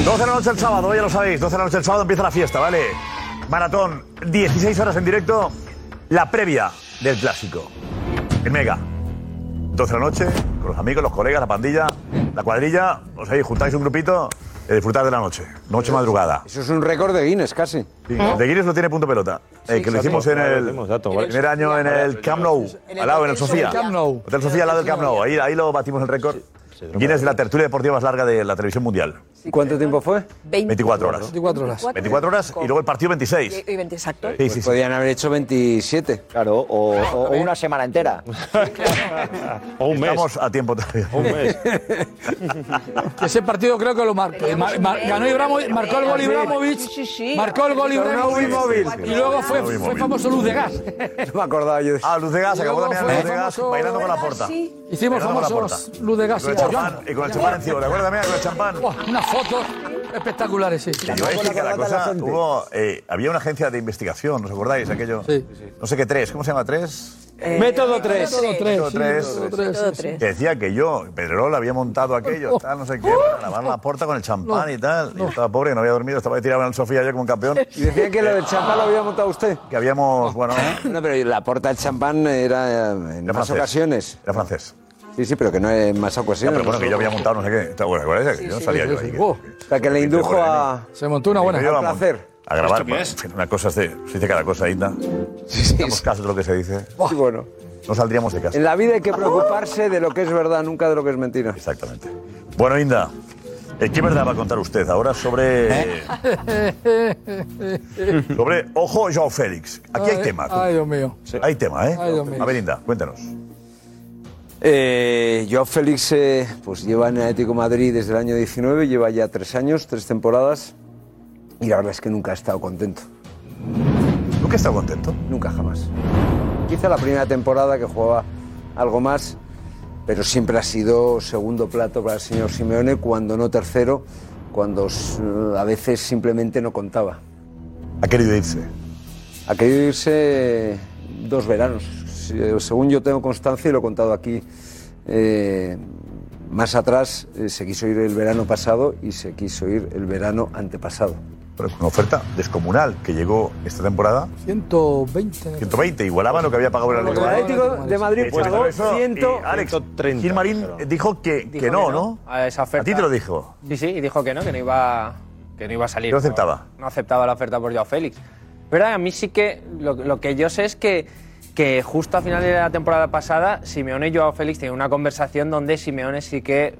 Speaker 8: ¡12 de la noche el sábado, ya lo sabéis, 12 de la noche el sábado empieza la fiesta, ¿vale? Maratón, 16 horas en directo, la previa del clásico. En Mega. 12 de la noche, con los amigos, los colegas, la pandilla, la cuadrilla, os ahí juntáis un grupito y disfrutáis de la noche. Noche madrugada.
Speaker 7: Eso es un récord de Guinness, casi.
Speaker 8: Sí, El de Guinness lo tiene punto pelota. Eh,
Speaker 7: Sí,
Speaker 8: que lo
Speaker 7: exacto.
Speaker 8: hicimos en
Speaker 7: Ahora lo
Speaker 8: el
Speaker 7: tenemos, dato, vale.
Speaker 8: primer año en el Camp Nou, al lado, en el Sofía.
Speaker 4: Camp Nou.
Speaker 8: Hotel Sofía, al lado del Camp Nou. Ahí, ahí lo batimos el récord. Guinness de la tertulia deportiva más larga de la televisión mundial.
Speaker 7: ¿Cuánto tiempo fue?
Speaker 8: 24 horas.
Speaker 4: 24 horas.
Speaker 8: 24 horas y luego el partido 26.
Speaker 14: Y 20, exacto.
Speaker 8: Sí, sí, sí.
Speaker 7: Pues Podían haber hecho 27.
Speaker 17: Claro, o, o- o una semana entera.
Speaker 8: O un mes. Estamos a tiempo todavía.
Speaker 4: Un mes. Ese partido creo que lo marcó. Mar- mar- ganó Ibrahimovic, marcó el gol Ibrahimovic.
Speaker 14: Eh, Sí, sí, sí.
Speaker 4: Marcó el gol
Speaker 14: Con una
Speaker 4: Ibrahimovic.
Speaker 14: Uvimobil.
Speaker 4: Y luego fue,
Speaker 8: Uvimobil.
Speaker 4: fue famoso Luz de Gas.
Speaker 7: [LAUGHS] No me acordaba yo de
Speaker 8: Ah, Luz de Gas,
Speaker 4: Y
Speaker 8: acabó
Speaker 4: luego
Speaker 8: también
Speaker 4: fue
Speaker 8: Luz de Gas,
Speaker 4: famoso-
Speaker 8: bailando con la puerta.
Speaker 4: Sí. Hicimos
Speaker 8: Bailando con la
Speaker 4: famosos
Speaker 8: puerta.
Speaker 4: Luz de Gas
Speaker 8: Y con el
Speaker 4: y-
Speaker 8: champán, y con el champán encima, ¿te acuerdas, mía? Con el champán.
Speaker 4: Buah, Unas fotos espectaculares, sí.
Speaker 8: Te iba a decir que la cosa hubo, eh, había una agencia de investigación, ¿os acordáis? Aquello. No sé qué tres, ¿cómo se llama tres?
Speaker 7: Eh,
Speaker 17: Método 3.
Speaker 4: Método tres,
Speaker 8: Método
Speaker 4: sí,
Speaker 8: tres.
Speaker 4: método tres,
Speaker 17: Método
Speaker 4: sí,
Speaker 17: tres.
Speaker 8: Que decía que yo, Pedrerol, había montado aquello, tal, no sé qué, para lavar la puerta con el champán y tal. Yo estaba pobre, que no había dormido, estaba tirado en el sofá yo como un campeón.
Speaker 7: Y decía que lo del champán lo había montado usted.
Speaker 8: Que habíamos,
Speaker 7: [LAUGHS]
Speaker 8: bueno.
Speaker 7: No, pero la porta del champán era eh, en más
Speaker 8: francés.
Speaker 7: ocasiones.
Speaker 8: Era francés.
Speaker 7: Sí, Pues sí, pero que no en más ocasiones.
Speaker 8: Ya, pero bueno, que yo había montado no sé qué. ¿Te acuerdas? ¿Te acuerdas? Yo no salía yo ahí. ¿eh?
Speaker 7: Uh, O sea, que le indujo a.
Speaker 4: Se montó una buena.
Speaker 8: Yo iba
Speaker 7: Al
Speaker 8: a mont-
Speaker 7: placer.
Speaker 8: A grabar.
Speaker 7: ¿Esto qué
Speaker 8: bueno,
Speaker 7: es?
Speaker 8: en fin, Una cosa es de. Se dice cada cosa, Inda. Hacemos caso de lo que se dice.
Speaker 7: Y bueno.
Speaker 8: No saldríamos de casa.
Speaker 7: En la vida hay que preocuparse de lo que es verdad, nunca de lo que es mentira.
Speaker 8: Exactamente. Bueno, Inda, eh, ¿qué verdad va a contar usted ahora sobre. [LAUGHS] Sobre, ojo, Joao Félix. Aquí hay
Speaker 4: Ay,
Speaker 8: tema. tú.
Speaker 4: Ay, [LAUGHS] Dios mío.
Speaker 8: Hay tema, ¿eh?
Speaker 4: Ay, Dios mío.
Speaker 8: A ver, Inda, cuéntanos.
Speaker 7: Eh, Joao Félix eh, pues lleva en el Atlético de Madrid desde el año 19, lleva ya tres años, tres temporadas, y la verdad es que nunca ha estado contento.
Speaker 8: ¿Nunca ha estado contento?
Speaker 7: Nunca, jamás. Quizá la primera temporada que jugaba algo más, pero siempre ha sido segundo plato para el señor Simeone, cuando no tercero, cuando s- a veces simplemente no contaba.
Speaker 8: Ha querido irse.
Speaker 7: Ha querido irse dos veranos. Si- Según yo tengo constancia y lo he contado aquí eh, más atrás, eh, se quiso ir el verano pasado y se quiso ir el verano antepasado.
Speaker 8: Pero es una oferta descomunal que llegó esta temporada.
Speaker 4: 120.
Speaker 8: 120, igualaba lo que había pagado el
Speaker 4: Lo que
Speaker 8: Atlético.
Speaker 4: el Atlético de Madrid
Speaker 8: Hecho,
Speaker 4: pagó
Speaker 8: eso, y,
Speaker 4: 100,
Speaker 8: Alex, Gil Marín dijo que, que
Speaker 10: Dijo
Speaker 8: no, ¿no?
Speaker 10: A esa oferta.
Speaker 8: A ti te lo dijo.
Speaker 10: Sí, sí, y dijo que no, que no iba, que no iba a salir.
Speaker 8: No aceptaba.
Speaker 10: No aceptaba la oferta por Joao Félix. Verdad, a mí sí que lo, lo que yo sé es que
Speaker 1: que justo a final de la temporada pasada, Simeone y Joao Félix tienen una conversación donde Simeone sí que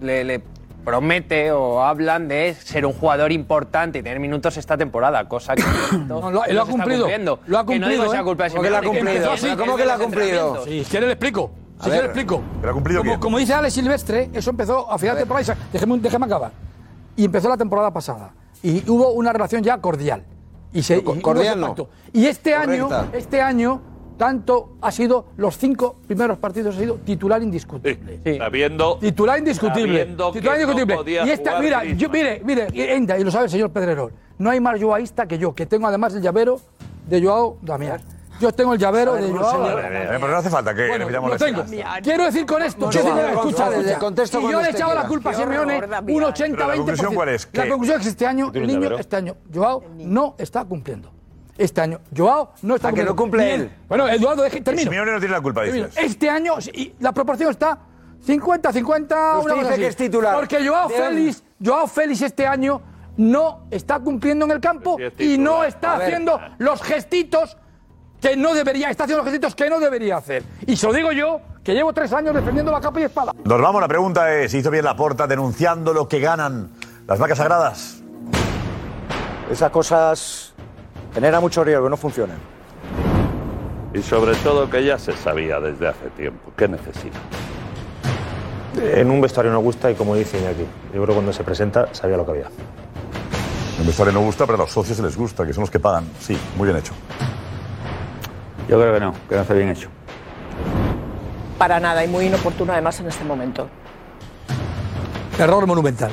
Speaker 1: le, le promete o hablan de ser un jugador importante y tener minutos esta temporada,
Speaker 4: [COUGHS]
Speaker 1: cosa que no,
Speaker 4: lo-
Speaker 1: se
Speaker 4: lo ha
Speaker 1: está
Speaker 4: cumplido,
Speaker 1: cumpliendo.
Speaker 4: lo ha
Speaker 1: Que no
Speaker 4: cumplido,
Speaker 1: digo que sea
Speaker 4: ¿eh?
Speaker 1: culpa de
Speaker 4: ¿Cómo que lo ha cumplido?
Speaker 1: Simeone, empezó
Speaker 2: pues,
Speaker 1: así,
Speaker 4: ¿Cómo que lo ha
Speaker 1: en los
Speaker 4: cumplido?
Speaker 1: entrenamientos.
Speaker 4: Si quieres le explico.
Speaker 1: A
Speaker 4: Si quieres le
Speaker 1: ver.
Speaker 4: explico.
Speaker 8: ¿Pero ha cumplido
Speaker 4: como,
Speaker 8: quién?
Speaker 4: como dice Alex Silvestre, eso empezó a final de temporada. y sa- Déjeme, un- déjeme acabar. Y empezó la temporada pasada. Y hubo una relación ya cordial. Y se, y hubo
Speaker 7: cordial
Speaker 4: ese
Speaker 7: no.
Speaker 4: pacto. Y este
Speaker 7: Correcta.
Speaker 4: año, este año, tanto ha sido, los cinco primeros partidos ha sido titular indiscutible.
Speaker 16: Sabiendo.
Speaker 4: Titular indiscutible.
Speaker 16: sabiendo que
Speaker 4: Titular indiscutible.
Speaker 16: no podía
Speaker 4: y esta,
Speaker 16: jugar
Speaker 4: mira,
Speaker 16: Griezmann.
Speaker 4: yo, mire, mire, y- enda, y lo sabe el señor Pedrerol. No hay más yoaísta que yo, que tengo además el llavero de Joao Damián. Yo tengo el llavero de Joao.
Speaker 8: Madre mía, Eh, Pero no hace falta que repitamos
Speaker 4: Lo
Speaker 8: la
Speaker 4: tengo.
Speaker 8: escena.
Speaker 4: Quiero decir con esto,
Speaker 8: No,
Speaker 4: que
Speaker 8: no,
Speaker 4: señor,
Speaker 8: no,
Speaker 4: escucha,
Speaker 8: no, no,
Speaker 4: escucha.
Speaker 8: le contesto
Speaker 4: Si
Speaker 8: cuando
Speaker 4: yo le
Speaker 8: usted
Speaker 4: echaba la
Speaker 8: quiera.
Speaker 4: culpa a
Speaker 8: Qué
Speaker 4: Simeone,
Speaker 8: horror, Damián.
Speaker 4: un
Speaker 8: Pero
Speaker 4: 80
Speaker 8: la
Speaker 4: 20
Speaker 8: conclusión, ¿cuál es?
Speaker 4: La
Speaker 8: Que-
Speaker 4: conclusión es que este año,
Speaker 8: Tiene
Speaker 4: el
Speaker 8: un
Speaker 4: niño,
Speaker 8: llavero.
Speaker 4: este año, Joao no está cumpliendo. Este año, Joao no está
Speaker 8: A Ah, que no cumple
Speaker 4: Ni
Speaker 8: él.
Speaker 4: Bueno, Eduardo, deje, termino.
Speaker 8: Simeone no tiene la culpa,
Speaker 4: Termino.
Speaker 8: dices.
Speaker 4: Este año, y la proporción está 50-50. una cosa
Speaker 22: Usted dice
Speaker 4: así.
Speaker 22: que es titular.
Speaker 4: Porque Joao
Speaker 22: Bien.
Speaker 4: Félix, Joao Félix este año no está cumpliendo en el campo
Speaker 16: Sí es
Speaker 4: y
Speaker 16: titular.
Speaker 4: no
Speaker 16: A
Speaker 4: está
Speaker 16: ver.
Speaker 4: haciendo los gestitos que no debería, está haciendo los gestitos que no debería hacer. Y se lo digo yo, que llevo tres años defendiendo la capa y espada.
Speaker 8: Nos vamos, la pregunta es, ¿hizo bien la porta denunciando lo que ganan las vacas sagradas?
Speaker 22: Esas cosas generan mucho riesgo, no funcionan.
Speaker 16: Y sobre todo que ya se sabía desde hace tiempo. ¿Qué necesita?
Speaker 3: En un vestuario Eh, no gusta y como dice Iñaki, yo creo que cuando se presenta sabía lo que había.
Speaker 8: El vestuario no gusta, pero a los socios les gusta, que son los que pagan. Sí, muy bien hecho.
Speaker 30: Yo creo que no, que no está bien hecho.
Speaker 14: Para nada y muy inoportuno además en este momento.
Speaker 4: Error monumental.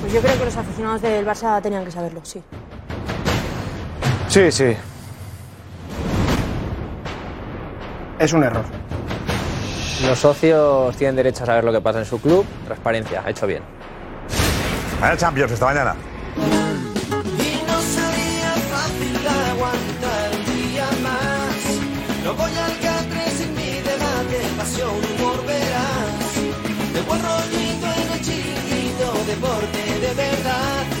Speaker 9: Pues yo creo que los aficionados del Barça tenían que saberlo, sí.
Speaker 22: Sí, sí.
Speaker 31: Es un error.
Speaker 1: Los socios tienen derecho a saber lo que pasa en su club. Transparencia, ha hecho bien.
Speaker 8: Mañana Champions, esta mañana.
Speaker 17: Y no sería fácil aguantar un día más. No voy al catre sin mi debate, pasión, humor, verás. De buen rollito en el chiquito, deporte de verdad.